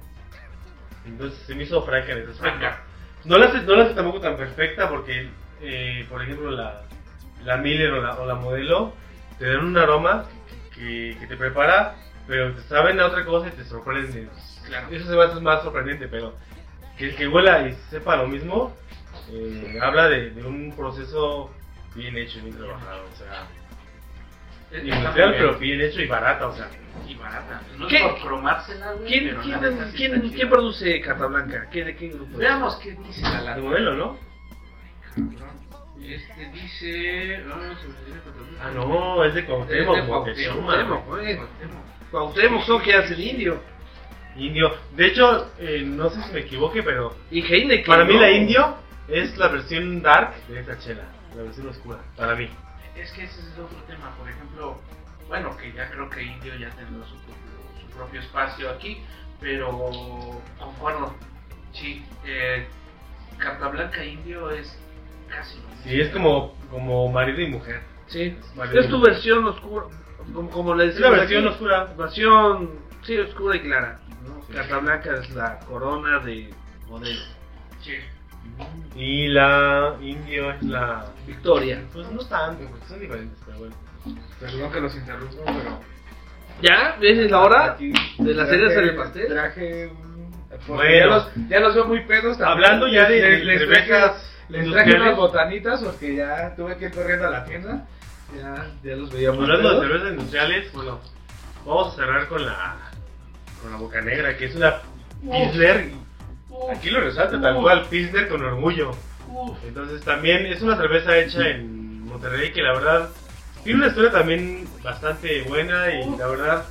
[SPEAKER 2] Entonces se me hizo franca en ese aspecto.
[SPEAKER 5] Franca.
[SPEAKER 2] No la hace, no la hace tampoco tan perfecta porque, eh, por ejemplo, la, la Miller o la, o la Modelo te dan un aroma que, que te prepara, pero te saben a otra cosa y te sorprenden.
[SPEAKER 5] Claro.
[SPEAKER 2] Eso se me hace más sorprendente, pero que el que huela y sepa lo mismo, eh, habla de, de un proceso bien hecho y bien trabajado. O sea, industrial, pero bien hecho y barata, o sea.
[SPEAKER 5] Y barata. No
[SPEAKER 3] ¿Qué?
[SPEAKER 5] es por cromársela, güey.
[SPEAKER 3] ¿Quién,
[SPEAKER 5] pero la
[SPEAKER 3] quién,
[SPEAKER 5] neta sí
[SPEAKER 3] quién,
[SPEAKER 5] está
[SPEAKER 3] quién
[SPEAKER 5] chida.
[SPEAKER 3] produce Cartablanca? ¿Quién, de ¿Qué grupo?
[SPEAKER 5] Veamos qué dice la
[SPEAKER 2] La de
[SPEAKER 5] lata.
[SPEAKER 2] modelo, ¿no?
[SPEAKER 5] Este dice. ah, no, se me olvidó que también-
[SPEAKER 2] Ah, no, es de Cuauhtémoc, Moctezuma,
[SPEAKER 3] Cuauhtémoc,
[SPEAKER 5] Eh,
[SPEAKER 3] güey.
[SPEAKER 5] Cuauhtémoc.
[SPEAKER 3] Cuauhtémoc Soquias, el indio.
[SPEAKER 2] Indio. De hecho, eh, no sé si me equivoque, pero
[SPEAKER 3] Y Heineken.
[SPEAKER 2] para mí
[SPEAKER 3] ¿no?
[SPEAKER 2] la Indio es la versión dark de esa chela, la versión oscura, para mí.
[SPEAKER 5] Es que ese es otro tema. Por ejemplo, bueno, que ya creo que Indio ya tendrá su propio, su propio espacio aquí, pero concuerdo. Sí, eh, Cartablanca Indio es casi lo mismo.
[SPEAKER 2] Sí, es como, como marido y mujer.
[SPEAKER 3] Sí.
[SPEAKER 2] Vale.
[SPEAKER 3] Es tu versión oscura. Como, como le
[SPEAKER 2] Es la
[SPEAKER 3] decimos
[SPEAKER 2] versión
[SPEAKER 3] aquí,
[SPEAKER 2] oscura.
[SPEAKER 3] versión, sí, oscura y clara. ¿no?
[SPEAKER 2] Sí.
[SPEAKER 3] Cartablanca es la corona de modelo.
[SPEAKER 5] Sí.
[SPEAKER 2] Y la Indio es la...
[SPEAKER 3] Victoria.
[SPEAKER 2] Pues no tanto, porque son diferentes, pero bueno.
[SPEAKER 4] Perdón que los interrumpo, pero.
[SPEAKER 3] ¿Ya? ¿Ves es la hora?
[SPEAKER 4] Aquí
[SPEAKER 3] de la
[SPEAKER 4] traje-
[SPEAKER 3] cereza del pastel.
[SPEAKER 4] Traje un. porque
[SPEAKER 2] Bueno.
[SPEAKER 4] Ya, los, ya los veo muy pedos. también.
[SPEAKER 2] Hablando ya de-
[SPEAKER 4] Les,
[SPEAKER 2] de
[SPEAKER 4] les traje,
[SPEAKER 2] cervezas
[SPEAKER 4] les traje
[SPEAKER 2] industriales.
[SPEAKER 4] unas botanitas porque ya tuve que ir corriendo a la tienda. Ya, ya los veía muy
[SPEAKER 2] Hablando de
[SPEAKER 4] pedos.
[SPEAKER 2] cervezas industriales, bueno, vamos a cerrar con la con la boca negra, que es una Pilsner. Aquí lo resalta tal cual, Pilsner con orgullo.
[SPEAKER 5] Uf,
[SPEAKER 2] Entonces también es una cerveza hecha en Monterrey que la verdad tiene una historia también bastante buena y la verdad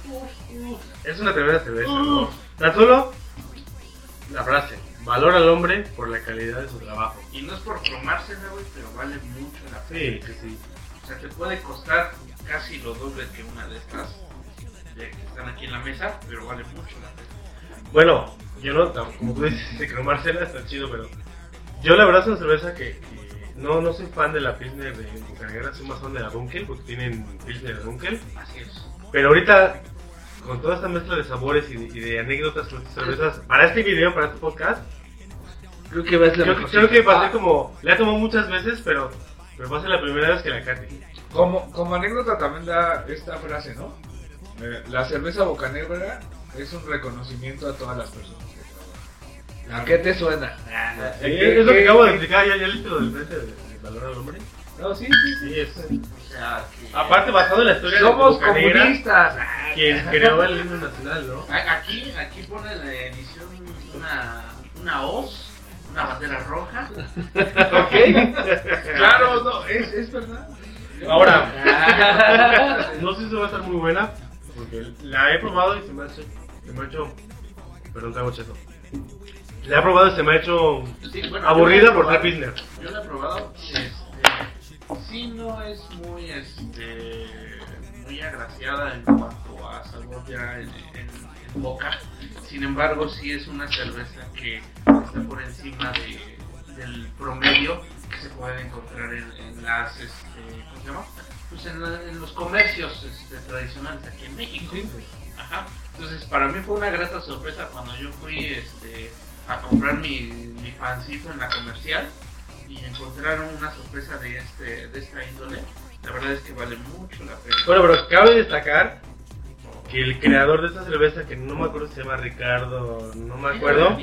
[SPEAKER 2] es una tremenda cerveza. ¿no? Tan solo la frase, valor al hombre por la calidad de su trabajo.
[SPEAKER 5] Y no es por cromársela, güey, pero vale mucho la pena.
[SPEAKER 2] Sí, que sí.
[SPEAKER 5] O sea, te puede costar casi lo doble que una de estas de que están aquí en la mesa, pero vale mucho la pena.
[SPEAKER 2] Bueno, yo no, tam- como tú dices, de cromársela está chido, pero yo la verdad es una cerveza que, que no, no soy fan de la Pilsner de Bucanegra, soy más fan de la Dunkel, porque tienen Pilsner de Dunkel,
[SPEAKER 5] Así es.
[SPEAKER 2] pero ahorita con toda esta mezcla de sabores y de, y de anécdotas con estas cervezas, para este video, para este podcast,
[SPEAKER 3] Creo que ves la
[SPEAKER 2] creo, que-
[SPEAKER 3] mejor.
[SPEAKER 2] creo que va a ser como, la he tomado muchas veces, pero, pero va a ser la primera vez que la cate.
[SPEAKER 4] Como, como anécdota también da esta frase, ¿no? Eh, La cerveza bocanegra es un reconocimiento a todas las personas que trabajan. ¿A qué te suena?
[SPEAKER 2] Eh, es lo que acabo de explicar, ya, ya leíste lo del frente del del valor al hombre.
[SPEAKER 4] No, sí, sí, sí.
[SPEAKER 2] Sí, es.
[SPEAKER 5] O sea, que
[SPEAKER 2] Aparte, basado en la historia
[SPEAKER 4] Somos
[SPEAKER 2] de Bucanegra,
[SPEAKER 4] comunistas.
[SPEAKER 2] quien creó el himno nacional, ¿no?
[SPEAKER 5] A- aquí, aquí pone la edición una, una hoz, una bandera roja.
[SPEAKER 4] Claro, no, es, es verdad.
[SPEAKER 2] Ahora, no sé si va a estar muy buena, porque la he probado y se me ha hecho. Se me ha hecho perdón, cago cheto. La he probado y se me ha hecho
[SPEAKER 5] Sí, bueno, yo la
[SPEAKER 2] aburrida
[SPEAKER 5] he
[SPEAKER 2] por ser
[SPEAKER 5] probado.
[SPEAKER 2] Pilsner.
[SPEAKER 5] Yo la he probado. Este, sí, no es muy, este, muy agraciada en cuanto a sabor ya en, en- en boca. Sin embargo, sí es una cerveza que está por encima de- del promedio que se puede encontrar en, en las, este, ¿cómo se llama? Pues en, la- en los comercios este, tradicionales aquí en México. Ajá. Entonces, para mí fue una grata sorpresa cuando yo fui este, a comprar mi, mi pancito en la comercial y encontraron una sorpresa de, este, de esta índole. La verdad es que vale mucho la pena.
[SPEAKER 2] Bueno, pero cabe destacar que el creador de esta cerveza, que no me acuerdo si se llama Ricardo, no me acuerdo,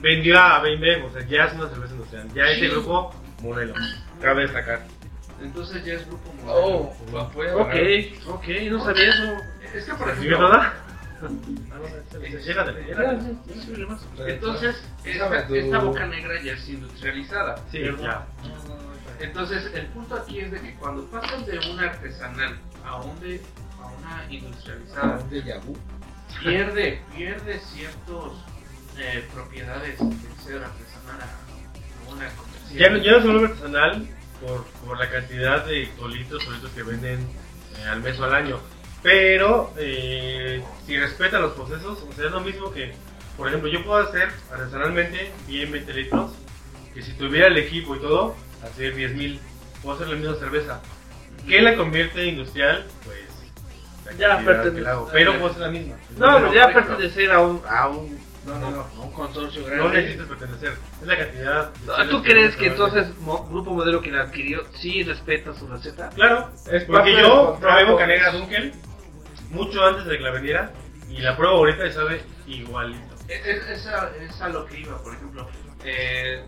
[SPEAKER 2] vendió a BM, o sea, ya es una cerveza industrial, ya es de grupo Modelo. Cabe destacar.
[SPEAKER 5] Entonces ya es grupo modelo.
[SPEAKER 4] Oh, pues,
[SPEAKER 3] Ok, ok, no sabía eso.
[SPEAKER 5] Es que por
[SPEAKER 2] ¿Sigue
[SPEAKER 5] ejemplo,
[SPEAKER 2] toda? Ah, Llévatela, llévatela.
[SPEAKER 5] entonces esta, esta boca negra ya es industrializada.
[SPEAKER 2] Sí,
[SPEAKER 5] ¿verdad?
[SPEAKER 2] ya.
[SPEAKER 5] Entonces, el punto aquí es de que cuando pasas de una artesanal a, un de- a una industrializada,
[SPEAKER 4] De Yahoo.
[SPEAKER 5] pierde, pierde ciertas propiedades de ser artesanal a a una comercial.
[SPEAKER 2] Ya no, ya no se vuelve artesanal por, por la cantidad de colitos, solitos que venden eh, al mes o al año. Pero eh, si respeta los procesos, o sea, es lo mismo que, por ejemplo, yo puedo hacer artesanalmente bien 20 litros, que si tuviera el equipo y todo, hacer 10.000. Puedo hacer la misma cerveza. ¿Qué la convierte en industrial? Pues la
[SPEAKER 3] Ya
[SPEAKER 2] cantidad
[SPEAKER 3] pertenece-
[SPEAKER 2] que la hago. Pero puedo hacer la misma.
[SPEAKER 3] No, pues
[SPEAKER 2] Pero,
[SPEAKER 3] ya
[SPEAKER 2] por ejemplo,
[SPEAKER 3] pertenecer a un, a un,
[SPEAKER 4] No, no, no.
[SPEAKER 3] a un consorcio
[SPEAKER 2] No
[SPEAKER 3] grande.
[SPEAKER 2] necesitas pertenecer, es la cantidad. de
[SPEAKER 3] Ah,
[SPEAKER 2] chelas
[SPEAKER 3] ¿Tú crees que
[SPEAKER 2] realmente-
[SPEAKER 3] entonces Mo- Grupo Modelo que la adquirió sí respeta su receta?
[SPEAKER 2] Claro,
[SPEAKER 4] Es parte
[SPEAKER 2] porque
[SPEAKER 4] del
[SPEAKER 2] yo
[SPEAKER 4] contrato.
[SPEAKER 2] probé boca negra Dunkel mucho antes de que la vendiera y la pruebo ahorita y sabe igualito.
[SPEAKER 5] Es, es, a, es a lo que iba, por ejemplo. eh,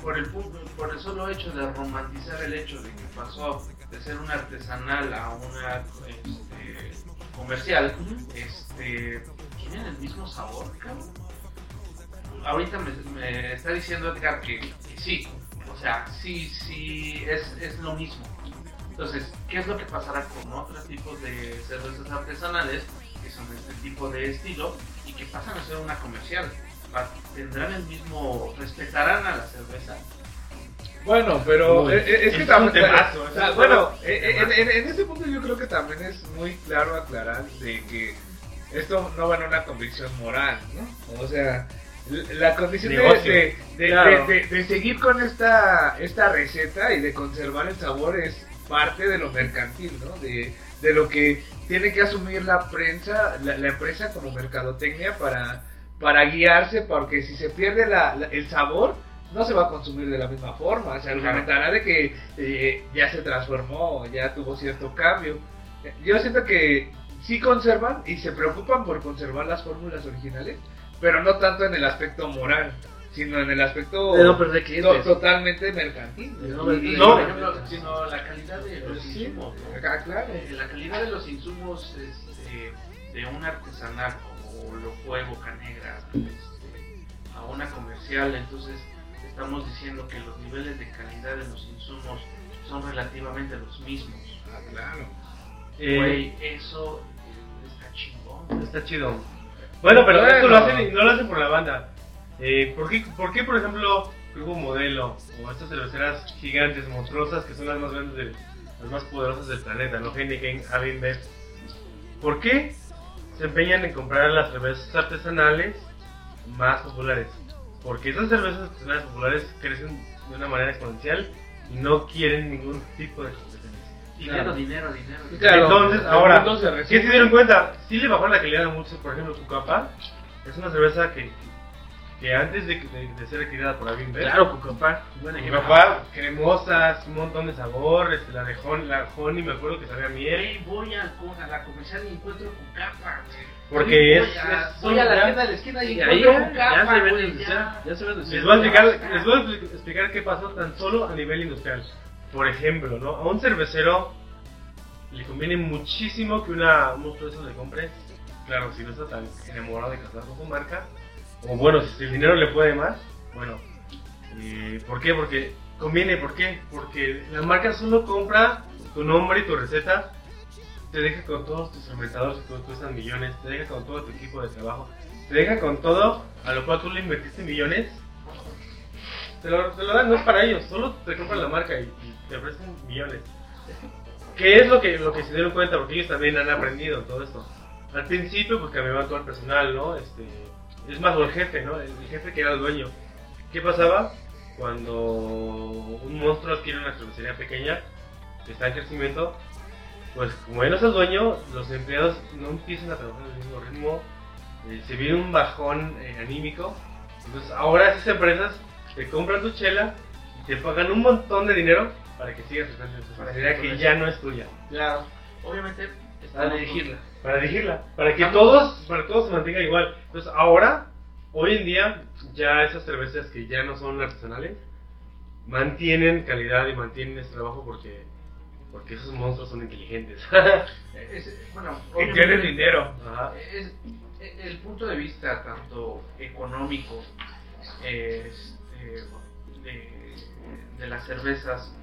[SPEAKER 5] por, el, pu- por el solo hecho de romantizar el hecho de que pasó de ser una artesanal a una este, comercial, este, tienen el mismo sabor, cabrón? Ahorita me, me está diciendo Edgar que, que sí, o sea, sí, sí, es, es lo mismo. Entonces, ¿qué es lo que pasará con otros tipos de cervezas artesanales que son de este tipo de estilo y que pasan a ser una comercial? Va- ¿Tendrán el mismo, respetarán a la cerveza?
[SPEAKER 4] Bueno, pero
[SPEAKER 2] Uy,
[SPEAKER 4] eh, eh, es,
[SPEAKER 2] es
[SPEAKER 4] que
[SPEAKER 2] un
[SPEAKER 4] también.
[SPEAKER 2] temazo,
[SPEAKER 4] o
[SPEAKER 2] es
[SPEAKER 4] sea,
[SPEAKER 2] un
[SPEAKER 4] bueno,
[SPEAKER 2] temazo.
[SPEAKER 4] eh, eh, en, en, en ese punto yo creo que también es muy claro aclarar de que esto no va en una convicción moral, ¿no? O sea, l- la condición de,
[SPEAKER 2] Negocio.
[SPEAKER 4] de- de-
[SPEAKER 3] Claro.
[SPEAKER 4] de- de- de seguir con esta, esta receta y de conservar el sabor es parte de lo mercantil, ¿no? De, de lo que tiene que asumir la prensa, la, la empresa como mercadotecnia para, para guiarse, porque si se pierde la- la- el sabor, no se va a consumir de la misma forma. Se argumentará de que eh, ya se transformó, ya tuvo cierto cambio. Yo siento que sí conservan y se preocupan por conservar las fórmulas originales, pero no tanto en el aspecto moral, sino en el aspecto
[SPEAKER 3] De no perder
[SPEAKER 4] to-
[SPEAKER 3] clientes.
[SPEAKER 4] totalmente mercantil.
[SPEAKER 3] De no
[SPEAKER 4] Y-
[SPEAKER 3] perder
[SPEAKER 4] y-
[SPEAKER 2] No.
[SPEAKER 5] por ejemplo, sino la calidad de los
[SPEAKER 4] Sí.
[SPEAKER 5] insumos. ¿no?
[SPEAKER 4] Ah, claro.
[SPEAKER 5] Eh, La calidad de los insumos este, de un artesanal como lo fue Boca Negra este, a una comercial, entonces estamos diciendo que los niveles de calidad de los insumos son relativamente los mismos.
[SPEAKER 4] Ah, claro.
[SPEAKER 2] Eh,
[SPEAKER 5] Güey, eso eh, está chingón.
[SPEAKER 2] está chido. Bueno, pero
[SPEAKER 4] Bueno.
[SPEAKER 2] esto lo hacen, y no lo hacen por la banda. Eh, ¿por, qué, ¿Por qué, por ejemplo, Grupo Modelo o estas cerveceras gigantes, monstruosas, que son las más grandes, del- las más poderosas del planeta, no Heineken, Avinbev, ¿por qué se empeñan en comprar las cervezas artesanales más populares? Porque esas cervezas artesanales populares crecen de una manera exponencial y no quieren ningún tipo de competencia.
[SPEAKER 5] Dinero,
[SPEAKER 4] Claro.
[SPEAKER 5] dinero, dinero.
[SPEAKER 4] Claro.
[SPEAKER 2] Entonces,
[SPEAKER 4] el
[SPEAKER 2] ahora,
[SPEAKER 4] mundo se resume.
[SPEAKER 2] ¿qué se dieron cuenta? Sí le bajó la calidad mucho, por ejemplo, Cucapa. Es una cerveza que, que antes de, de- de ser adquirida por Avin
[SPEAKER 3] Claro, Cucapá. Buen ejemplo.
[SPEAKER 2] Cucapa, cremosas, un montón de sabores, la de Hon- la Honey, me acuerdo que sabía a miel.
[SPEAKER 5] Güey, voy al co- a la comercial y encuentro con capa.
[SPEAKER 2] Porque es.
[SPEAKER 5] Voy a,
[SPEAKER 2] es
[SPEAKER 5] voy a la
[SPEAKER 2] un-
[SPEAKER 5] tienda de la esquina y
[SPEAKER 3] Y ahí
[SPEAKER 5] encuentro
[SPEAKER 3] ya,
[SPEAKER 5] con
[SPEAKER 3] ya
[SPEAKER 5] capa,
[SPEAKER 3] se ven
[SPEAKER 5] güey.
[SPEAKER 3] industrial,
[SPEAKER 5] ya.
[SPEAKER 3] ya se ven
[SPEAKER 2] Les voy, a
[SPEAKER 3] industrial.
[SPEAKER 2] explicar, les voy a expli- explicar qué pasó tan solo a nivel industrial. Por ejemplo, ¿no? A un cervecero le conviene muchísimo que una monstruosa le compre. Claro, si no está tan enamorado de casarse con su marca, o bueno, si el dinero le puede más, bueno, eh, ¿por qué? Porque conviene, ¿por qué? Porque la marca solo compra tu nombre y tu receta, te deja con todos tus fermentadores que cuestan millones, te deja con todo tu equipo de trabajo, te deja con todo a lo cual tú le invertiste millones, te lo, te lo dan, no es para ellos, solo te compran la marca y, y te ofrecen millones. ¿Qué es lo que, lo que se dieron cuenta? Porque ellos también han aprendido todo esto. Al principio, pues cambiaban todo el personal, ¿no? Este, es más, o el jefe, ¿no? El jefe que era el dueño. ¿Qué pasaba? Cuando un monstruo adquiere una cervecería pequeña, que está en crecimiento, pues como él no es el dueño, los empleados no empiezan a trabajar al mismo ritmo, eh, se viene un bajón eh, anímico. Entonces ahora esas empresas te compran tu chela y te pagan un montón de dinero para que sigas usando tu
[SPEAKER 5] Para que
[SPEAKER 2] cervecería que
[SPEAKER 5] tomes.
[SPEAKER 2] ya no es tuya,
[SPEAKER 5] Claro. Obviamente,
[SPEAKER 3] Para
[SPEAKER 5] estamos-
[SPEAKER 3] dirigirla.
[SPEAKER 2] para dirigirla, para que todos, para todos se mantenga igual. Entonces ahora, hoy en día, ya esas cervezas que ya no son artesanales mantienen calidad y mantienen ese trabajo porque porque esos monstruos son inteligentes.
[SPEAKER 5] es- es- bueno,
[SPEAKER 2] Que
[SPEAKER 5] obviamente-
[SPEAKER 2] tienen dinero. Ajá.
[SPEAKER 5] Es- e- el punto de vista tanto económico este, de, de las cervezas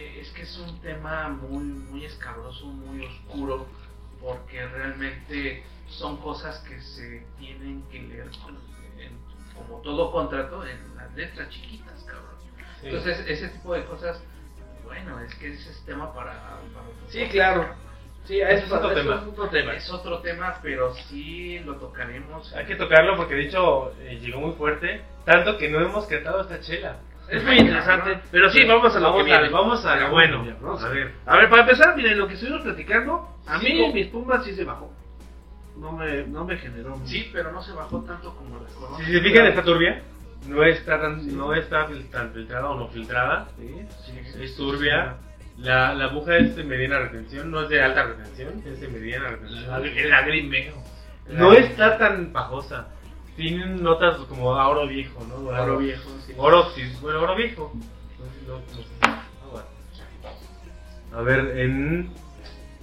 [SPEAKER 5] eh, es que es un tema muy muy escabroso muy oscuro porque realmente son cosas que se tienen que leer con- en- como todo contrato en las letras chiquitas cabrón
[SPEAKER 2] Sí.
[SPEAKER 5] entonces ese tipo de cosas bueno es que ese es tema para, para otro
[SPEAKER 3] Sí, claro. Sí,
[SPEAKER 2] Ese
[SPEAKER 3] eso es otro tema. tema.
[SPEAKER 5] es otro tema, pero sí lo tocaremos.
[SPEAKER 2] Hay que tocarlo porque de hecho eh, llegó muy fuerte, tanto que no hemos catado esta chela.
[SPEAKER 3] Es muy interesante. Pero sí, vamos a lo que
[SPEAKER 2] vamos
[SPEAKER 3] viene.
[SPEAKER 2] a, vamos a lo bueno.
[SPEAKER 3] Vamos
[SPEAKER 2] a ver.
[SPEAKER 3] A ver, para empezar, miren, lo que estuvimos platicando, a
[SPEAKER 5] Sí,
[SPEAKER 3] mí
[SPEAKER 5] como-
[SPEAKER 3] mis pumas sí se bajó. No me, no me generó.
[SPEAKER 5] Sí, pero no se bajó tanto como la conozco.
[SPEAKER 2] Si se fijan, está turbia. No está tan, no está fil- tan filtrada o no filtrada.
[SPEAKER 3] Sí, sí.
[SPEAKER 2] Es turbia. La, la aguja es de mediana retención, no es de alta retención, es de mediana retención.
[SPEAKER 3] El agrimeo.
[SPEAKER 2] No está tan pajosa. Tienen notas como a oro viejo, ¿no?
[SPEAKER 5] Oro viejo, sí.
[SPEAKER 2] Oro, sí, bueno, oro viejo. Entonces, no, no sé. Ah, bueno. A ver, en.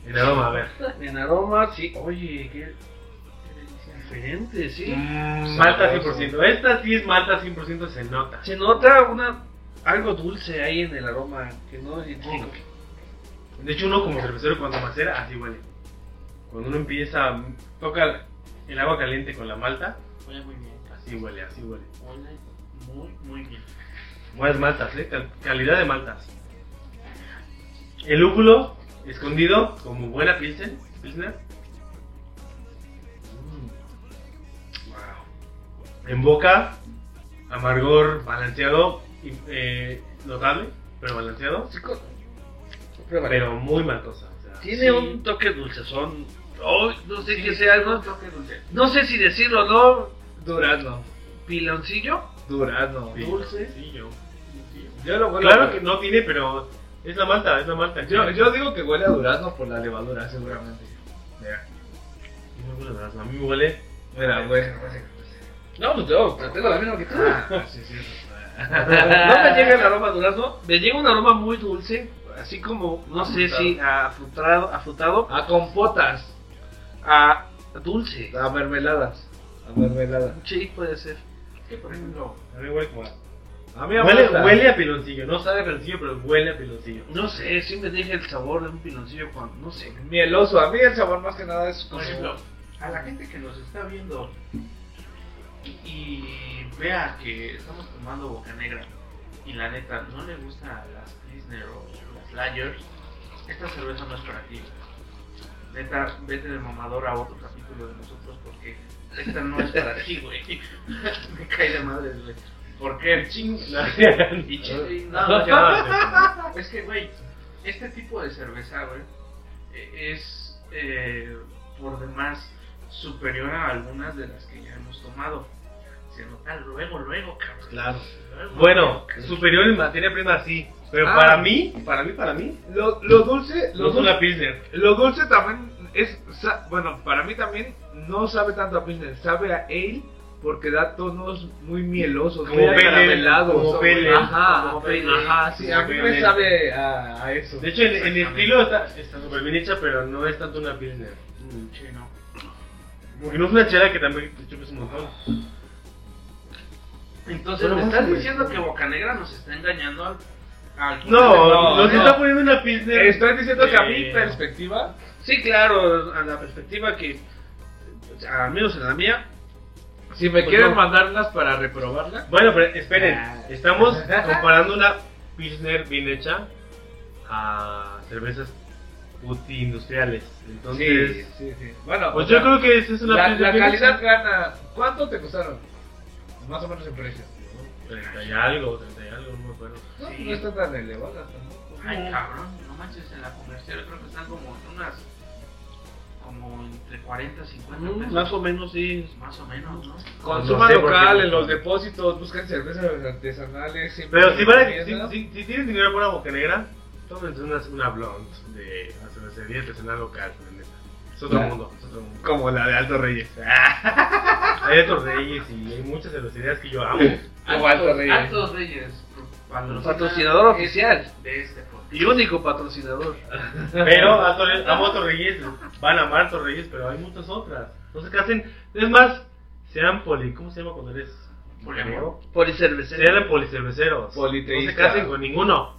[SPEAKER 2] En aroma, a ver.
[SPEAKER 3] En aroma, sí. Oye, qué
[SPEAKER 5] Qué delicia.
[SPEAKER 3] diferente, sí.
[SPEAKER 2] Mm, malta 100%. Esta sí es malta 100%, se nota.
[SPEAKER 3] Se nota una algo dulce ahí en el aroma que no identifico.
[SPEAKER 2] De hecho, uno como cervecero cuando macera, así huele. Cuando uno empieza, mm, toca el agua caliente con la malta,
[SPEAKER 5] Huele muy bien.
[SPEAKER 2] así huele, así huele.
[SPEAKER 5] Huele muy, muy bien.
[SPEAKER 2] Buenas maltas, ¿eh? Cal- calidad de maltas. El lúpulo escondido, como buena pilsen, pilsner. Mm. Wow. En boca, amargor balanceado, y, eh, notable, pero balanceado, pero muy maltosa. o sea,
[SPEAKER 3] Tiene
[SPEAKER 5] Sí.
[SPEAKER 3] un toque dulcezón. Oh, no sé qué sea algo.
[SPEAKER 5] Un toque dulce.
[SPEAKER 3] No sé si decirlo o no. Durazno. Piloncillo.
[SPEAKER 4] Durazno.
[SPEAKER 2] sí,
[SPEAKER 3] dulce.
[SPEAKER 2] sí, yo.
[SPEAKER 4] Yo lo huelo
[SPEAKER 2] Claro
[SPEAKER 4] a-
[SPEAKER 2] que no tiene, pero es la malta, es la malta.
[SPEAKER 4] Yo, yo digo que huele a durazno por la levadura, seguramente. Mira,
[SPEAKER 2] No me huele a durazno, a mí me huele.
[SPEAKER 4] mira, huele.
[SPEAKER 3] No, pues yo tengo la misma que tú.
[SPEAKER 4] Ah, sí, sí, sí.
[SPEAKER 3] No me llega el aroma a durazno. Me llega un aroma muy dulce. Así como, no sé si ah, afrutado, afrutado
[SPEAKER 4] A compotas.
[SPEAKER 3] a dulce.
[SPEAKER 4] A mermeladas. A mermeladas.
[SPEAKER 3] Sí, puede ser.
[SPEAKER 5] Es que, por ejemplo,
[SPEAKER 2] A mí huele como a-
[SPEAKER 4] A mí me
[SPEAKER 2] Huele,
[SPEAKER 4] gusta.
[SPEAKER 2] huele a piloncillo, no sabe a piloncillo, pero huele a piloncillo.
[SPEAKER 3] No sé, sí me deja el sabor de un piloncillo cuando, no sé.
[SPEAKER 4] Mieloso. A mí el sabor más que nada es como...
[SPEAKER 5] por ejemplo, a la gente que nos está viendo y, y vea que estamos tomando boca negra y la neta no le gusta las Pilsner o las Layers, esta cerveza no es para ti. Neta, vete de mamador a otro capítulo de nosotros porque esta no es para ti, güey. Me cae de madre, güey. ¿Por qué? Ching. Y ching. No, no, no. Es que, güey, este tipo de cerveza, güey, eh, es eh, por demás superior a algunas de las que ya hemos tomado. Se nota luego, luego, cabrón.
[SPEAKER 2] Claro.
[SPEAKER 5] Luego,
[SPEAKER 2] Bueno,
[SPEAKER 5] luego.
[SPEAKER 2] superior en materia prima sí, pero
[SPEAKER 4] Ah.
[SPEAKER 2] para mí, para mí, para mí,
[SPEAKER 4] Lo, lo dulce...
[SPEAKER 2] no
[SPEAKER 4] Lo
[SPEAKER 2] es una
[SPEAKER 4] dulce,
[SPEAKER 2] pilsner.
[SPEAKER 4] lo dulce también es... sa- Bueno, para mí también no sabe tanto a Pilsner. Sabe a ale porque da tonos muy mielosos.
[SPEAKER 2] Como
[SPEAKER 4] muy
[SPEAKER 2] pale ale,
[SPEAKER 4] acaramelados.
[SPEAKER 2] como pale ale.
[SPEAKER 4] Ajá.
[SPEAKER 5] Como pale ale.
[SPEAKER 4] Ajá, sí. A
[SPEAKER 2] Como
[SPEAKER 4] mí
[SPEAKER 2] pale
[SPEAKER 4] me
[SPEAKER 2] ale.
[SPEAKER 4] sabe a, a eso.
[SPEAKER 2] De hecho, en, en estilo está está súper bien hecha, pero no es tanto una pilsner.
[SPEAKER 5] Mm, sí, no.
[SPEAKER 2] Porque no es una chela que también te chupes un montón.
[SPEAKER 5] Entonces,
[SPEAKER 3] Pero
[SPEAKER 5] ¿me
[SPEAKER 3] vos,
[SPEAKER 5] estás
[SPEAKER 3] hombre.
[SPEAKER 5] diciendo que Bocanegra nos está engañando al... al-
[SPEAKER 2] No,
[SPEAKER 4] No,
[SPEAKER 2] nos
[SPEAKER 4] no.
[SPEAKER 2] está poniendo una pilsner.
[SPEAKER 4] Estoy diciendo que a mi
[SPEAKER 2] Eh,
[SPEAKER 4] perspectiva,
[SPEAKER 3] Sí, claro, a la perspectiva que, al menos en la mía,
[SPEAKER 4] si me
[SPEAKER 3] Pues
[SPEAKER 4] quieren
[SPEAKER 3] no.
[SPEAKER 4] mandarlas para reprobarla,
[SPEAKER 2] Bueno, pero esperen, estamos comparando una pilsner bien hecha a cervezas puti industriales. Entonces,
[SPEAKER 4] sí, sí, sí. Bueno,
[SPEAKER 2] pues
[SPEAKER 4] o
[SPEAKER 2] yo
[SPEAKER 4] sea,
[SPEAKER 2] creo que esa es una
[SPEAKER 4] la,
[SPEAKER 2] pilsner
[SPEAKER 4] la
[SPEAKER 2] bien
[SPEAKER 4] calidad
[SPEAKER 2] hecha.
[SPEAKER 4] gana. ¿Cuánto te costaron? Más o menos en precio.
[SPEAKER 2] 30 y algo, 30 y algo, no me acuerdo.
[SPEAKER 4] No,
[SPEAKER 5] Sí.
[SPEAKER 4] no está tan elevada tampoco.
[SPEAKER 5] Ay, cabrón, no manches, en la comercial creo que están como en unas... Como entre 40 y 50
[SPEAKER 2] Mm,
[SPEAKER 5] pesos.
[SPEAKER 3] más o menos sí.
[SPEAKER 5] Más o menos, ¿no?
[SPEAKER 4] Consuma
[SPEAKER 2] No sé por
[SPEAKER 4] local,
[SPEAKER 2] qué.
[SPEAKER 4] en los depósitos, buscan cervezas artesanales. siempre
[SPEAKER 2] Pero si, van a-
[SPEAKER 4] recomiendan.
[SPEAKER 2] si, si- si tienen dinero por una bocanegra, tómense una, una blonde de la cervecería artesanal local, la neta. Es otro
[SPEAKER 4] Claro.
[SPEAKER 2] mundo, es otro mundo.
[SPEAKER 4] Como la de Alto Reyes.
[SPEAKER 2] Hay otros reyes y hay muchas cervecerías que yo amo.
[SPEAKER 4] Como Alto Reyes.
[SPEAKER 5] Altos Reyes. patrocina
[SPEAKER 3] Patrocinador oficial
[SPEAKER 5] De este podcast.
[SPEAKER 3] y único patrocinador.
[SPEAKER 2] Pero a Torre- amo a Torreyes, van a amar a Torreyes, pero hay muchas otras. Entonces, ¿qué hacen? Es más, sean poli. ¿Cómo se llama cuando eres?
[SPEAKER 5] Poliamor.
[SPEAKER 3] Policervecero.
[SPEAKER 2] Sean policerveceros. No se
[SPEAKER 4] Politeísta.
[SPEAKER 2] casen con ninguno.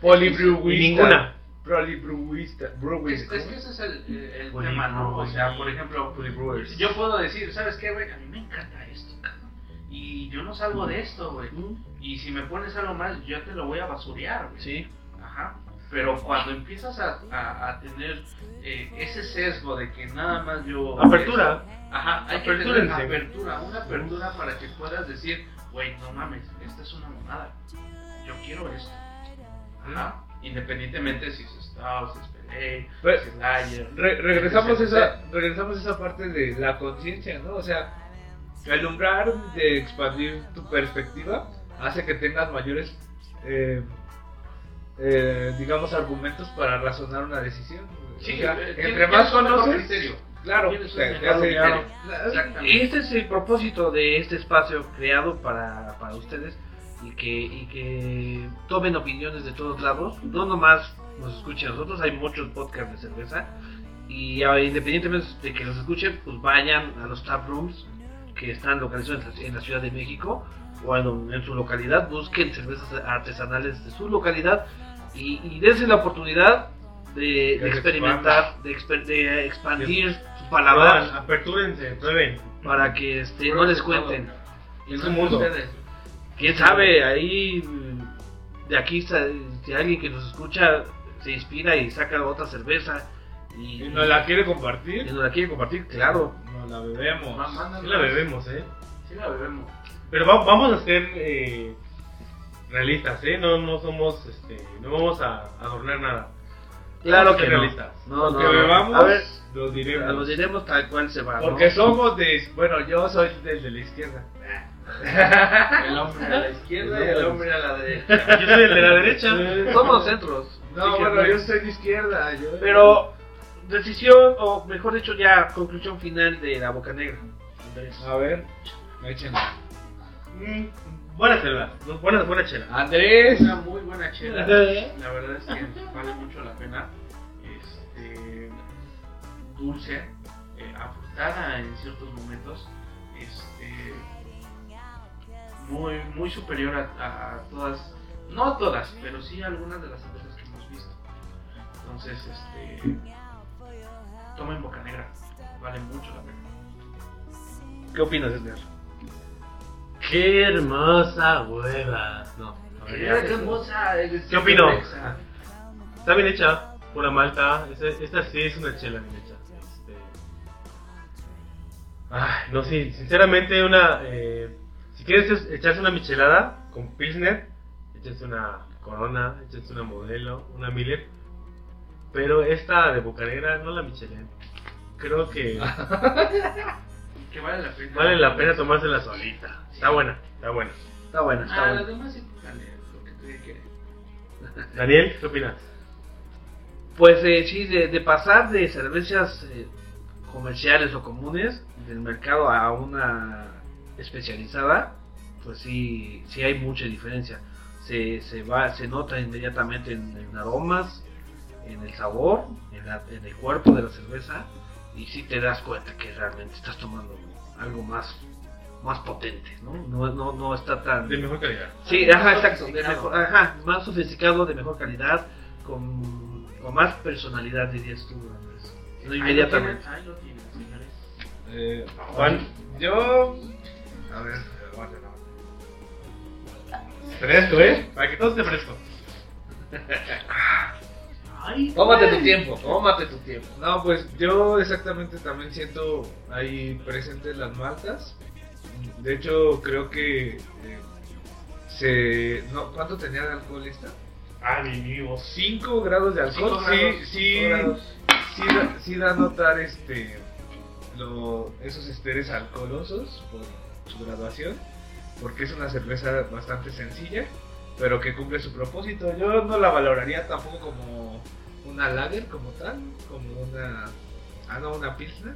[SPEAKER 4] Polibruista.
[SPEAKER 2] Ninguna.
[SPEAKER 4] Polibruista.
[SPEAKER 5] Es,
[SPEAKER 4] Brewista.
[SPEAKER 5] es que ese es el, el- el
[SPEAKER 2] Oli
[SPEAKER 5] tema, ¿no? O
[SPEAKER 2] Brewers.
[SPEAKER 5] sea, por ejemplo, pues,
[SPEAKER 2] Oli Brewers.
[SPEAKER 5] yo puedo decir, ¿sabes qué, güey? A mí me encanta esto, cabrón. Y yo no salgo de esto, güey. Y si me pones algo más, yo te lo voy a basurear, güey.
[SPEAKER 3] Sí.
[SPEAKER 5] Ajá. Pero cuando empiezas a, a- a tener eh, ese sesgo de que nada más yo...
[SPEAKER 2] Apertura.
[SPEAKER 5] Ajá, hay que tener
[SPEAKER 2] Apertúrense.
[SPEAKER 5] apertura, una apertura para que puedas decir, güey, no mames, esta es una mamada, yo quiero esto. Ajá, independientemente si es Stout, si es Pelé,
[SPEAKER 4] Pero-
[SPEAKER 5] si es Lager.
[SPEAKER 4] Re- regresamos a esa regresamos a esa parte de la conciencia no o sea el umbral de expandir tu perspectiva hace que tengas mayores eh, eh, digamos argumentos para razonar una decisión O sea,
[SPEAKER 5] eh,
[SPEAKER 4] entre
[SPEAKER 5] tienes-
[SPEAKER 4] más
[SPEAKER 5] tienes un mejor
[SPEAKER 4] conoces
[SPEAKER 5] criterio.
[SPEAKER 4] claro
[SPEAKER 5] Tienes un
[SPEAKER 4] te- te
[SPEAKER 5] mejor
[SPEAKER 4] hace-
[SPEAKER 5] criterio.
[SPEAKER 4] la-
[SPEAKER 5] Exactamente.
[SPEAKER 3] Y este es el propósito de este espacio creado para, para ustedes y que, y que tomen opiniones de todos lados. No nomás nos escuchen a nosotros, hay muchos podcasts de cerveza. Y ah, independientemente de que los escuchen, pues vayan a los tap rooms que están localizados en la, en la Ciudad de México o en, en su localidad. Busquen cervezas artesanales de su localidad y, y dense la oportunidad de, de
[SPEAKER 4] Que se
[SPEAKER 3] experimentar, de, exper- de expandir su paladar
[SPEAKER 2] Palabras. Apertúrense, prueben.
[SPEAKER 3] para que este, no les cuenten.
[SPEAKER 2] Es un mundo.
[SPEAKER 5] Ustedes,
[SPEAKER 3] Quién sabe, ahí mm, de aquí sa- si alguien que nos escucha se inspira y saca otra cerveza y,
[SPEAKER 4] y nos la quiere
[SPEAKER 3] y
[SPEAKER 4] compartir
[SPEAKER 3] nos la quiere compartir, claro.
[SPEAKER 4] nos la bebemos
[SPEAKER 5] ma- mándanos.
[SPEAKER 2] Sí la bebemos, ¿eh?
[SPEAKER 5] Sí la bebemos.
[SPEAKER 2] Pero va- vamos a ser eh, realistas, ¿eh? No, no somos, este, no vamos a adornar nada.
[SPEAKER 3] Claro
[SPEAKER 2] Vamos a
[SPEAKER 3] que
[SPEAKER 2] ser
[SPEAKER 3] no.
[SPEAKER 2] realistas.
[SPEAKER 3] No,
[SPEAKER 4] lo
[SPEAKER 3] no,
[SPEAKER 4] que
[SPEAKER 3] no.
[SPEAKER 4] bebamos
[SPEAKER 3] A ver,
[SPEAKER 4] lo diremos
[SPEAKER 3] nos diremos tal cual se va. ¿no?
[SPEAKER 4] porque somos de bueno yo soy del de la izquierda
[SPEAKER 5] El hombre a la izquierda y el hombre a la derecha.
[SPEAKER 2] Yo soy el de la derecha.
[SPEAKER 3] somos centros.
[SPEAKER 4] no
[SPEAKER 3] Así que- pues,
[SPEAKER 4] bueno yo soy de izquierda yo-
[SPEAKER 3] Pero decisión, o mejor dicho ya, conclusión final de la boca negra. Andrés.
[SPEAKER 4] a ver échenla
[SPEAKER 2] Mm, Buena selva, buena, buena chela. Ah,
[SPEAKER 4] Andrés.
[SPEAKER 5] Una muy buena chela. La verdad es que vale mucho la pena. Este, dulce, eh, afrutada en ciertos momentos. Este, muy, muy superior a, a- a todas, no todas, pero sí algunas de las cervezas que hemos visto. Entonces, este, tomen boca negra, vale mucho la pena.
[SPEAKER 3] ¿Qué opinas, Edgar?
[SPEAKER 2] Qué hermosa hueva. No. a ver, ya.
[SPEAKER 5] hermosa! eh,
[SPEAKER 2] ¿Qué opino? Está bien hecha, pura malta. Esta, esta sí es una chela bien hecha. Este... Ay, no, sí, sinceramente una... eh, si quieres es- echarse una michelada con Pilsner, échense una Corona, échense una Modelo, una Miller. Pero esta de Bucanera no la michelen. Creo que
[SPEAKER 5] Que vale la pena.
[SPEAKER 2] vale la pena tomársela solita. Está buena, está buena.
[SPEAKER 3] Está buena, está
[SPEAKER 5] Ah,
[SPEAKER 3] buena.
[SPEAKER 5] las demás sí, dale, lo que tú quieres.
[SPEAKER 2] Daniel, ¿qué opinas?
[SPEAKER 3] Pues eh, sí, de, de pasar de cervezas eh, comerciales o comunes del mercado a una especializada, pues sí, sí hay mucha diferencia. Se, se va, se nota inmediatamente en, en aromas, en el sabor, en, la- en el cuerpo de la cerveza y sí te das cuenta que realmente estás tomando algo más, más potente, ¿no? No, no, no está tan...
[SPEAKER 2] De mejor calidad.
[SPEAKER 3] Sí,
[SPEAKER 5] Más
[SPEAKER 3] ajá, exacto. de
[SPEAKER 5] sofisticado.
[SPEAKER 3] mejor- ajá, más sofisticado, de mejor calidad, con, con más personalidad, dirías tú,
[SPEAKER 5] Ahí
[SPEAKER 3] Andrés. No
[SPEAKER 5] lo tienen,
[SPEAKER 3] inmediatamente.
[SPEAKER 5] ahí lo tienen, señores.
[SPEAKER 4] Eh,
[SPEAKER 2] Juan.
[SPEAKER 4] Yo. A ver, aguanta, aguanta.
[SPEAKER 2] Fresco, ¿eh? Para que todo esté fresco.
[SPEAKER 5] Ay,
[SPEAKER 4] Tómate
[SPEAKER 5] güey.
[SPEAKER 4] tu tiempo, tómate tu tiempo. No, pues yo exactamente también siento ahí presentes las maltas. De hecho, creo que. eh, se, no, ¿Cuánto tenía de alcohol esta?
[SPEAKER 2] Ah, mi vivo.
[SPEAKER 4] 5 grados de alcohol.
[SPEAKER 5] Cinco
[SPEAKER 4] sí,
[SPEAKER 5] grados,
[SPEAKER 4] sí,
[SPEAKER 5] cinco grados.
[SPEAKER 4] sí, da, sí da a notar este, lo- esos esteres alcoholosos por su graduación, porque es una cerveza bastante sencilla, pero que cumple su propósito. Yo no la valoraría tampoco como una lager como tal, como una... Ah, no, una pilsner.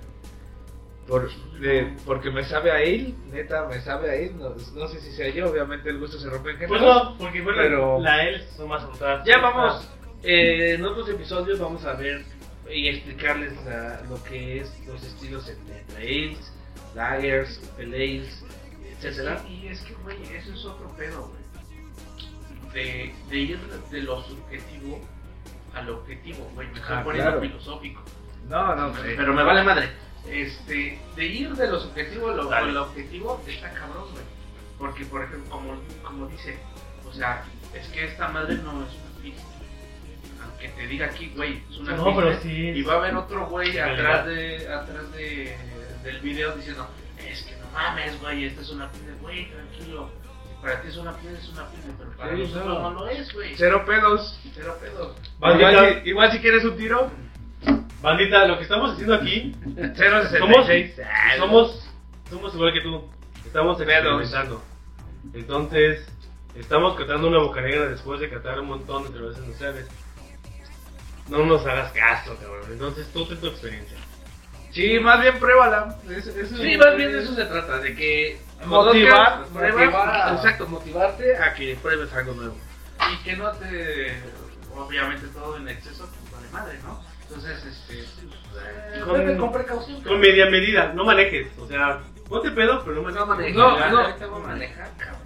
[SPEAKER 4] Por, de- porque me sabe a ale, neta, me sabe a ale, no, no sé si sea yo, obviamente el gusto se rompe en
[SPEAKER 2] Pues
[SPEAKER 4] general.
[SPEAKER 2] no, porque fue la-
[SPEAKER 4] Pero-
[SPEAKER 2] la L son más frutadas.
[SPEAKER 3] Ya vamos, eh, en otros episodios vamos a ver y explicarles la- lo que es los estilos entre ales, lagers, peleis, etcétera.
[SPEAKER 5] Y, y es que, güey, eso es otro pedo, güey. De, de ir de lo subjetivo al objetivo, güey. Me estoy
[SPEAKER 4] Ah,
[SPEAKER 5] poniendo
[SPEAKER 4] claro.
[SPEAKER 5] filosófico.
[SPEAKER 4] No, no, eh,
[SPEAKER 5] Pero me vale madre. Este, de ir de lo subjetivo a lo,
[SPEAKER 2] Dale.
[SPEAKER 5] al objetivo está cabrón, güey. Porque, por ejemplo, como, como dice, o sea, es que esta madre no es una pista. Aunque te diga aquí, güey, es una
[SPEAKER 2] No,
[SPEAKER 5] pista.
[SPEAKER 2] pero Ah, sí. ¿eh?
[SPEAKER 5] Y va a haber otro güey
[SPEAKER 2] Sí, verdad.
[SPEAKER 5] atrás de atrás de, del video diciendo, es que no mames, güey, esta es una pide, güey, tranquilo. Si para ti es una pide, es una pide, pero para
[SPEAKER 4] Sí,
[SPEAKER 5] nosotros no
[SPEAKER 4] claro.
[SPEAKER 5] lo es, güey.
[SPEAKER 4] cero pedos.
[SPEAKER 5] Cero pedo.
[SPEAKER 2] Bandita,
[SPEAKER 4] Igual si, igual si quieres un tiro,
[SPEAKER 2] bandita, lo que estamos haciendo aquí,
[SPEAKER 4] 066.
[SPEAKER 2] somos, somos igual que tú. Estamos experimentando. Entonces, estamos catando una bocanera después de catar un montón de cervezas industriales. No nos hagas caso, cabrón. Entonces, tú ten tu experiencia.
[SPEAKER 4] Sí, más bien pruébala. Es- es-
[SPEAKER 3] Sí, más bien de eso se trata, de que
[SPEAKER 4] Motivar,
[SPEAKER 3] conozcas, pruebas,
[SPEAKER 4] motivar a-
[SPEAKER 3] exacto, motivarte a que pruebes algo nuevo.
[SPEAKER 5] y que no te obviamente todo en exceso pues vale madre no entonces este eh,
[SPEAKER 2] Con-
[SPEAKER 5] bebe con precaución
[SPEAKER 2] Con media medida, no manejes. O sea, ponte pedo, pero no manejes.
[SPEAKER 5] no maneja
[SPEAKER 4] No,
[SPEAKER 5] ya,
[SPEAKER 4] no.
[SPEAKER 5] ahorita voy a manejar cabrón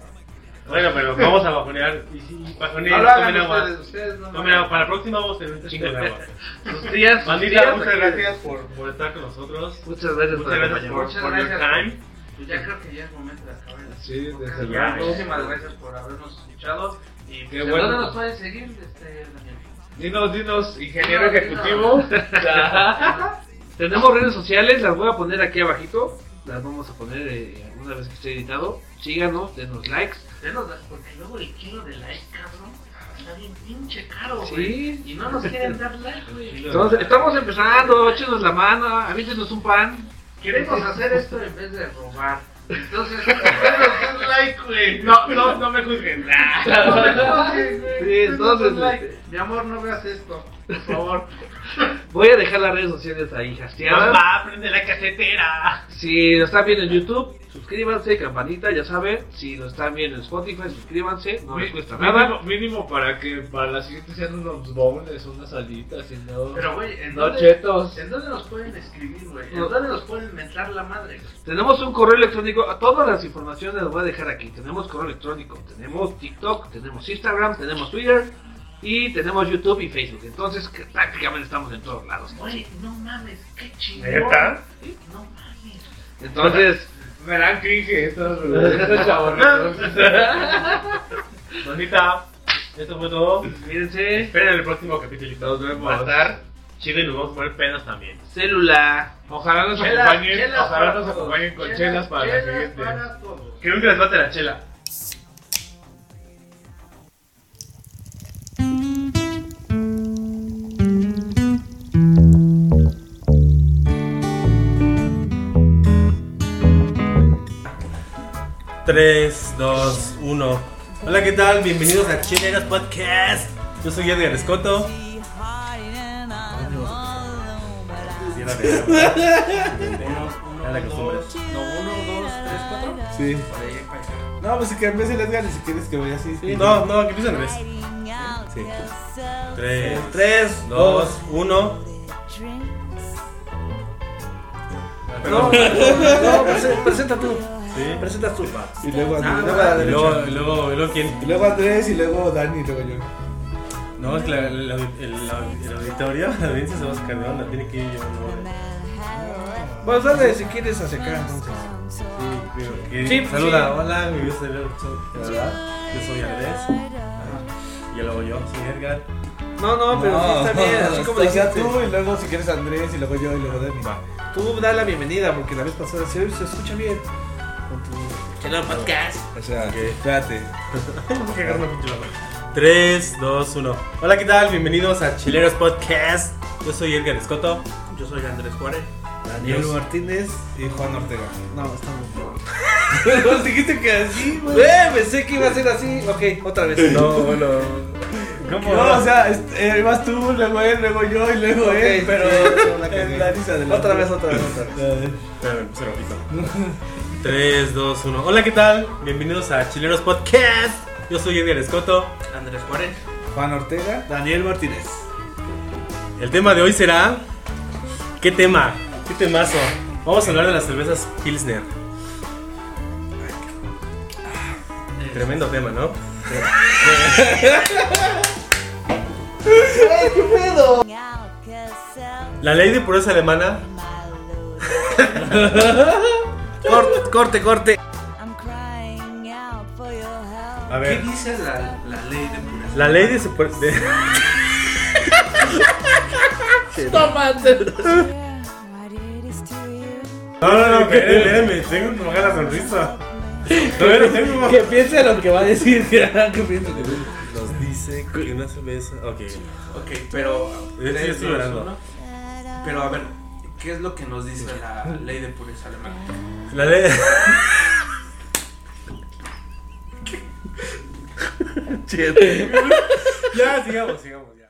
[SPEAKER 2] Bueno, pero vamos a bajonear. Y si bajonean,
[SPEAKER 4] No lo hagan
[SPEAKER 2] tomen agua.
[SPEAKER 4] ustedes, ustedes no lo
[SPEAKER 2] Tomen agua.
[SPEAKER 4] hagan.
[SPEAKER 2] Para la próxima vamos a tener un chingo de agua.
[SPEAKER 3] Sus días, sus
[SPEAKER 2] Bandita,
[SPEAKER 3] días
[SPEAKER 2] muchas
[SPEAKER 3] aquí.
[SPEAKER 2] gracias por, por estar con nosotros.
[SPEAKER 3] Muchas gracias por
[SPEAKER 2] Muchas gracias
[SPEAKER 3] acompañarnos.
[SPEAKER 2] por,
[SPEAKER 5] Muchas
[SPEAKER 2] por
[SPEAKER 5] gracias.
[SPEAKER 2] your time.
[SPEAKER 5] pues ya creo que ya es momento de acabar el
[SPEAKER 4] Sí,
[SPEAKER 5] podcast.
[SPEAKER 4] desde
[SPEAKER 5] Ya,
[SPEAKER 2] luego.
[SPEAKER 5] muchísimas gracias por habernos escuchado y
[SPEAKER 4] Qué
[SPEAKER 5] pues, ¿en
[SPEAKER 4] bueno.
[SPEAKER 5] dónde nos pueden seguir este Daniel?
[SPEAKER 4] Dinos, dinos, ingeniero ejecutivo.
[SPEAKER 3] Tenemos redes sociales, las voy a poner aquí abajito. Las vamos a poner eh, una vez que esté editado. Síganos, denos likes.
[SPEAKER 5] Denos las- porque luego el kilo de like cabrón está bien pinche caro
[SPEAKER 3] Sí.
[SPEAKER 5] güey y no nos quieren dar like güey
[SPEAKER 3] Entonces, estamos empezando, échenos la mano, avítenos un pan.
[SPEAKER 5] Queremos hacer esto en vez de robar. Entonces, denos un like, güey. No, no, no me juzguen. Nah. No me juzguen, güey.
[SPEAKER 3] Sí,
[SPEAKER 5] Denos
[SPEAKER 3] entonces,
[SPEAKER 5] un like.
[SPEAKER 3] este-
[SPEAKER 5] Mi amor, no veas esto. Por favor.
[SPEAKER 3] Voy a dejar las redes sociales ahí hasteadas.
[SPEAKER 2] Mamá, prende la casetera.
[SPEAKER 3] Si lo están viendo en YouTube, suscríbanse, campanita, ya saben. Si lo están viendo en Spotify, suscríbanse, no les cuesta nada.
[SPEAKER 4] Mínimo, mínimo para que para la siguiente sean unos bowls, unas alitas y no,
[SPEAKER 5] Pero, güey, ¿en,
[SPEAKER 4] no
[SPEAKER 5] dónde,
[SPEAKER 4] chetos.
[SPEAKER 5] ¿en dónde nos pueden escribir, güey? ¿En
[SPEAKER 3] No.
[SPEAKER 5] dónde nos pueden mentar la madre?
[SPEAKER 3] Tenemos un correo electrónico, a todas las informaciones las voy a dejar aquí. Tenemos correo electrónico, tenemos TikTok, tenemos Instagram, tenemos Twitter y tenemos YouTube y Facebook. Entonces, que prácticamente estamos en todos lados.
[SPEAKER 5] Güey, no mames, qué chingón.
[SPEAKER 2] ¿Neta?
[SPEAKER 5] No mames.
[SPEAKER 3] Entonces,
[SPEAKER 4] Me dan cringe estos, estos chavos.
[SPEAKER 2] Bandita, esto fue todo.
[SPEAKER 3] mírense,
[SPEAKER 2] Esperen el próximo capítulo. Nos vemos. Va a estar chido y nos vamos a poner pedas también.
[SPEAKER 3] célula.
[SPEAKER 4] Ojalá nos
[SPEAKER 5] Chelas,
[SPEAKER 4] acompañen,
[SPEAKER 5] chelas
[SPEAKER 4] ojalá
[SPEAKER 5] para
[SPEAKER 4] nos
[SPEAKER 5] todos.
[SPEAKER 4] acompañen con chelas para la
[SPEAKER 5] chelas
[SPEAKER 4] siguiente.
[SPEAKER 5] para todos.
[SPEAKER 2] Que nunca les falte la chela. Tres, dos, uno. Hola, ¿qué tal? Bienvenidos a Chileras Podcast. Yo soy Edgar Escoto. la costumbre.
[SPEAKER 5] No, uno, dos, tres, cuatro.
[SPEAKER 6] Sí.
[SPEAKER 5] Para allá y para acá.
[SPEAKER 6] No, pues si que empiece el Edgar y si quieres que vaya así.
[SPEAKER 7] No, no, que empiece al revés.
[SPEAKER 6] Sí.
[SPEAKER 7] 3, 3, 2, 1.
[SPEAKER 6] No, no, no, presen- presenta tú.
[SPEAKER 2] Sí.
[SPEAKER 1] Presenta Ah, tu pa.
[SPEAKER 4] Y luego Andrés.
[SPEAKER 1] Nada, nada.
[SPEAKER 2] Y luego, y luego, y luego
[SPEAKER 4] Y
[SPEAKER 2] quién.
[SPEAKER 4] luego Andrés y luego Dani y luego yo.
[SPEAKER 2] No, es que la, la- el, la- el auditorio, la audiencia se va a sacar de onda. Tiene que ir yo. ¿no?
[SPEAKER 1] Bueno, dale si quieres hacia acá entonces.
[SPEAKER 2] Sí, pero que-
[SPEAKER 1] Sí, pues,
[SPEAKER 2] saluda,
[SPEAKER 1] sí.
[SPEAKER 2] hola, mi gusto de ver- soy- la verdad. Yo soy Andrés. Ah, Y luego yo, soy Edgar.
[SPEAKER 1] No, no, pero sí está bien, así como
[SPEAKER 4] o sea,
[SPEAKER 1] dijiste.
[SPEAKER 4] tú y luego si quieres Andrés y luego yo y luego Dani.
[SPEAKER 2] Va.
[SPEAKER 1] Tú da la bienvenida porque la vez pasada se, se escucha bien. Con tu-
[SPEAKER 3] Hello, podcast.
[SPEAKER 4] O sea,
[SPEAKER 2] Ok.
[SPEAKER 4] espérate.
[SPEAKER 2] 3, 2, 1. Hola, ¿qué tal? Bienvenidos a Chileros Podcast. Yo soy Edgar Escoto.
[SPEAKER 3] Yo soy Andrés Juárez.
[SPEAKER 1] Daniel Martínez.
[SPEAKER 4] Y Juan Ortega.
[SPEAKER 1] No, estamos bien.
[SPEAKER 4] Pero dijiste que así, güey.
[SPEAKER 1] Eh, pensé que iba a ser así. Ok, otra vez.
[SPEAKER 2] No, bueno. ¿Cómo?
[SPEAKER 4] No, o sea, es- eh, ibas tú, luego él, luego yo y luego
[SPEAKER 1] Ok,
[SPEAKER 4] él, pero
[SPEAKER 1] sí, la cagué.
[SPEAKER 4] el Dani se adelantó.
[SPEAKER 1] Otra vez, otra vez, otra vez.
[SPEAKER 4] Eh,
[SPEAKER 2] 3, 2, 1. Hola, ¿qué tal? Bienvenidos a Chileros Podcast. Yo soy Edgar Escoto.
[SPEAKER 3] Andrés Juárez.
[SPEAKER 4] Juan Ortega.
[SPEAKER 1] Daniel Martínez.
[SPEAKER 2] El tema de hoy será. ¿Qué tema? ¿Qué temazo? Vamos a hablar de las cervezas Pilsner. Tremendo tema, ¿no? La ley de pureza alemana.
[SPEAKER 1] Corte, corte, corte.
[SPEAKER 2] A
[SPEAKER 3] ¿Qué
[SPEAKER 2] ver.
[SPEAKER 3] dice la, la ley de pureza?
[SPEAKER 2] La ley de super. de- No, no, no, espérenme, tengo que bajar la sonrisa. Todavía no tengo.
[SPEAKER 1] Que piense lo que va a decir. que piense lo que va a decir.
[SPEAKER 2] Nos dice que una cerveza. Ok.
[SPEAKER 3] Ok, pero.
[SPEAKER 2] Sí, sí, estoy llorando.
[SPEAKER 3] ¿no? Pero a ver, ¿qué es lo que nos dice la ley de pureza alemana?
[SPEAKER 2] La ley. ya, sigamos, sigamos. ya.